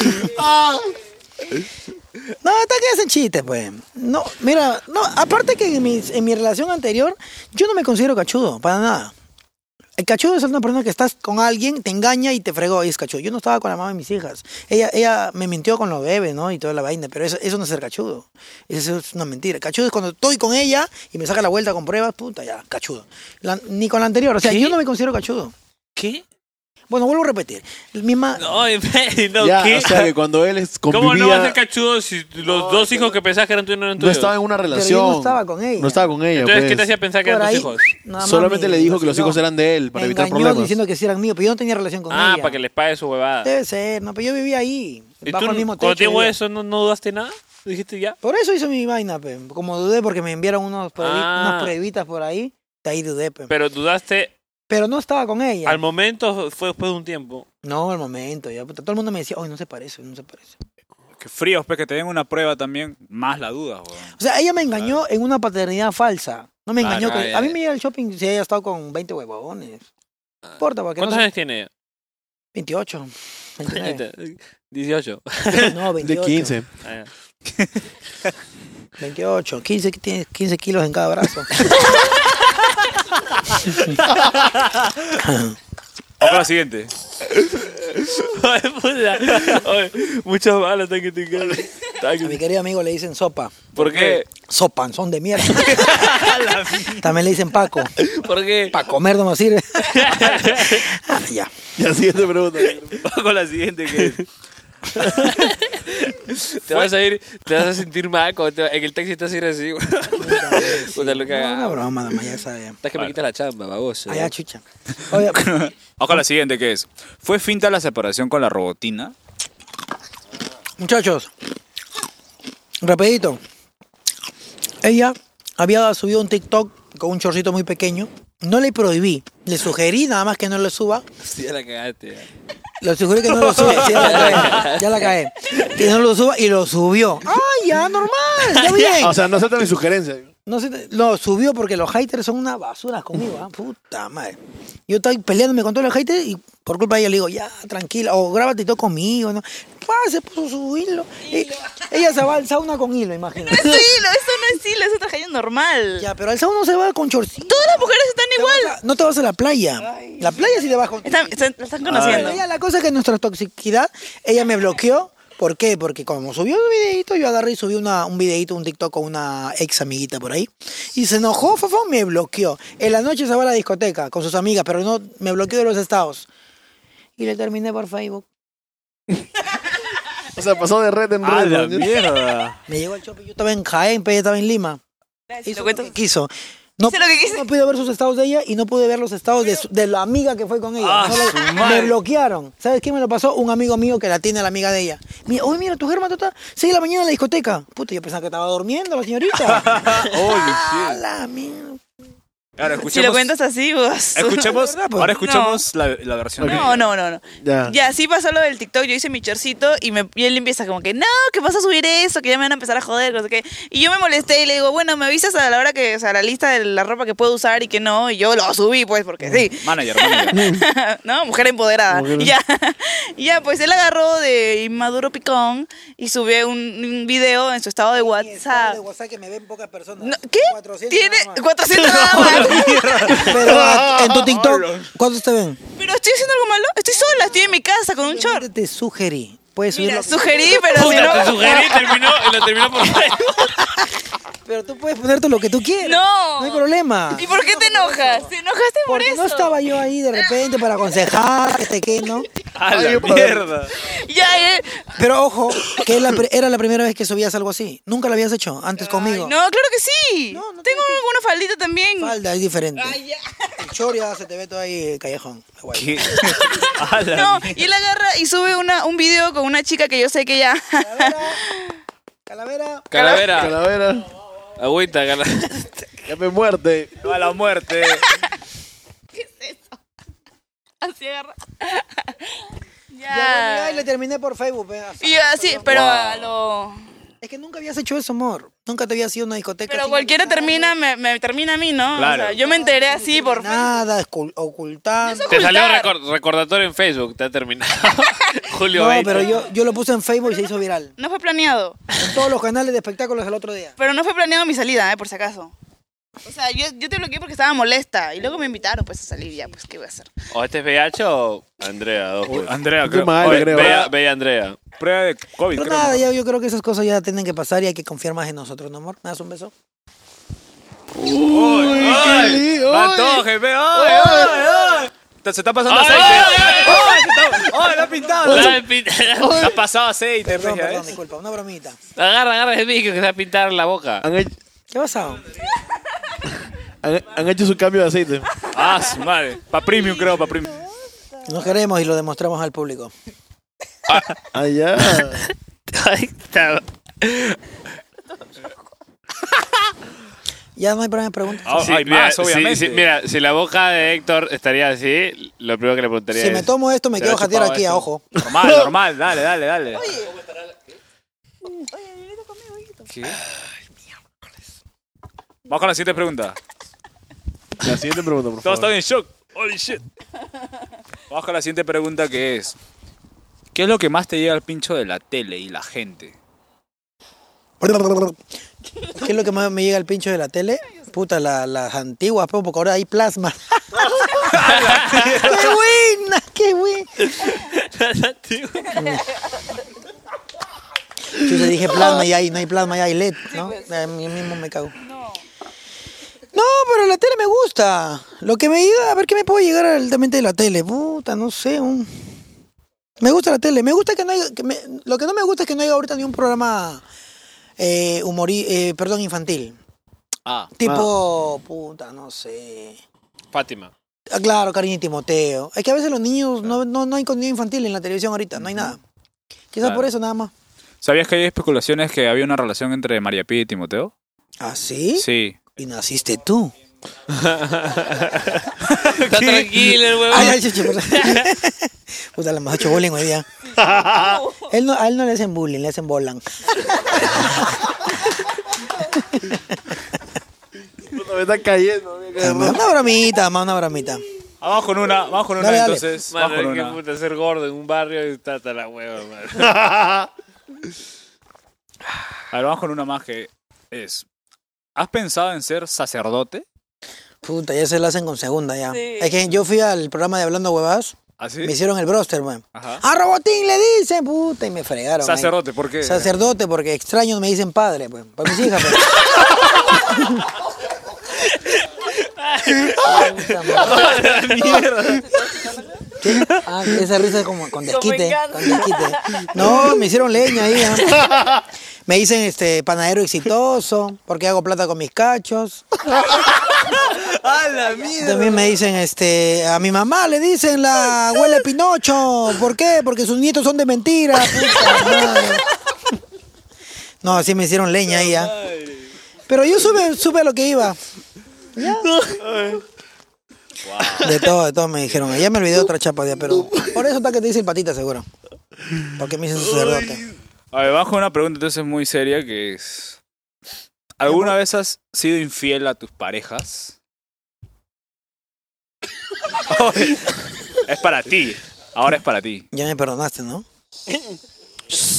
Speaker 5: No, está que hacen chistes, pues. No, mira, no, aparte que en, mis- en mi relación anterior, yo no me considero cachudo, para nada. El cachudo es una persona que estás con alguien, te engaña y te fregó, y es cachudo. Yo no estaba con la mamá de mis hijas. Ella, ella me mintió con los bebés, ¿no? Y toda la vaina, pero eso, eso no es ser cachudo. Eso es una mentira. Cachudo es cuando estoy con ella y me saca la vuelta con pruebas, puta, ya, cachudo. La- ni con la anterior, o sea, yo no me considero cachudo.
Speaker 2: ¿Qué?
Speaker 5: Bueno, vuelvo a repetir. Mi ma-
Speaker 2: No, en fe- no,
Speaker 3: Ya,
Speaker 2: ¿qué?
Speaker 3: o sea que cuando él es-
Speaker 2: ¿Cómo no vas a ser
Speaker 3: convivía,
Speaker 2: cachudo si los dos hijos que pensabas que eran tuyos no eran
Speaker 3: no
Speaker 2: tuyos?
Speaker 3: estaba en una
Speaker 5: yo no
Speaker 3: relación.
Speaker 5: estaba con ella.
Speaker 3: No estaba con ella,
Speaker 2: Entonces, ¿qué
Speaker 3: pues.
Speaker 2: te hacía pensar que
Speaker 5: por
Speaker 2: eran
Speaker 5: ahí,
Speaker 2: tus hijos?
Speaker 5: nada más
Speaker 3: Solamente le
Speaker 5: me
Speaker 3: dijo que los
Speaker 5: vaciló.
Speaker 3: hijos eran de él para
Speaker 5: me
Speaker 3: evitar
Speaker 5: engañó
Speaker 3: problemas.
Speaker 5: diciendo que sí eran míos, pero yo no tenía relación con
Speaker 2: Ah,
Speaker 5: ella.
Speaker 2: para que les pague su huevada.
Speaker 5: Debe ser, no, pero yo vivía ahí,
Speaker 2: ¿Y
Speaker 5: bajo
Speaker 2: tú
Speaker 5: el mismo
Speaker 2: cuando
Speaker 5: techo.
Speaker 2: te
Speaker 5: vivía.
Speaker 2: eso ¿no, no dudaste nada? Dijiste ya.
Speaker 5: Por eso hice mi vaina, pe. Como dudé porque me enviaron unos pruebi-
Speaker 2: Ah.
Speaker 5: unas pruebitas por ahí, de ahí dudé, pe. Pero,
Speaker 2: Pero dudaste
Speaker 5: no estaba con ella.
Speaker 2: al momento, fue después de un tiempo.
Speaker 5: No, al momento, ya, puta, todo el mundo me decía, "Oye, no se parece, no se parece."
Speaker 4: Qué fríos, pues, que te den una prueba también, más la duda, weón.
Speaker 5: O sea, ella me engañó en una paternidad falsa. No me
Speaker 4: Claro,
Speaker 5: engañó
Speaker 4: ah,
Speaker 5: que-
Speaker 4: ya,
Speaker 5: a mí
Speaker 4: ya.
Speaker 5: me llega el shopping si ella ha estado con 20 huevones. No importa, porque no
Speaker 2: Ah. ¿Cuántos
Speaker 5: sé- Eh.
Speaker 2: años tiene ella?
Speaker 5: 28. 29.
Speaker 2: 18.
Speaker 5: No,
Speaker 3: De
Speaker 5: 28.
Speaker 3: 15.
Speaker 2: Ah, ya.
Speaker 5: 28, 15, que tienes 15 kilos en cada brazo.
Speaker 4: Vamos con la siguiente.
Speaker 2: Ay, puta. Ay, Muchas balas están que te caen. Están
Speaker 5: A
Speaker 2: que-
Speaker 5: mi querido amigo le dicen sopa.
Speaker 2: ¿Por qué?
Speaker 5: Sopanzón de mierda. También le dicen Paco.
Speaker 2: ¿Por qué?
Speaker 5: Para comer no me sirve. Ah, ya.
Speaker 3: Ya, siguiente pregunta.
Speaker 4: Vamos con la siguiente, que es,
Speaker 2: Te vas a ir, te vas a sentir mal cuando te- en el taxi estás ir así. güey. Puta, lo
Speaker 5: No, una
Speaker 2: cagado.
Speaker 5: broma, nada más, ya sabía.
Speaker 2: Estás que me quitas la chamba, baboso.
Speaker 5: Allá, chucha. Oye,
Speaker 4: Vamos con la siguiente que es. ¿Fue finta la separación con la robotina?
Speaker 5: muchachos. Rapidito. Ella había subido un TikTok con un chorcito muy pequeño. No le prohibí. Le sugerí nada más que no lo suba.
Speaker 2: Sí, ya la cagaste. ya.
Speaker 5: Lo sugerí que no lo suba. Sí, ya la cagué. Ya la cagué. Que no lo suba y lo subió. ¡Ay, ya, normal! ¡Ya bien!
Speaker 3: O sea, no acepta mi sugerencia.
Speaker 5: No sé, lo subió porque los haters son una basura conmigo, ¿ah? puta madre. Yo estoy peleándome con todos los haters y por culpa de ella le digo, ya, tranquila, o grábate todo conmigo, ¿no? Pa, se puso su hilo. Y- ella se va al sauna con hilo, imagínate.
Speaker 1: No es hilo, eso no es hilo, eso es traje normal.
Speaker 5: ya, pero al sauna se va con chorcito.
Speaker 1: Todas las mujeres están
Speaker 5: Te
Speaker 1: igual.
Speaker 5: vas a- no te vas a la playa. La playa sí te vas con
Speaker 1: Están, están- la están
Speaker 5: Bueno,
Speaker 1: conociendo.
Speaker 5: ya Ah, la cosa es que nuestra toxicidad, ella me bloqueó. ¿Por qué? Porque como subió un videito, yo agarré y subí una, un videito, un TikTok con una ex amiguita por ahí. Y se enojó, fofo, me bloqueó. En la noche se va a la discoteca con sus amigas, pero no me bloqueó de los estados. Y le terminé por Facebook.
Speaker 3: O sea, pasó de red en
Speaker 4: ¡A
Speaker 3: red.
Speaker 4: Ah, la
Speaker 3: ¿no?
Speaker 4: mierda!
Speaker 5: Me llegó el shopping, yo estaba en Jaén, pero ella estaba en Lima. Hizo
Speaker 1: Lo
Speaker 5: lo
Speaker 1: cuento.
Speaker 5: que quiso. No,
Speaker 1: Hizo lo que quiso.
Speaker 5: no pude ver sus estados de ella y no pude ver los estados de, su- de la amiga que fue con ella.
Speaker 4: Ah,
Speaker 5: No la-
Speaker 4: su
Speaker 5: me
Speaker 4: madre.
Speaker 5: bloquearon. ¿Sabes quién me lo pasó? Un amigo mío que la tiene la amiga de ella. Mira, oye, mira, tu germa está 6 de la mañana en la discoteca. Puta, yo pensaba que estaba durmiendo la señorita.
Speaker 4: Holy
Speaker 5: A
Speaker 4: shit.
Speaker 5: la mierda.
Speaker 4: Ahora
Speaker 1: Si
Speaker 4: escuchemos.
Speaker 1: lo cuentas así, vos.
Speaker 4: escuchemos-
Speaker 5: No,
Speaker 3: pues,
Speaker 4: ahora escuchemos la, la versión.
Speaker 1: No, no, no, no.
Speaker 3: Ya.
Speaker 1: Ya, sí pasó lo del TikTok, yo hice mi chorcito y, me, y él empieza como que, no, que vas a subir eso, que ya me van a empezar a joder, no sé qué. Y yo me molesté y le digo, bueno, me avisas a la hora que, o sea, la lista de la ropa que puedo usar y que no, y yo lo subí, pues, porque sí.
Speaker 4: Manager, manager.
Speaker 1: no, mujer empoderada.
Speaker 3: Mm, Mujer.
Speaker 1: Ya, ya, pues él agarró de Inmaduro Picón y subió un, un video en su estado de
Speaker 5: Mi estado
Speaker 1: WhatsApp.
Speaker 5: de WhatsApp que me ven pocas personas.
Speaker 1: No, ¿Qué?
Speaker 5: 400
Speaker 1: Tiene
Speaker 5: nada más.
Speaker 1: 400 nada más.
Speaker 5: Pero a- en tu TikTok, ¿cuántos te ven?
Speaker 1: Pero estoy haciendo algo malo. Estoy sola, estoy en mi casa con un short.
Speaker 5: Te sugerí. Puedes subir
Speaker 1: Mira,
Speaker 5: lo-
Speaker 1: sugerí, pero si
Speaker 2: Puta, te
Speaker 1: no.
Speaker 2: sugerí, terminó, y lo terminó por
Speaker 5: Pero tú puedes ponerte lo que tú quieras.
Speaker 1: No.
Speaker 5: No hay problema.
Speaker 1: ¿Y por qué te enojas? ¿Te enojaste por
Speaker 5: Porque
Speaker 1: eso?
Speaker 5: no estaba yo ahí de repente para aconsejar, este que, ¿no?
Speaker 4: A la mierda.
Speaker 1: Ya, eh.
Speaker 5: Pero ojo, que es la pri- era la primera vez que subías algo así. Nunca lo habías hecho antes
Speaker 1: Ay,
Speaker 5: conmigo.
Speaker 1: no, claro que sí.
Speaker 5: No, no
Speaker 1: Tengo
Speaker 5: tiene que-
Speaker 1: una faldita también.
Speaker 5: Falda es diferente.
Speaker 1: Ay, ya.
Speaker 5: El choria se te ve todo ahí eh, callejón. Guay.
Speaker 4: ¿Qué? A la
Speaker 1: No,
Speaker 4: mierda.
Speaker 1: y él agarra y sube una, un video con una chica que yo sé que ya.
Speaker 5: Calavera. Calavera.
Speaker 2: Calavera,
Speaker 3: Calavera.
Speaker 2: agüita, calavera.
Speaker 3: Ya me muerte.
Speaker 4: A la muerte.
Speaker 1: así agarra.
Speaker 5: Ya, bueno, ya,
Speaker 1: ya.
Speaker 5: y le terminé por Facebook. ve, así.
Speaker 1: Y así, pero a lo.
Speaker 5: Es que nunca habías hecho eso, amor. Nunca te habías ido a una discoteca.
Speaker 1: Pero
Speaker 5: sin
Speaker 1: cualquiera
Speaker 5: avisar,
Speaker 1: termina, me, me termina a mí, ¿no? O
Speaker 4: Claro.
Speaker 1: sea, yo me enteré así por.
Speaker 5: Nada, escul- ocultando.
Speaker 2: Te salió
Speaker 1: ocultar.
Speaker 2: recor- recordatorio en Facebook, te ha terminado. Julio
Speaker 5: No,
Speaker 2: 20.
Speaker 5: pero yo, yo lo puse en Facebook y se hizo viral.
Speaker 1: No fue planeado.
Speaker 5: En todos los canales de espectáculos el otro día.
Speaker 1: Pero no fue planeado mi salida, ¿eh? Por si acaso. O sea, yo, yo te bloqueé porque estaba molesta. Y luego me invitaron, pues, a salir ya. Pues, ¿qué voy a hacer?
Speaker 2: O este es VH o Andrea. Dos, pues.
Speaker 4: Andrea,
Speaker 3: Qué
Speaker 4: creo.
Speaker 3: mal,
Speaker 4: Oye,
Speaker 3: creo.
Speaker 2: Bella, Bella Andrea.
Speaker 4: Prueba de COVID,
Speaker 5: Pero
Speaker 4: creo.
Speaker 5: nada,
Speaker 4: ¿no?
Speaker 5: ya, yo creo que esas cosas ya tienen que pasar y hay que confiar más en nosotros, ¿no, amor? ¿Me das un beso?
Speaker 4: ¡Ay!
Speaker 3: li-
Speaker 4: ¡Van
Speaker 3: ay.
Speaker 4: todos, jefe! ¡Ay, ay, ay! Te- Se está pasando
Speaker 2: Ay,
Speaker 4: aceite.
Speaker 2: ay, ay,
Speaker 4: ¡Ay, se está- ay, lo ha pintado!
Speaker 2: La
Speaker 4: Se
Speaker 2: de pin-
Speaker 4: se ha pasado aceite,
Speaker 5: Perdón,
Speaker 4: fe, ya
Speaker 5: perdón,
Speaker 4: ves.
Speaker 5: disculpa, una bromita.
Speaker 2: agarra, agarra el micro que se va a pintar la boca.
Speaker 3: Han hecho,
Speaker 5: ¿Qué ha pasado?
Speaker 3: han- han hecho su cambio de aceite.
Speaker 4: Ah, su madre. Pa' premium, creo, pa' premium.
Speaker 5: Nos queremos y lo demostramos al público.
Speaker 3: Allá.
Speaker 2: Ahí está.
Speaker 5: Ya no hay más preguntas.
Speaker 4: Ah,
Speaker 2: Sí,
Speaker 4: hay
Speaker 2: mira,
Speaker 4: más,
Speaker 2: sí,
Speaker 4: obviamente.
Speaker 2: sí, mira, si la boca de Ah, Héctor estaría así, lo primero que le preguntaría
Speaker 5: Si
Speaker 2: es...
Speaker 5: me tomo esto, me
Speaker 2: ¿te
Speaker 5: quedo
Speaker 2: habrá
Speaker 5: jatear
Speaker 2: chupado
Speaker 5: aquí, a
Speaker 2: esto?
Speaker 5: ojo.
Speaker 4: Normal, normal. Dale, dale, dale. ¿Qué? Vamos con la siguiente pregunta.
Speaker 3: La siguiente pregunta, por
Speaker 4: Todos están
Speaker 3: favor.
Speaker 4: en shock. Holy shit. Vamos con la siguiente pregunta que es. ¿Qué es lo que más te llega al pincho de la tele y la gente?
Speaker 5: ¿Qué es lo que más me llega al pincho de la tele? Puta, la- las antiguas, po, porque ahora hay plasma. ¡Qué buena! ¡Qué buena! Yo te dije plasma y ahí, no hay plasma, ya hay LED, ¿no? A mí mismo me cago. No. No, pero la tele me gusta. Lo que me llega, a ver qué me puedo llegar altamente de la tele. Puta, no sé. un- Me gusta la tele. Me gusta que no hay. que me- Lo que no me gusta es que no hay ahorita ni un programa eh, humori- eh, perdón, infantil.
Speaker 2: Ah,
Speaker 5: Tipo, puta, no sé.
Speaker 2: Fátima.
Speaker 5: Ah, Claro, Cariño y Timoteo. Es que a veces los niños no, no, no hay contenido infantil en la televisión ahorita, no hay nada. Quizás
Speaker 4: Claro.
Speaker 5: por eso nada más.
Speaker 4: ¿Sabías que hay especulaciones que había una relación entre María Pía y Timoteo?
Speaker 5: ¿Ah, sí?
Speaker 4: Sí.
Speaker 5: Y naciste tú.
Speaker 2: Está tranquilo el huevón.
Speaker 5: Ay, ay, chucha, perdón. Puta, le hemos hecho bullying hoy día. Él no, a él no le hacen bullying, le hacen bolan.
Speaker 3: Puta, Me está cayendo. me cae-
Speaker 5: Una bromita, más una bromita.
Speaker 4: Ah, Vamos con una, vamos con una
Speaker 5: Dale, dale.
Speaker 4: entonces.
Speaker 2: Mano,
Speaker 4: vamos con
Speaker 2: qué
Speaker 4: una.
Speaker 2: puta ser gordo en un barrio y está hasta la hueva, mano.
Speaker 4: A ver, vamos con una más que es. ¿Has pensado en ser sacerdote?
Speaker 5: Puta, ya se la hacen con segunda ya.
Speaker 1: Sí.
Speaker 5: Es que yo fui al programa de Hablando Huevadas,
Speaker 4: ¿Así?
Speaker 5: me hicieron el broster, weón.
Speaker 4: ¿Ah, Ajá.
Speaker 5: ¡A Robotín le dicen! Puta, y me fregaron. ahí.
Speaker 4: Sacerdote, ¿por qué?
Speaker 5: Sacerdote, porque extraños me dicen padre, pues. Para mis hijas, pues. Puta madre. ¿Qué? Ah, esa risa es como con desquite.
Speaker 1: venganza.
Speaker 5: Con desquite. No, me hicieron leña ahí. ¿ah? Me dicen este panadero exitoso, porque hago plata con mis cachos.
Speaker 4: ¡A la mierda!
Speaker 5: También me dicen, este, a mi mamá le dicen la abuela Pinocho. ¿Por qué? Porque sus nietos son de mentira. puta madre. ¿ah? No, así me hicieron leña ahí ya. Pero yo supe, supe a lo que iba. De todo, de todo me dijeron. Ya me olvidé de otra chapa ya, pero por eso está que te dice el patita seguro. Porque me dicen sacerdote.
Speaker 4: A ver, bajo una pregunta entonces muy seria que es... ¿Alguna vez has sido infiel a tus parejas? Oye, es para ti. Ahora es para ti.
Speaker 5: Ya me perdonaste, ¿no?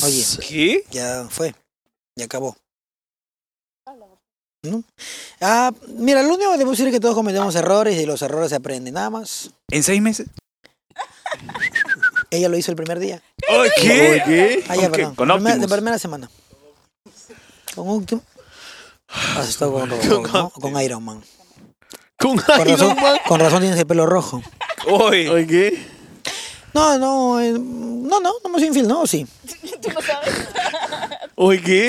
Speaker 5: Oye,
Speaker 4: ¿Qué?
Speaker 5: ya fue. Ya acabó. ¿No? Ah, mira, lo único que debo decir es que todos cometemos errores y los errores se aprenden, nada más.
Speaker 4: ¿En seis meses?
Speaker 5: Ella lo hizo el primer día.
Speaker 4: Oye, ¿Qué?
Speaker 5: Ah, ya,
Speaker 4: ¿Con qué?
Speaker 5: perdón.
Speaker 4: Con
Speaker 5: Primer- de
Speaker 4: Optimus.
Speaker 5: primera semana. Con último. Ah, Has estado con Robocop, ¿no? Con Iron Man.
Speaker 3: Con
Speaker 5: Con razón,
Speaker 3: Iron Man.
Speaker 5: con razón tienes el pelo rojo.
Speaker 4: Oye.
Speaker 3: Oye, ¿qué?
Speaker 5: No, no, eh, no, no, no me soy infiel, no, sí.
Speaker 3: Oye, ¿qué?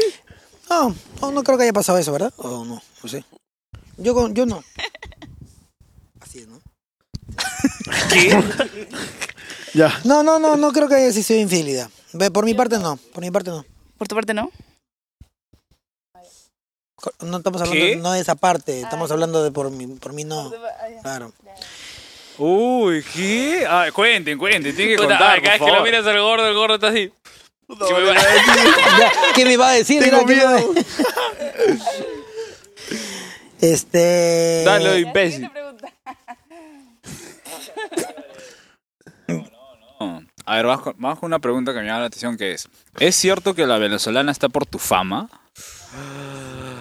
Speaker 5: No, no, no creo que haya pasado eso, ¿verdad? O Oh, no, no sé. Yo, con, yo no. Así es, ¿no?
Speaker 3: Ya.
Speaker 5: No, no, no, no creo que haya existido infidelidad. Ve, Por mi parte no, por mi parte no.
Speaker 1: Por tu parte, ¿no?
Speaker 5: Co- No estamos hablando
Speaker 4: ¿Qué?
Speaker 5: no de esa parte, estamos hablando de por mi, por mí no. Claro.
Speaker 4: Uy, ¿qué? A ver, cuenten, cuenten. Tienen que
Speaker 2: Puta,
Speaker 4: contar,
Speaker 2: ay, cada vez
Speaker 4: por
Speaker 2: que lo
Speaker 4: favor.
Speaker 2: miras al gordo, el gordo está así. Que me va-
Speaker 5: Ya, ¿Qué me va a decir?
Speaker 3: Tengo
Speaker 5: ¿qué me va a-
Speaker 3: miedo.
Speaker 5: Este.
Speaker 4: Dale, imbécil. No. A ver, vamos con, vamos con una pregunta que me llama la atención que es, ¿es cierto que la venezolana está por tu fama?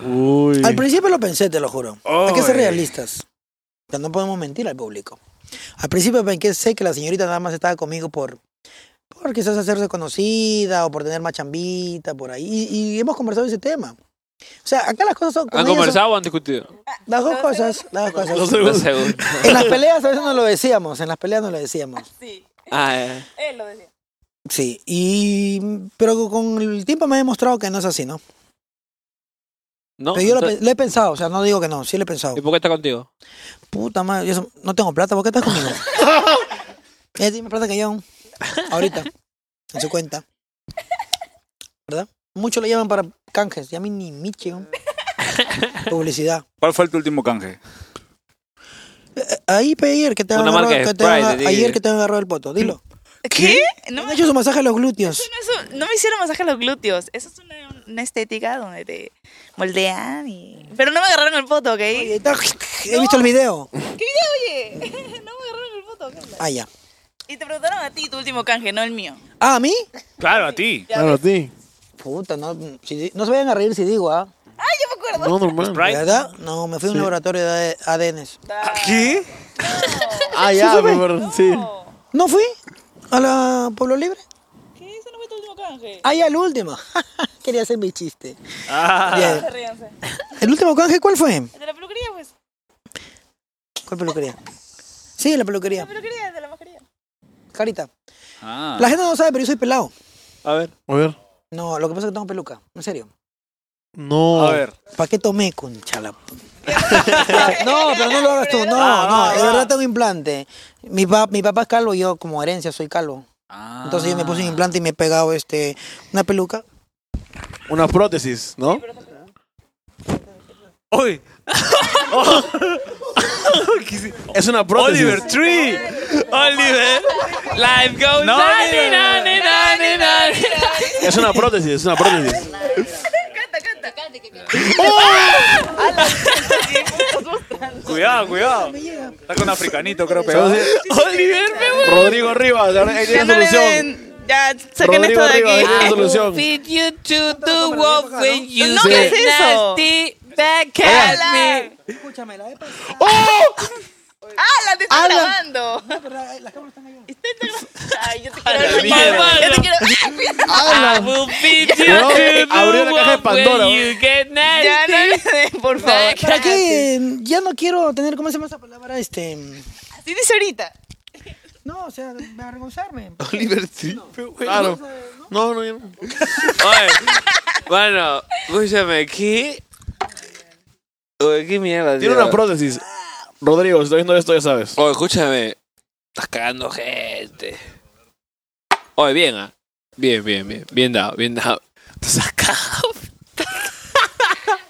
Speaker 3: Uy.
Speaker 5: Al principio lo pensé, te lo juro. Hay que ser
Speaker 4: Oy.
Speaker 5: realistas. O sea, no podemos mentir al público. Al principio pensé sé que la señorita nada más estaba conmigo por, por quizás hacerse conocida o por tener más chambita, por ahí. Y, y hemos conversado ese tema. O sea, acá las cosas son... con
Speaker 2: ¿Han
Speaker 5: ellas
Speaker 2: conversado o han discutido?
Speaker 5: son- las dos cosas, las dos
Speaker 3: No
Speaker 5: cosas.
Speaker 3: sé.
Speaker 2: No sé. güey.
Speaker 5: En las peleas a veces no lo decíamos, en las peleas no lo decíamos.
Speaker 1: Sí,
Speaker 2: Ah, ya.
Speaker 1: él lo decía.
Speaker 5: Sí, y pero con el tiempo me ha demostrado que no es así, ¿no?
Speaker 2: ¿No?
Speaker 5: Pero yo lo,
Speaker 2: Entonces,
Speaker 5: pe- lo he pensado, o sea, no digo que no, sí lo he pensado.
Speaker 2: ¿Y por qué está contigo?
Speaker 5: Puta madre, yo so- no tengo plata, ¿por qué estás conmigo? Ella tiene más plata que yo. Ahorita. En su cuenta. ¿Verdad? Muchos le llaman para canjes. Ya a mí ni miche, ¿no? Publicidad.
Speaker 4: ¿Cuál fue el tu último canje?
Speaker 5: Eh, Ahí pe, ayer que te
Speaker 2: Una
Speaker 5: agarró,
Speaker 2: marca de
Speaker 5: que te
Speaker 2: Sprite,
Speaker 5: agarra-
Speaker 2: dile.
Speaker 5: ayer que te agarró el poto, dilo.
Speaker 1: ¿Qué? No,
Speaker 5: No
Speaker 1: me-
Speaker 5: me hecho su masaje a los glúteos.
Speaker 1: eso- no me hicieron masaje a los glúteos. Eso es una, una estética donde te moldean y... Pero no me agarraron el poto, ¿ok?
Speaker 5: Ahí está. He visto el video.
Speaker 1: ¿Qué video, oye? no me agarraron el poto, ¿qué hablas?
Speaker 5: Ah, ya.
Speaker 1: Y te preguntaron a ti tu último canje, no el mío.
Speaker 5: Ah, ¿a mí?
Speaker 4: Claro, a ti.
Speaker 3: Claro, a ti.
Speaker 5: Puta, no, si- no se vayan a reír si digo, ¿ah?
Speaker 1: ¡Ay, yo me acuerdo!
Speaker 3: No, normal.
Speaker 5: ¿De ¿Verdad? No, me fui a un laboratorio de ADNs.
Speaker 4: ¿Qué?
Speaker 3: Ah, ya, pero sí.
Speaker 5: ¿No fui? ¿A la Pueblo Libre?
Speaker 1: ¿Qué? ¿Eso no fue tu último canje?
Speaker 5: Ah, ya, el último. Quería hacer mi chiste. Bien.
Speaker 1: Ríanse.
Speaker 5: ¿El último canje cuál fue?
Speaker 1: ¿El de la peluquería, pues?
Speaker 5: ¿Cuál peluquería? Sí, la
Speaker 1: La
Speaker 5: peluquería.
Speaker 1: peluquería es de la mascarilla.
Speaker 5: Carita.
Speaker 4: Ah,
Speaker 5: La gente no sabe, pero yo soy pelado.
Speaker 2: A ver.
Speaker 3: A ver.
Speaker 5: No, lo que pasa es que tengo peluca. En serio.
Speaker 3: No.
Speaker 4: a ver.
Speaker 5: ¿Para qué tomé con chala? no, pero no lo hagas tú. No, Ah, no. De verdad tengo implante. Mi, pa- mi papá es calvo y yo como herencia soy calvo.
Speaker 4: Ah.
Speaker 5: Entonces yo me puse un implante y me he pegado este, una peluca.
Speaker 3: Una prótesis, ¿no?
Speaker 4: ¡Oye!
Speaker 3: Es una prótesis.
Speaker 4: ¡Oliver Tree! ¡Oliver!
Speaker 2: Life goes
Speaker 4: No,
Speaker 2: on
Speaker 4: mira.
Speaker 2: and on and on and on.
Speaker 3: Es una prótesis, es una prótesis.
Speaker 1: Canta, canta. Cante, que
Speaker 4: Cuidado, cuidado. Está con africanito, creo, pegado.
Speaker 3: Entonces,
Speaker 2: Oliver, me voy.
Speaker 3: Rodrigo Rivas, ahí
Speaker 1: Ya
Speaker 3: tiene
Speaker 1: no le
Speaker 3: solución.
Speaker 1: den... Ya, saquen esto
Speaker 3: Rodrigo
Speaker 1: de
Speaker 3: Rivas, ahí
Speaker 1: aquí. Ah,
Speaker 3: tiene solución.
Speaker 2: Feed you to the wolf when you
Speaker 1: No, ¿qué es eso?
Speaker 2: nasty back at me.
Speaker 5: Escúchame, la he pasado.
Speaker 3: ¡Oh!
Speaker 1: ¡Ala! eh, ¡Te está
Speaker 5: Ala.
Speaker 1: grabando!
Speaker 5: Las cámaras están allá.
Speaker 1: Está grabando. Ay, yo te quiero ver
Speaker 2: mierda.
Speaker 1: bañado. Yo te quiero.
Speaker 2: I will feed you
Speaker 3: Weón,
Speaker 2: to the
Speaker 3: abrió la caja de
Speaker 2: wolf
Speaker 3: Pandora,
Speaker 2: when you get
Speaker 1: Ya no le
Speaker 2: nasty.
Speaker 1: den, por favor.
Speaker 2: Back.
Speaker 5: ¿Para qué? eh, Ya no quiero tener, ¿cómo se llama esa palabra? Este.
Speaker 1: Así dice ahorita.
Speaker 5: No, o sea, avergonzarme.
Speaker 3: Oliver Tree. Claro. No, no, yo no.
Speaker 2: Oye, bueno, escúchame, ¿qué? Oye, qué mierda,
Speaker 3: Tiene
Speaker 2: tío?
Speaker 3: una prótesis. Rodrigo, si estás viendo esto, ya sabes.
Speaker 2: Oye, escúchame. Estás cagando gente. Oye, bien, ¿ah? Bien, bien, bien. Bien dado, bien dado. Tú estás cagado.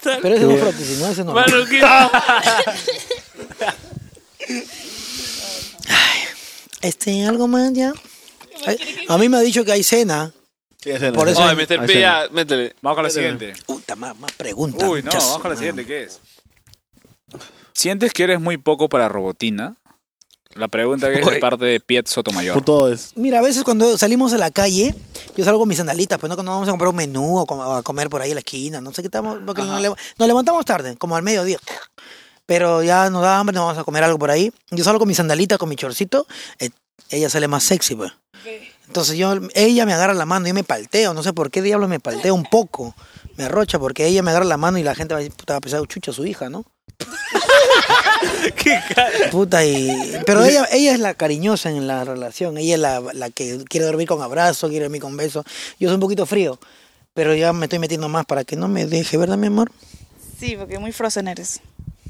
Speaker 2: sal.
Speaker 5: Pero ese es un prótesis, ¿no? Ese es normal.
Speaker 2: Mano, ¿qué?
Speaker 5: Este, algo más ya. Ay, A mí me ha dicho que hay cena.
Speaker 3: Sí, escena.
Speaker 5: Por eso-
Speaker 2: Ay, Mr. P, ya, métele.
Speaker 4: Vamos con la siguiente.
Speaker 5: Puta, más, más preguntas.
Speaker 4: Uy, no,
Speaker 5: muchas.
Speaker 4: vamos con la siguiente, ¿qué es? ¿Sientes que eres muy poco para Robotina? La pregunta que es de
Speaker 2: Uy.
Speaker 4: parte de Piet Sotomayor.
Speaker 3: Por todo es.
Speaker 5: Mira, a veces cuando salimos a la calle, yo salgo con mis sandalitas, pues no cuando vamos a comprar un menú o com- a comer por ahí en la esquina, no sé qué estamos, porque nos, leva- nos levantamos tarde, como al mediodía. Pero ya nos da hambre, nos vamos a comer algo por ahí. Yo salgo con mis sandalitas, con mi chorcito, eh, ella sale más sexy, pues. Entonces yo, ella me agarra la mano, yo me palteo, no sé por qué diablo me palteo un poco, me arrocha, porque ella me agarra la mano y la gente va a, decir, puta, va a pensar, chucha, su hija, ¿no? Puta, y... Pero ella, ella es la cariñosa en la relación. Ella es la, la que quiere dormir con abrazo, quiere dormir con beso. Yo soy un poquito frío, pero ya me estoy metiendo más para que no me deje, ¿verdad, mi amor?
Speaker 1: Sí, porque muy frozen eres.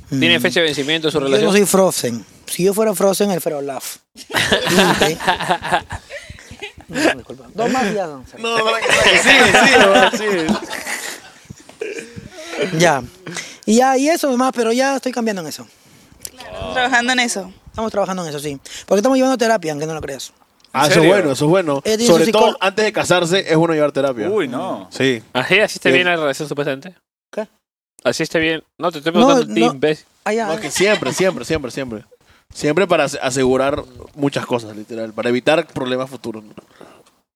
Speaker 2: ¿Tiene fecha de vencimiento su
Speaker 5: Yo no
Speaker 2: relación?
Speaker 5: soy Frozen. Si yo fuera Frozen, el Ferolaf. No, disculpa. Dos más y ya. don Sergio. Ya. Y ya, y eso nomás, pero ya estoy cambiando en eso.
Speaker 1: Trabajando en eso.
Speaker 5: Estamos trabajando en eso, sí. Porque estamos llevando terapia, aunque no lo creas.
Speaker 3: Ah, eso es
Speaker 4: serio?
Speaker 3: bueno, eso es bueno.
Speaker 5: Eh, dice
Speaker 3: Sobre
Speaker 5: su
Speaker 3: todo
Speaker 5: psicó-
Speaker 3: antes de casarse es bueno llevar terapia.
Speaker 4: Uy, no.
Speaker 3: Sí.
Speaker 2: ¿Así, así está
Speaker 3: Sí.
Speaker 2: bien la relación supuestamente?
Speaker 5: ¿Qué?
Speaker 2: ¿Así está bien? No, te estoy
Speaker 5: No,
Speaker 2: preguntando a ti,
Speaker 5: no.
Speaker 2: imbécil.
Speaker 5: Ah, ya.
Speaker 3: No, que siempre, siempre, siempre, siempre. Siempre para ase- asegurar muchas cosas, literal. Para evitar problemas futuros. ¿no?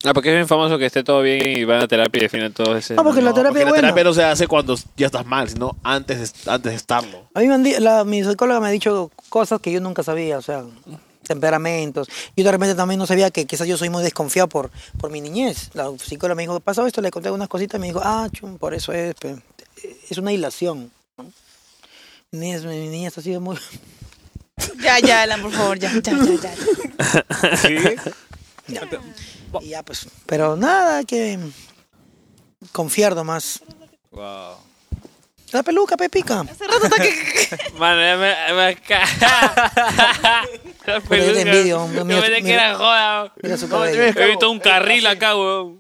Speaker 2: Ah, porque es bien famoso que esté todo bien y van a terapia y definen todo ese...
Speaker 5: No, porque la
Speaker 3: No,
Speaker 5: terapia
Speaker 3: porque
Speaker 5: es
Speaker 3: la
Speaker 5: buena.
Speaker 3: terapia no se hace cuando ya estás mal, sino antes de, antes de estarlo.
Speaker 5: A mí me han di- la- mi psicóloga me ha dicho cosas que yo nunca sabía, o sea, temperamentos. Yo de repente también no sabía que quizás yo soy muy desconfiado por, por mi niñez. La psicóloga me dijo, pasó esto, le conté algunas cositas y me dijo, ah, chum, por eso es, pe". es una hilación. ¿no? Mi niñez, mi niñez ha sido muy...
Speaker 1: Ya, ya, Alan, por favor, ya, ya, ya, ya. ya.
Speaker 5: Y ya, pues, pero nada, que confiar más.
Speaker 4: Wow.
Speaker 5: La peluca, Pepica.
Speaker 1: Hace rato está que...
Speaker 2: Mano, ya me... me ca- La
Speaker 5: Pero yo te
Speaker 2: peluca.
Speaker 5: envidio,
Speaker 2: Yo
Speaker 5: mira-
Speaker 2: pensé que
Speaker 5: mira-
Speaker 2: era joda. weón.
Speaker 5: Mira su
Speaker 4: eh.
Speaker 5: cabello.
Speaker 2: He visto un carril acá, weón.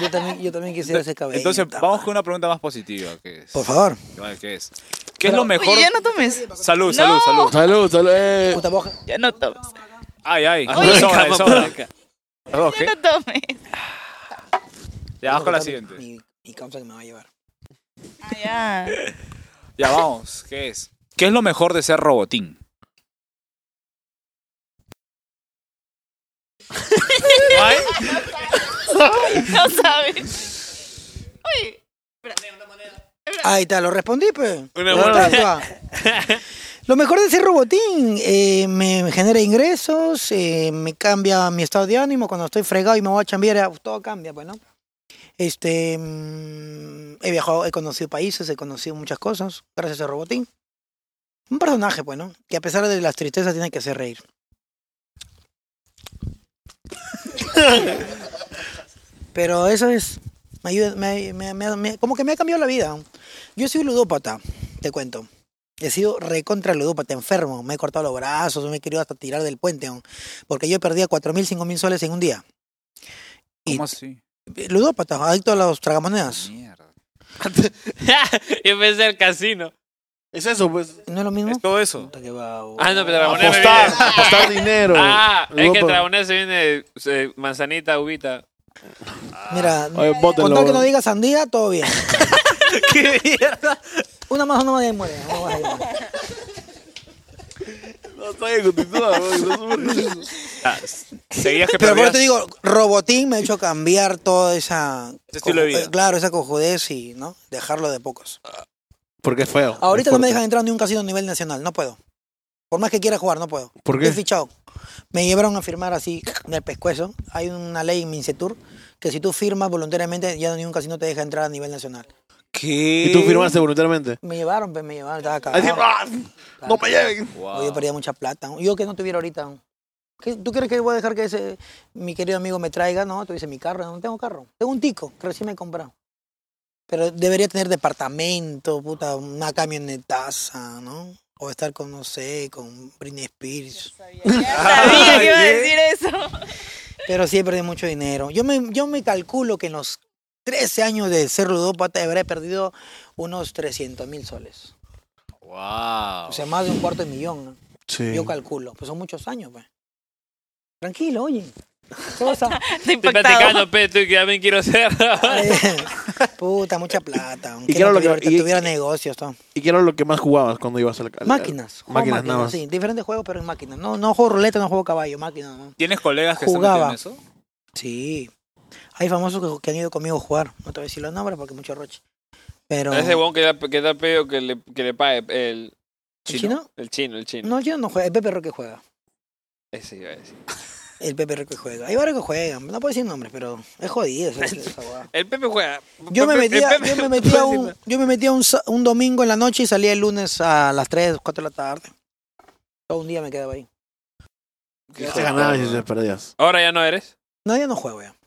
Speaker 5: Yo también, yo también quisiera ese cabello.
Speaker 4: Entonces,
Speaker 5: puta
Speaker 4: vamos
Speaker 5: madre.
Speaker 4: con una pregunta más positiva. ¿Qué es?
Speaker 5: Por favor.
Speaker 4: Vale, ¿Qué es? ¿Qué es lo mejor?
Speaker 1: Oye, ya no tomes.
Speaker 4: Salud, salud,
Speaker 1: No.
Speaker 4: salud.
Speaker 3: Salud, salud. eh.
Speaker 5: Puta, boja.
Speaker 1: Ya no tomes.
Speaker 4: Ay, ay.
Speaker 2: Oye,
Speaker 4: sobra,
Speaker 2: cama,
Speaker 4: sobra.
Speaker 2: puta.
Speaker 4: Salud, ¿qué?
Speaker 1: Ya no tomes.
Speaker 4: Ya vamos con la
Speaker 5: Mi-
Speaker 4: siguiente.
Speaker 5: Mi, mi causa que me va a llevar.
Speaker 1: Ah, ya.
Speaker 4: Ya vamos. ¿Qué es? ¿Qué es lo mejor de ser robotín? Ay,
Speaker 1: No sabes. Oye.
Speaker 5: Ahí está, lo respondí, pues.
Speaker 2: Una
Speaker 5: Ahí
Speaker 2: buena-
Speaker 5: está. Lo mejor de ser robotín, eh, me genera ingresos, eh, me cambia mi estado de ánimo cuando estoy fregado y me voy a chambear, eh, todo cambia, pues, ¿no? Este, mm, he viajado, he conocido países, he conocido muchas cosas gracias a robotín. Un personaje, pues, ¿no? Que a pesar de las tristezas tiene que hacer reír. Pero eso es, me ayuda, me- me- me- me- como que me ha cambiado la vida. Yo soy ludópata, te cuento. He sido recontra ludópata, enfermo. Me he cortado los brazos, me he querido hasta tirar del puente, aún, porque yo perdía 4.000, 5.000 soles en un día.
Speaker 4: ¿Cómo así?
Speaker 5: Ludópata, adicto a los tragamonedas.
Speaker 4: Mierda.
Speaker 2: Yo pensé el casino.
Speaker 3: Es eso, pues.
Speaker 5: ¿No es lo mismo?
Speaker 4: ¿Es todo eso?
Speaker 5: Puta que va, oh.
Speaker 2: Ah, no, pero Dragonés me
Speaker 3: Apostar,
Speaker 2: viene-
Speaker 3: apostar dinero.
Speaker 2: Ah, es que
Speaker 3: Luego,
Speaker 2: Dragonés se viene eh, manzanita, uvita.
Speaker 5: Mira,
Speaker 3: Oye,
Speaker 5: con
Speaker 3: bótenlo,
Speaker 5: tal que
Speaker 3: bro.
Speaker 5: no diga sandía, todo bien. ¡Qué mierda! Una más, una más de muere. una más de muere.
Speaker 3: No está bien continúa, güey, no sube.
Speaker 4: Ah, Seguías que
Speaker 5: Pero por
Speaker 4: perdías-
Speaker 5: eso te digo, Robotín me ha hecho cambiar toda esa...
Speaker 4: Ese estilo de
Speaker 5: cojo-
Speaker 4: vida.
Speaker 5: Claro, esa cojudez y, ¿no? Dejarlo de pocos.
Speaker 3: Porque es feo.
Speaker 5: Ahorita
Speaker 3: Es
Speaker 5: no me
Speaker 3: fuerte.
Speaker 5: dejan entrar ni un casino a nivel nacional, no puedo. Por más que quiera jugar, no puedo.
Speaker 3: ¿Por
Speaker 5: Estoy
Speaker 3: qué?
Speaker 5: fichado. Me llevaron a firmar así en el pescuezo. Hay una ley en Mincetur que si tú firmas voluntariamente ya ni un casino te deja entrar a nivel nacional.
Speaker 4: ¿Qué?
Speaker 3: Y tú firmaste voluntariamente.
Speaker 5: Me llevaron, pues me llevaron, estaba
Speaker 3: Ah, sí,
Speaker 5: cagado.
Speaker 3: ah, No me lleven.
Speaker 4: Wow.
Speaker 5: Oye, Yo perdía mucha plata. Yo que no tuviera ahorita. ¿Qué- ¿Tú crees que voy a dejar que ese mi querido amigo me traiga? No, tú dices mi carro, no tengo carro. Tengo un tico que recién me he comprado. Pero debería tener departamento, puta, una camionetaza, ¿no? O estar con, no sé, con Britney Spears.
Speaker 1: Sabía que iba a decir eso.
Speaker 5: Pero sí he perdido mucho dinero. Yo me, yo me calculo que en los 13 años de ser ludópata, habré perdido unos 300 mil soles.
Speaker 4: Wow.
Speaker 5: O sea, más de un cuarto de millón. ¿no?
Speaker 3: Sí.
Speaker 5: Yo calculo. Pues son muchos años, pues. Tranquilo, oye. Sosa.
Speaker 1: Estoy
Speaker 2: Estoy
Speaker 1: impactado.
Speaker 2: platicando, pe, tú, que también quiero ser.
Speaker 5: Ay, Puta, mucha plata.
Speaker 3: ¿Y
Speaker 5: Aunque
Speaker 3: qué era
Speaker 5: no
Speaker 3: lo que-
Speaker 5: tuviera, ahorita
Speaker 3: y-
Speaker 5: tuviera negocios, todo.
Speaker 3: ¿Y qué era lo que más jugabas cuando ibas al al-
Speaker 5: Máquinas. juego
Speaker 3: Máquinas, nada más.
Speaker 5: Sí, diferentes juegos, pero en máquinas. No, no juego ruleta, no juego caballo, máquinas. ¿no?
Speaker 4: ¿Tienes colegas que
Speaker 5: Jugaba.
Speaker 4: se meten en eso?
Speaker 5: Sí. Hay famosos que, que han ido conmigo a jugar. No te voy a decir los nombres porque mucho roche. Pero.
Speaker 2: Ese weón que da- que da pedido que le, que le pague el
Speaker 5: ¿El
Speaker 2: chino.
Speaker 5: chino?
Speaker 2: El chino, el chino.
Speaker 5: No, yo no juego. El Pepe Roque juega.
Speaker 2: Ese iba a decir.
Speaker 5: El Pepe Roque juega. Hay varios que juegan. No puedo decir nombres, pero es jodido. esa- esa huevada.
Speaker 2: El Pepe juega.
Speaker 5: Yo me
Speaker 2: Pepe- el
Speaker 5: metía,
Speaker 2: Pepe-
Speaker 5: yo me metía, un, yo me metía un, sa- un domingo en la noche y salía el lunes a las 3, 4 de la tarde. Todo un día me quedaba ahí.
Speaker 3: ¿Qué te ganabas y te perdías?
Speaker 2: Ahora ya no eres.
Speaker 5: No, ya no juego ya. Ahora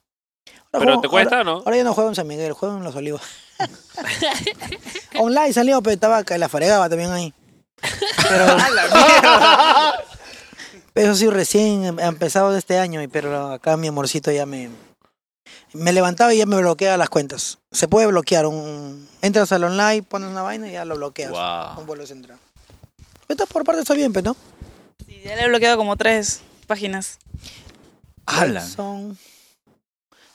Speaker 2: Pero
Speaker 5: juego-
Speaker 2: te cuesta,
Speaker 5: ahora-
Speaker 2: ¿no?
Speaker 5: Ahora ya no juego en San Miguel, juego en Los Olivos. Online salió, pero estaba acá, la faregaba también ahí. Pero, Pero eso sí, recién em- ha empezado este año, y pero acá mi amorcito ya me... Me levantaba y ya me bloqueaba las cuentas. Se puede bloquear. Un, entras al online, pones una vaina y ya lo bloqueas.
Speaker 4: Wow.
Speaker 5: No vuelves a entrar. Esto por parte está bien, pero ¿no?
Speaker 1: Sí, Ya le he bloqueado como tres páginas.
Speaker 4: Alan.
Speaker 5: Son...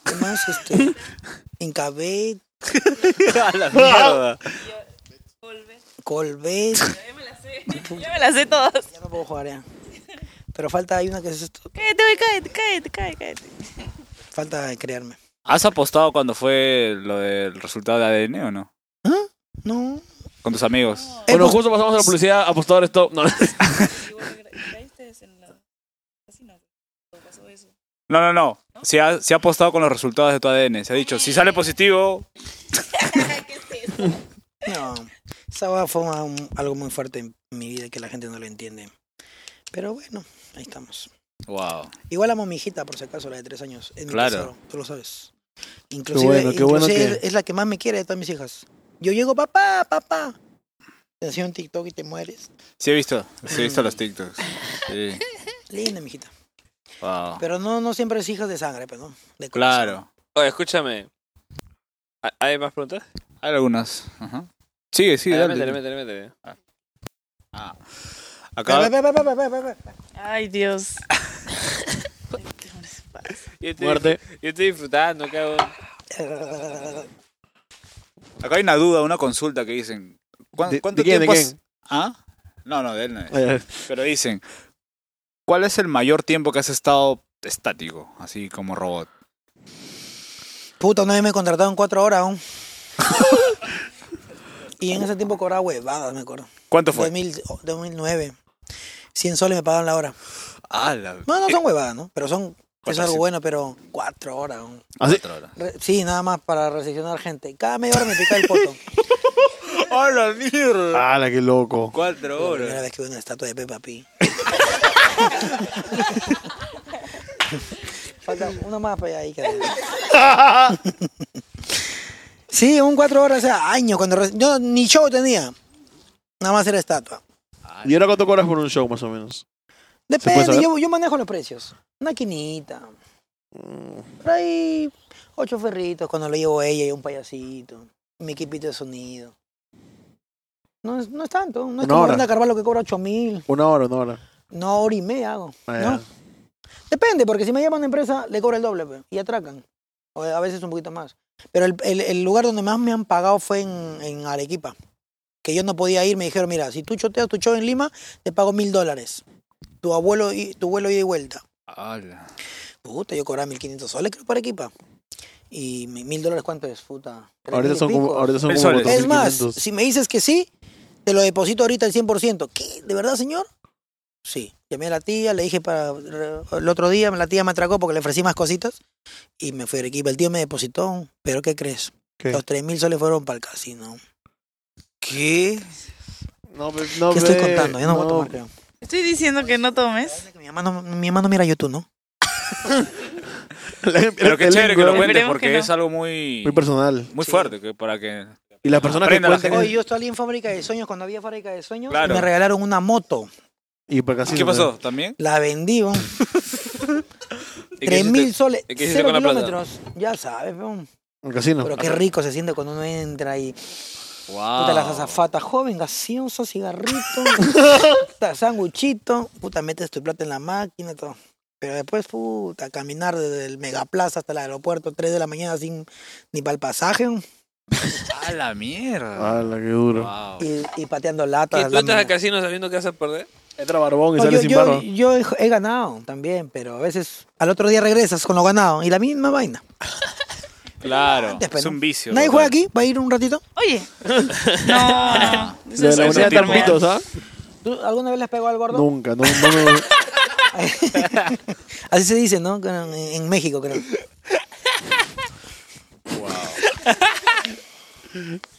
Speaker 5: ¿Qué más? Este, Incabet,
Speaker 4: A la mierda.
Speaker 5: Colbet...
Speaker 1: Ya me las sé todas.
Speaker 5: Ya no puedo jugar ya. Pero falta, hay una que es esto.
Speaker 1: Cállate, güey, cállate, cállate, cállate, cállate.
Speaker 5: Falta de crearme.
Speaker 4: ¿Has apostado cuando fue lo del resultado de ADN o no?
Speaker 5: No.
Speaker 4: Con tus amigos.
Speaker 3: Bueno,
Speaker 5: Hemos-
Speaker 3: justo pasamos a la publicidad, apostadores top. No,
Speaker 4: No, no, no. Se ha, se ha apostado con los resultados de tu ADN. Se ha dicho, si sale positivo,
Speaker 5: No. Esa hueá fue una- un- algo muy fuerte en mi vida que la gente no lo entiende. Pero bueno, ahí estamos.
Speaker 4: Wow.
Speaker 5: Igual amo a mi hijita, por si acaso, la de tres años. Es mi
Speaker 4: Claro.
Speaker 5: tesoro, tú lo sabes. Inclusive,
Speaker 3: bueno, qué bueno
Speaker 5: inclusive
Speaker 3: que-
Speaker 5: es la que más me quiere de todas mis hijas. Yo llego, papá, papá. Te hacía un TikTok y te mueres.
Speaker 4: Sí he visto, sí he visto
Speaker 3: Mm.
Speaker 4: los TikToks. Sí.
Speaker 5: Linda, mijita.
Speaker 4: Wow.
Speaker 5: Pero no, no siempre es hijas de sangre, pero no. De corazón.
Speaker 4: Claro.
Speaker 2: Oye, escúchame. ¿Ha- ¿Hay más preguntas?
Speaker 4: Hay algunas. Ajá. Sigue, sigue.
Speaker 2: Ah,
Speaker 4: dale.
Speaker 2: métele, métele, métele.
Speaker 4: Ah.
Speaker 5: Ve,
Speaker 4: Acá.
Speaker 5: ve, ve, ve, ve, ve, ve.
Speaker 1: Ay, Dios.
Speaker 2: Yo estoy,
Speaker 3: muerte.
Speaker 2: Yo estoy disfrutando, cabrón.
Speaker 4: Acá hay una duda, una consulta que dicen. ¿cuán-
Speaker 3: ¿De-
Speaker 4: ¿Cuánto
Speaker 3: de quién, de
Speaker 4: tiempo has-
Speaker 3: quién?
Speaker 4: ¿Ah? No, no, de él no es.
Speaker 3: Ay, ay.
Speaker 4: Pero dicen, ¿cuál es el mayor tiempo que has estado estático, así como robot?
Speaker 5: Puta, una vez me contrataron cuatro horas aún. y en ese tiempo cobraba huevadas, me acuerdo. oh,
Speaker 4: ¿Cuánto fue?
Speaker 5: 2000 o- 2009. 100 soles me pagaban la hora.
Speaker 4: Ah, la...
Speaker 5: No, no son huevadas, ¿no? Pero son... Es algo
Speaker 4: Cuatrocientos.
Speaker 5: bueno, pero cuatro horas. aún.
Speaker 3: Así,
Speaker 4: Cuatro horas.
Speaker 5: Re- sí, nada más para recepcionar gente. Cada media hora me picaba el poto.
Speaker 4: ¡Ah, la mierda!
Speaker 3: ¡Hala, qué Ah, loco!
Speaker 4: Cuatro
Speaker 5: La primera
Speaker 4: horas.
Speaker 5: vez que veo una estatua de Peppa Pig. Falta una más para allá. ahí queda. sí, un cuatro horas, o sea, años. Cuando re- yo ni show tenía. Nada más era estatua.
Speaker 3: ¿Y ahora cuánto cobras por un show, más o menos? puede
Speaker 5: Depende,
Speaker 3: saber?
Speaker 5: yo, yo manejo los precios. Una quinita. Por ahí, ocho ferritos cuando lo llevo a ella y un payasito. Mi equipito de sonido. No es, no es tanto. No es
Speaker 3: Una
Speaker 5: como
Speaker 3: hora.
Speaker 5: Brenda Carvalho que cobra ocho mil.
Speaker 3: Una hora, una hora.
Speaker 5: No, hora y media hago.
Speaker 3: Ah, ya.
Speaker 5: ¿no? Depende, porque si me llaman de empresa, le cobro el doble pe, y atracan. O a veces un poquito más. Pero el, el- el lugar donde más me han pagado fue en, en Arequipa. Que yo no podía ir, me dijeron, mira, si tú choteas tu show en Lima, te pago mil dólares. Tu abuelo y tu vuelo ida y vuelta.
Speaker 4: ¡Hala!
Speaker 5: Puta, yo cobraba mil quinientos soles, creo, para Arequipa. Y mi- mil dólares, ¿cuánto es, puta? Tres
Speaker 3: Ahorita
Speaker 5: mil y
Speaker 3: son como,
Speaker 5: pico.
Speaker 3: ahorita son
Speaker 4: Mil
Speaker 3: como
Speaker 4: soles.
Speaker 5: Es más,
Speaker 3: 4.500.
Speaker 5: si me dices que sí, te lo deposito ahorita el 100%. ¿Qué? ¿De verdad, señor? Sí. Llamé a la tía, le dije para... El otro día la tía me atracó porque le ofrecí más cositas y me fui a Arequipa. El tío me depositó, pero ¿qué crees?
Speaker 3: ¿Qué?
Speaker 5: Los 3 mil soles fueron para el casino.
Speaker 4: ¿Qué?
Speaker 3: No, pe- no,
Speaker 5: ¿Qué estoy
Speaker 3: pe-
Speaker 5: contando? Yo no, voy a tomar, creo.
Speaker 1: Estoy diciendo que no tomes.
Speaker 5: Mi mamá, no, mi mamá no mira YouTube, ¿no?
Speaker 4: Pero qué
Speaker 3: El
Speaker 4: chévere que lo
Speaker 3: link,
Speaker 1: cuente.
Speaker 4: cuentes
Speaker 1: Esperemos
Speaker 4: porque
Speaker 1: que no.
Speaker 4: es algo muy,
Speaker 3: ¿eh? Muy personal.
Speaker 4: muy
Speaker 5: Sí.
Speaker 4: fuerte que para que...
Speaker 3: Y las personas que
Speaker 4: Aprenda la
Speaker 3: cuentan...
Speaker 5: Hoy yo estoy en Fábrica de Sueños, cuando había Fábrica de Sueños,
Speaker 4: Claro.
Speaker 5: me regalaron una moto.
Speaker 3: Y para pues, casi
Speaker 4: ¿Qué pasó? ¿También?
Speaker 5: La vendí, ¿no?
Speaker 4: ¿Y qué
Speaker 5: Tres mil
Speaker 4: hiciste?
Speaker 5: soles,
Speaker 2: ¿Y qué hiciste
Speaker 5: cero
Speaker 2: con la plata?
Speaker 5: kilómetros. Ya sabes, weón.
Speaker 3: En el casino.
Speaker 5: Pero qué rico se siente cuando uno entra y.
Speaker 4: Wow. Ah.
Speaker 5: Puta, las azafatas, joven, gaseosa, cigarrito, puta, sanguchito, puta, metes tu plata en la máquina, todo. Pero después, puta, caminar desde el Megaplaza hasta el aeropuerto, 3 de la mañana, sin ni para el pasaje,
Speaker 4: A la mierda.
Speaker 3: ¡Hala, qué duro!
Speaker 4: Wow.
Speaker 5: y, y pateando
Speaker 2: ¿Y
Speaker 5: latas.
Speaker 2: tú entras al
Speaker 5: láminas.
Speaker 2: casino sabiendo que vas a perder?
Speaker 3: Entra barbón y
Speaker 5: No,
Speaker 3: sale
Speaker 5: yo,
Speaker 3: sin
Speaker 5: yo-
Speaker 3: barba.
Speaker 5: yo he- he ganado también, pero a veces al otro día regresas con lo ganado y la misma vaina.
Speaker 4: Claro.
Speaker 5: Antes, pues,
Speaker 4: es
Speaker 5: ¿no?
Speaker 4: un vicio.
Speaker 5: ¿Nadie
Speaker 4: total.
Speaker 5: juega aquí? ¿Va a ir un ratito?
Speaker 1: Oye. No.
Speaker 3: De la moneda de
Speaker 1: enfermedad.
Speaker 3: tampitos, ¿ah?
Speaker 5: ¿Tú alguna vez les pegó al gordo?
Speaker 3: Nunca, no, no me-
Speaker 5: Así se dice, ¿no? Creo, En, en México, creo.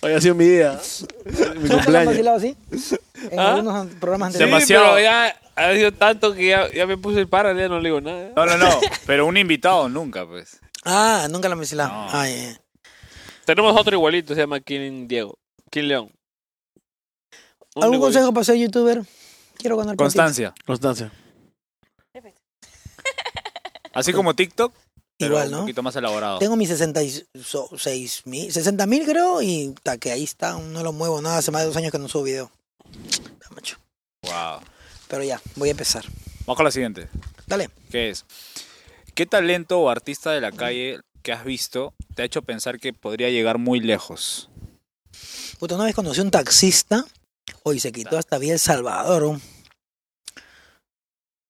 Speaker 3: Hoy ha sido mi día. Mi
Speaker 5: ¿Lo han
Speaker 3: cumpleaños.
Speaker 5: vacilado así? En algunos programas
Speaker 2: Sí,
Speaker 5: anteriores.
Speaker 4: Demasiado.
Speaker 2: pero ya ha sido tanto que ya, ya me puse el par, ya no le digo nada.
Speaker 4: No, no, no. Pero un invitado nunca, pues.
Speaker 5: Ah, nunca lo han vacilado. Ah, ya, ya.
Speaker 2: Tenemos otro igualito, se llama Kim Diego. Kim León. Un
Speaker 5: ¿Algún
Speaker 2: igualito.
Speaker 5: consejo para ser youtuber? Quiero ganar
Speaker 4: Constancia.
Speaker 3: Constancia.
Speaker 4: Así como TikTok,
Speaker 5: platita.
Speaker 4: pero
Speaker 5: Igual,
Speaker 4: un
Speaker 5: ¿no?
Speaker 4: poquito más elaborado.
Speaker 5: Tengo mis 66 mil, 60 mil creo, y ta, que ahí está, no lo muevo nada, hace más de dos años que no subo video. Ta, macho.
Speaker 4: Wow.
Speaker 5: Pero ya, voy a empezar.
Speaker 4: Vamos con la siguiente.
Speaker 5: Dale.
Speaker 4: ¿Qué es? ¿Qué talento o artista de la calle que has visto te ha hecho pensar que podría llegar muy lejos?
Speaker 5: Puta, una vez conocí a un taxista, hoy se quitó hasta Vía El Salvador. oh.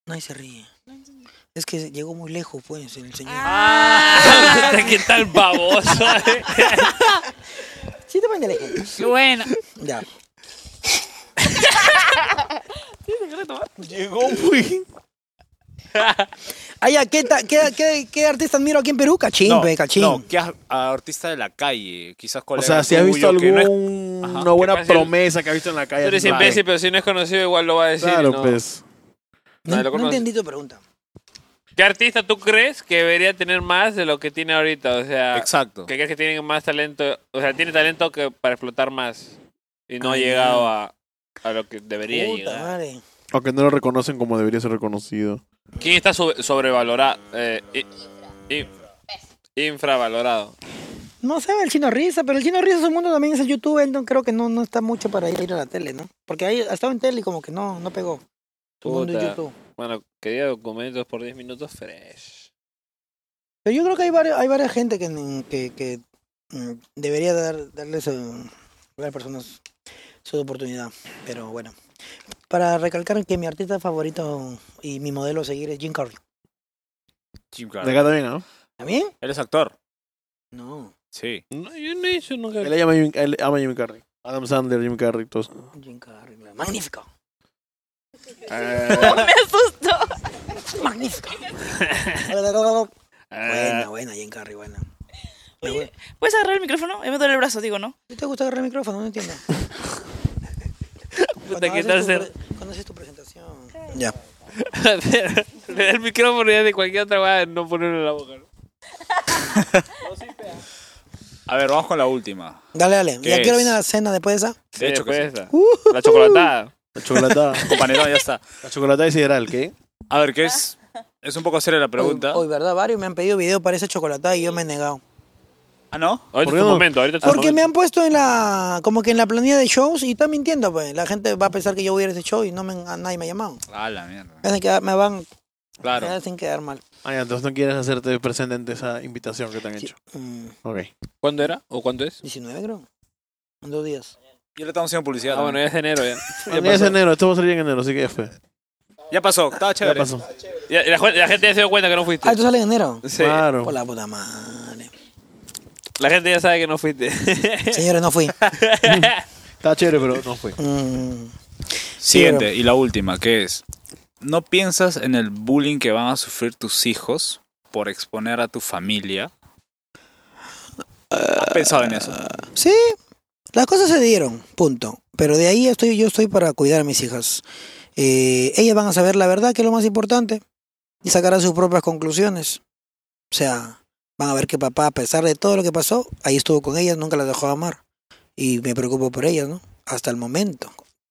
Speaker 5: Nadie se ríe. Es que llegó muy lejos, pues, el señor.
Speaker 1: Ah,
Speaker 2: ¿Qué tal baboso? Eh,
Speaker 5: Sí, te pone inteligente.
Speaker 1: Bueno.
Speaker 5: Ya.
Speaker 3: Llegó muy.
Speaker 5: Ah, ya, ¿qué, ta- qué, qué- qué artista admiro aquí en Perú? Cachín,
Speaker 4: no,
Speaker 5: pe, cachín.
Speaker 4: no, ¿qué has- a artista de la calle? Quizás
Speaker 3: O
Speaker 4: colega
Speaker 3: sea, si has visto
Speaker 4: tuyo que no es-
Speaker 3: algún-
Speaker 4: Ajá,
Speaker 3: una buena
Speaker 2: pase el-
Speaker 3: promesa que has visto en la calle.
Speaker 2: Tú eres
Speaker 3: así,
Speaker 2: imbécil, pero si no es conocido, igual lo va a decir.
Speaker 3: Claro,
Speaker 2: ¿no?
Speaker 3: pues.
Speaker 5: No,
Speaker 2: Nadie lo
Speaker 5: no
Speaker 2: conoce.
Speaker 5: entendí tu pregunta.
Speaker 2: ¿Qué artista tú crees que debería tener más de lo que tiene ahorita? O sea,
Speaker 4: Exacto.
Speaker 2: que crees que tiene más talento? O sea, tiene talento que para explotar más y no ha
Speaker 5: Ah,
Speaker 2: llegado a, a lo que debería
Speaker 5: Puta
Speaker 2: llegar.
Speaker 5: madre.
Speaker 3: Aunque no lo reconocen como debería ser reconocido.
Speaker 2: ¿Quién está sobre- sobrevalorado? Eh, i- i- infravalorado.
Speaker 5: No sé, el chino risa, pero el chino risa su mundo también es el YouTube, entonces creo que no, no está mucho para ir a la tele, ¿no? Porque ahí ha estado en tele y como que no, no pegó. Su mundo es
Speaker 2: Puta.
Speaker 5: YouTube.
Speaker 2: Bueno, quería documentos por 10 minutos fresh.
Speaker 5: Pero yo creo que hay, varios, hay varias gente que, que, que, mm, debería dar, darles eh, a las personas su oportunidad. Pero bueno. Para recalcar que mi artista favorito y mi modelo a seguir es Jim Carrey.
Speaker 4: Jim
Speaker 3: De
Speaker 4: Carrey.
Speaker 3: acá también, ¿no?
Speaker 5: ¿También?
Speaker 4: Él es actor.
Speaker 5: No.
Speaker 4: Sí.
Speaker 2: No, yo no he hecho nunca.
Speaker 3: Él ama, a Jim- él ama a Jimmy Carrey. Adam Sandler, Jimmy Carrey, todos.
Speaker 5: Jim Carrey. Magnífico.
Speaker 1: Me asustó.
Speaker 5: Magnífico.
Speaker 2: Ah,
Speaker 5: buena, buena, Jim Carrey, buena. Me
Speaker 1: Oye,
Speaker 5: voy.
Speaker 1: ¿Puedes agarrar el micrófono? Ya me duele el brazo, digo, ¿no?
Speaker 5: ¿No te gusta agarrar el micrófono? No entiendo.
Speaker 2: Puta, ¿qué
Speaker 5: haces
Speaker 2: tal
Speaker 5: tu
Speaker 2: ser?
Speaker 5: pre- Cuando haces tu presentación. Ya.
Speaker 2: Le da el micrófono ya de cualquier otra weá, no ponerlo en la boca. ¿no?
Speaker 4: A ver, vamos con la última.
Speaker 5: Dale, dale.
Speaker 4: ¿Qué
Speaker 5: Ya quiero
Speaker 4: es?
Speaker 5: ir a la cena después de esa.
Speaker 4: De hecho que
Speaker 2: pues,
Speaker 4: sí.
Speaker 2: esa. La chocolatada.
Speaker 3: La chocolatada.
Speaker 4: Con panetón, ya está.
Speaker 3: la chocolatada es sideral, ¿qué?
Speaker 4: A ver, ¿qué es? Es un poco seria la pregunta.
Speaker 5: Hoy, hoy, ¿verdad? Varios me han pedido video para esa chocolatada y yo me he negado.
Speaker 4: Ah, ¿no?
Speaker 2: Ahorita
Speaker 3: ¿Por
Speaker 2: es
Speaker 3: qué
Speaker 2: tu
Speaker 3: no?
Speaker 2: momento, ahorita es
Speaker 4: Ah,
Speaker 2: tu
Speaker 5: Porque me
Speaker 2: momento.
Speaker 5: han puesto en la. como que en la planilla de shows y están mintiendo, pues. La gente va a pensar que yo voy a ir a ese show y no me, a nadie me ha llamado.
Speaker 4: Ah, la mierda.
Speaker 5: Me hacen quedar- me van me
Speaker 4: Claro.
Speaker 5: hacen quedar mal.
Speaker 3: Ay, entonces no quieres hacerte presente ante esa invitación que te han hecho.
Speaker 5: Mm,
Speaker 3: Ok.
Speaker 2: ¿Cuándo era? ¿O cuándo es?
Speaker 5: 19 creo. En dos días.
Speaker 4: Ya le estamos haciendo publicidad.
Speaker 2: Ah, bueno,
Speaker 4: también.
Speaker 2: ya es enero ya.
Speaker 3: Ya es enero, esto va a salir en enero, así que ya fue.
Speaker 4: ya pasó. Estaba
Speaker 3: Ya
Speaker 4: chévere.
Speaker 3: pasó.
Speaker 2: Ya- la, ju- la gente ya se dio cuenta que no fuiste.
Speaker 5: Ah, ¿tú sales en enero?
Speaker 2: Sí,
Speaker 3: Claro.
Speaker 5: Por la puta madre.
Speaker 2: La gente ya sabe que no fuiste.
Speaker 5: Señores, no fui.
Speaker 3: Está chévere, pero no
Speaker 4: Ah,
Speaker 3: fue.
Speaker 5: Mm,
Speaker 4: Siguiente y la última, que es, ¿no piensas en el bullying que van a sufrir tus hijos por exponer a tu familia? ¿Has pensado en eso?
Speaker 5: sí, las cosas se dieron, punto. Pero de ahí estoy, yo estoy para cuidar a mis hijas. Eh, ellas van a saber la verdad, que es lo más importante, y sacarán sus propias conclusiones. O sea, van a ver que papá, a pesar de todo lo que pasó, ahí estuvo con ellas, nunca las dejó amar. Y me preocupo por ellas, ¿no? Hasta el momento.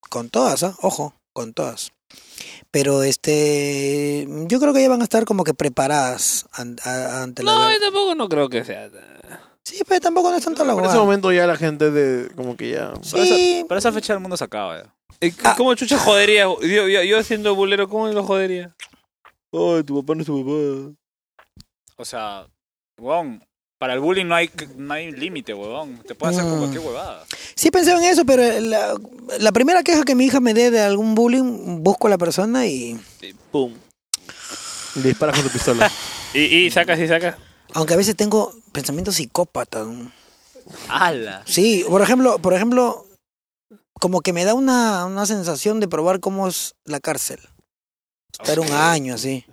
Speaker 5: Con todas, ¿ah? ojo, con todas. Pero este, yo creo que ellas van a estar como que preparadas an- a- ante la
Speaker 2: No,
Speaker 5: verdad.
Speaker 2: yo tampoco no creo que sea. tan-
Speaker 5: Sí, pero tampoco no es tanta la
Speaker 3: En ese
Speaker 5: huevada.
Speaker 3: momento ya la gente de como que ya...
Speaker 4: Para,
Speaker 5: Sí.
Speaker 4: esa, para esa fecha el mundo se acaba. ya.
Speaker 2: Eh, c-
Speaker 5: Ah.
Speaker 2: ¿Cómo chucha jodería? Yo, yo, yo siendo bulero, ¿cómo lo jodería? Ay, tu papá no es tu
Speaker 4: O sea, huevón, para el bullying no hay, no hay límite, huevón. Te pueden hacer
Speaker 5: Mm.
Speaker 4: como cualquier huevada.
Speaker 5: Sí pensaba en eso, pero la, la primera queja que mi hija me dé de algún bullying, busco a la persona y...
Speaker 2: papá. Pum.
Speaker 3: Le disparas con tu pistola.
Speaker 2: Y, y sacas y sacas.
Speaker 5: Aunque a veces tengo pensamientos psicópatas. ¿no?
Speaker 4: ¡Hala!
Speaker 5: Sí, por ejemplo, por ejemplo, como que me da una, una sensación de probar cómo es la cárcel. Estar un año así.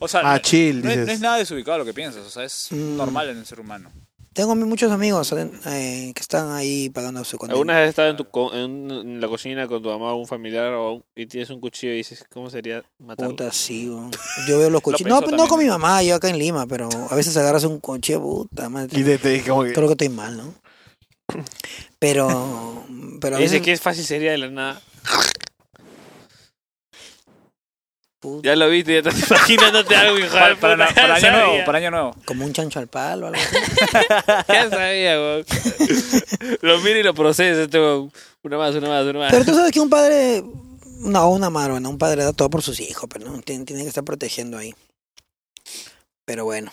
Speaker 4: O sea,
Speaker 3: Ah, chill,
Speaker 4: no, es, no
Speaker 3: dices.
Speaker 4: es nada desubicado lo que piensas. O sea, es
Speaker 5: Mm.
Speaker 4: normal en el ser humano.
Speaker 5: Tengo mi- muchos amigos eh, que están ahí pagando su condena.
Speaker 2: ¿Alguna vez has estado en, tu co- en, en la cocina con tu mamá o un familiar o un- y tienes un cuchillo y dices, ¿cómo sería matarlo?
Speaker 5: Puta, sí, weón. yo veo los cuchillos. No,
Speaker 4: pensó
Speaker 5: pues, no con mi
Speaker 4: también.
Speaker 5: mamá, yo acá en Lima, pero a veces agarras un cuchillo, puta madre.
Speaker 3: Y te, te- como que...
Speaker 5: Creo que estoy mal, ¿no? Pero, pero a
Speaker 2: Y dices
Speaker 5: veces...
Speaker 2: que es fácil sería de la nada.
Speaker 5: puta,
Speaker 2: Ya lo viste, ya estás imaginándote algo, hijo de
Speaker 4: Para, para,
Speaker 2: puta,
Speaker 4: para
Speaker 2: ya
Speaker 4: año nuevo,
Speaker 2: sabía.
Speaker 4: para año nuevo.
Speaker 5: como un chancho al palo o algo así.
Speaker 2: Ya sabía, weón. Lo mira y lo procesa este weón. Una más, una más, una más.
Speaker 5: Pero tú sabes que un padre... No, una madre, bueno, un padre da todo por sus hijos, pero no, tiene, tiene que estar protegiendo ahí. Pero bueno.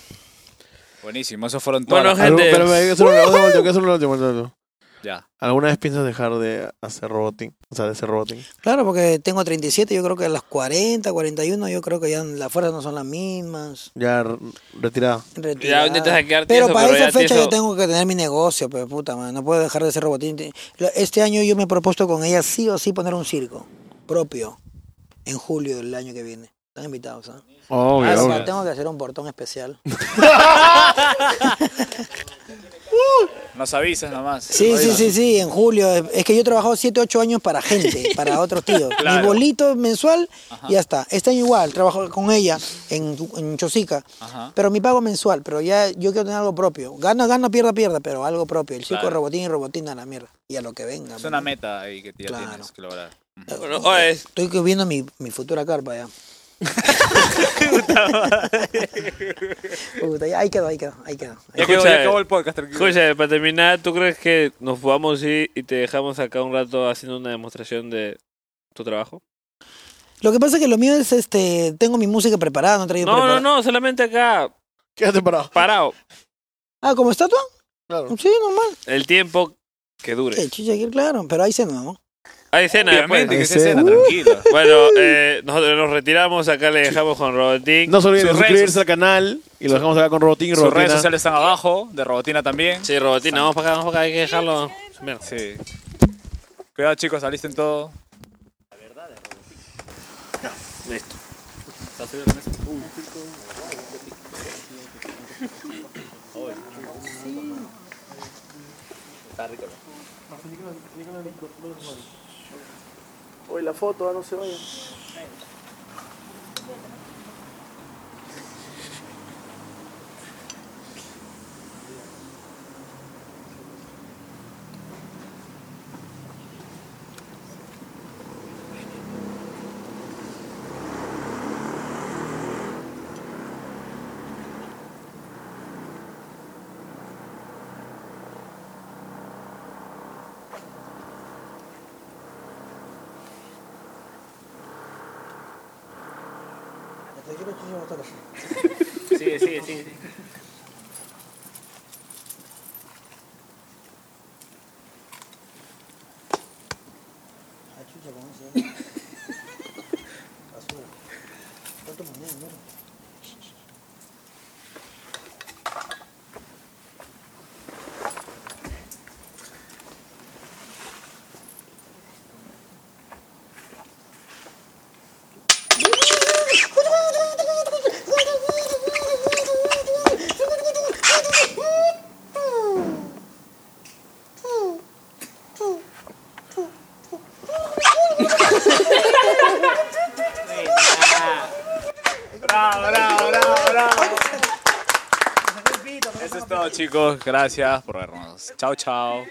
Speaker 4: Buenísimo, esos fueron todos.
Speaker 2: Bueno,
Speaker 3: Algo-
Speaker 2: gente.
Speaker 3: pero hay que hacer un último, hay que hacer un último, último.
Speaker 4: Ya.
Speaker 3: ¿Alguna vez piensas dejar de hacer roboting? O sea, de hacer roboting.
Speaker 5: Claro, porque tengo 37, yo creo que a las 40, 41, yo creo que ya las fuerzas no son las mismas.
Speaker 3: Ya r- retirada.
Speaker 5: retirada.
Speaker 2: intentas quedar
Speaker 5: Pero
Speaker 2: tieso,
Speaker 5: para
Speaker 2: pero
Speaker 5: esa
Speaker 2: ya
Speaker 5: fecha
Speaker 2: tieso.
Speaker 5: yo tengo que tener mi negocio, pero puta madre, no puedo dejar de ser robotín. Lo- Este año yo me he propuesto con ella sí o sí poner un circo propio en julio del año que viene. Están invitados, ¿ah?
Speaker 3: Obvio,
Speaker 5: Pero
Speaker 3: obvio.
Speaker 5: tengo que hacer un portón especial.
Speaker 4: Nos avisas nomás.
Speaker 5: Sí, sí, sí, sí, en julio. Es que yo he trabajado 7, 8 años para gente, para otros tíos. Mi
Speaker 4: Claro.
Speaker 5: bolito mensual y ya está. Este año igual, trabajo con ella en, en Chosica.
Speaker 4: Ajá.
Speaker 5: Pero mi pago mensual, pero ya yo quiero tener algo propio. Gano, gano, pierda, pierda, pero algo propio. El circo
Speaker 4: Claro.
Speaker 5: robotín y robotina a la mierda. Y a lo que venga.
Speaker 4: Es una
Speaker 5: man.
Speaker 4: meta ahí que ya
Speaker 5: Claro.
Speaker 4: tienes que lograr.
Speaker 2: Bueno, oye, es-
Speaker 5: Estoy que viendo mi, mi futura carpa ya. Puta, ya, ahí quedó, ahí quedó, ahí quedó. ahí
Speaker 4: Ya
Speaker 2: Escucha,
Speaker 4: acabó, ya acabó el podcast. tranquilo.
Speaker 2: Escucha, para terminar, ¿tú crees que nos vamos ir y te dejamos acá un rato haciendo una demostración de tu trabajo?
Speaker 5: Lo que pasa es que lo mío es, este, tengo mi música preparada, no he traído
Speaker 2: No, no,
Speaker 5: preparada.
Speaker 2: no, solamente acá,
Speaker 3: Quédate parado.
Speaker 2: parado.
Speaker 5: Ah, ¿como estatua?
Speaker 3: Claro.
Speaker 5: Sí, normal.
Speaker 2: El tiempo que dure.
Speaker 5: Sí, chicha, aquí, claro, pero ahí se nos, ¿no?
Speaker 2: Hay cena después.
Speaker 4: Obviamente que se
Speaker 3: Ahí
Speaker 4: cena,
Speaker 3: sí.
Speaker 4: tranquilo.
Speaker 2: Bueno, eh, nosotros nos retiramos, acá le dejamos con Robotín.
Speaker 3: No se olviden de
Speaker 4: Sus redes
Speaker 3: suscribirse al canal y lo dejamos acá con Robotín y
Speaker 4: Sus redes
Speaker 3: Robotina.
Speaker 4: sociales están abajo, de Robotina también.
Speaker 2: Sí, Robotín, vamos para acá, vamos para acá, hay que dejarlo. Mira.
Speaker 4: Sí. Cuidado chicos, saliste en todo.
Speaker 2: Listo.
Speaker 5: Hoy la foto, no se vaya.
Speaker 2: Sigue, sigue, sigue.
Speaker 4: Bravo, bravo, bravo, bravo. Eso es todo chicos, gracias por vernos. Chao, chao.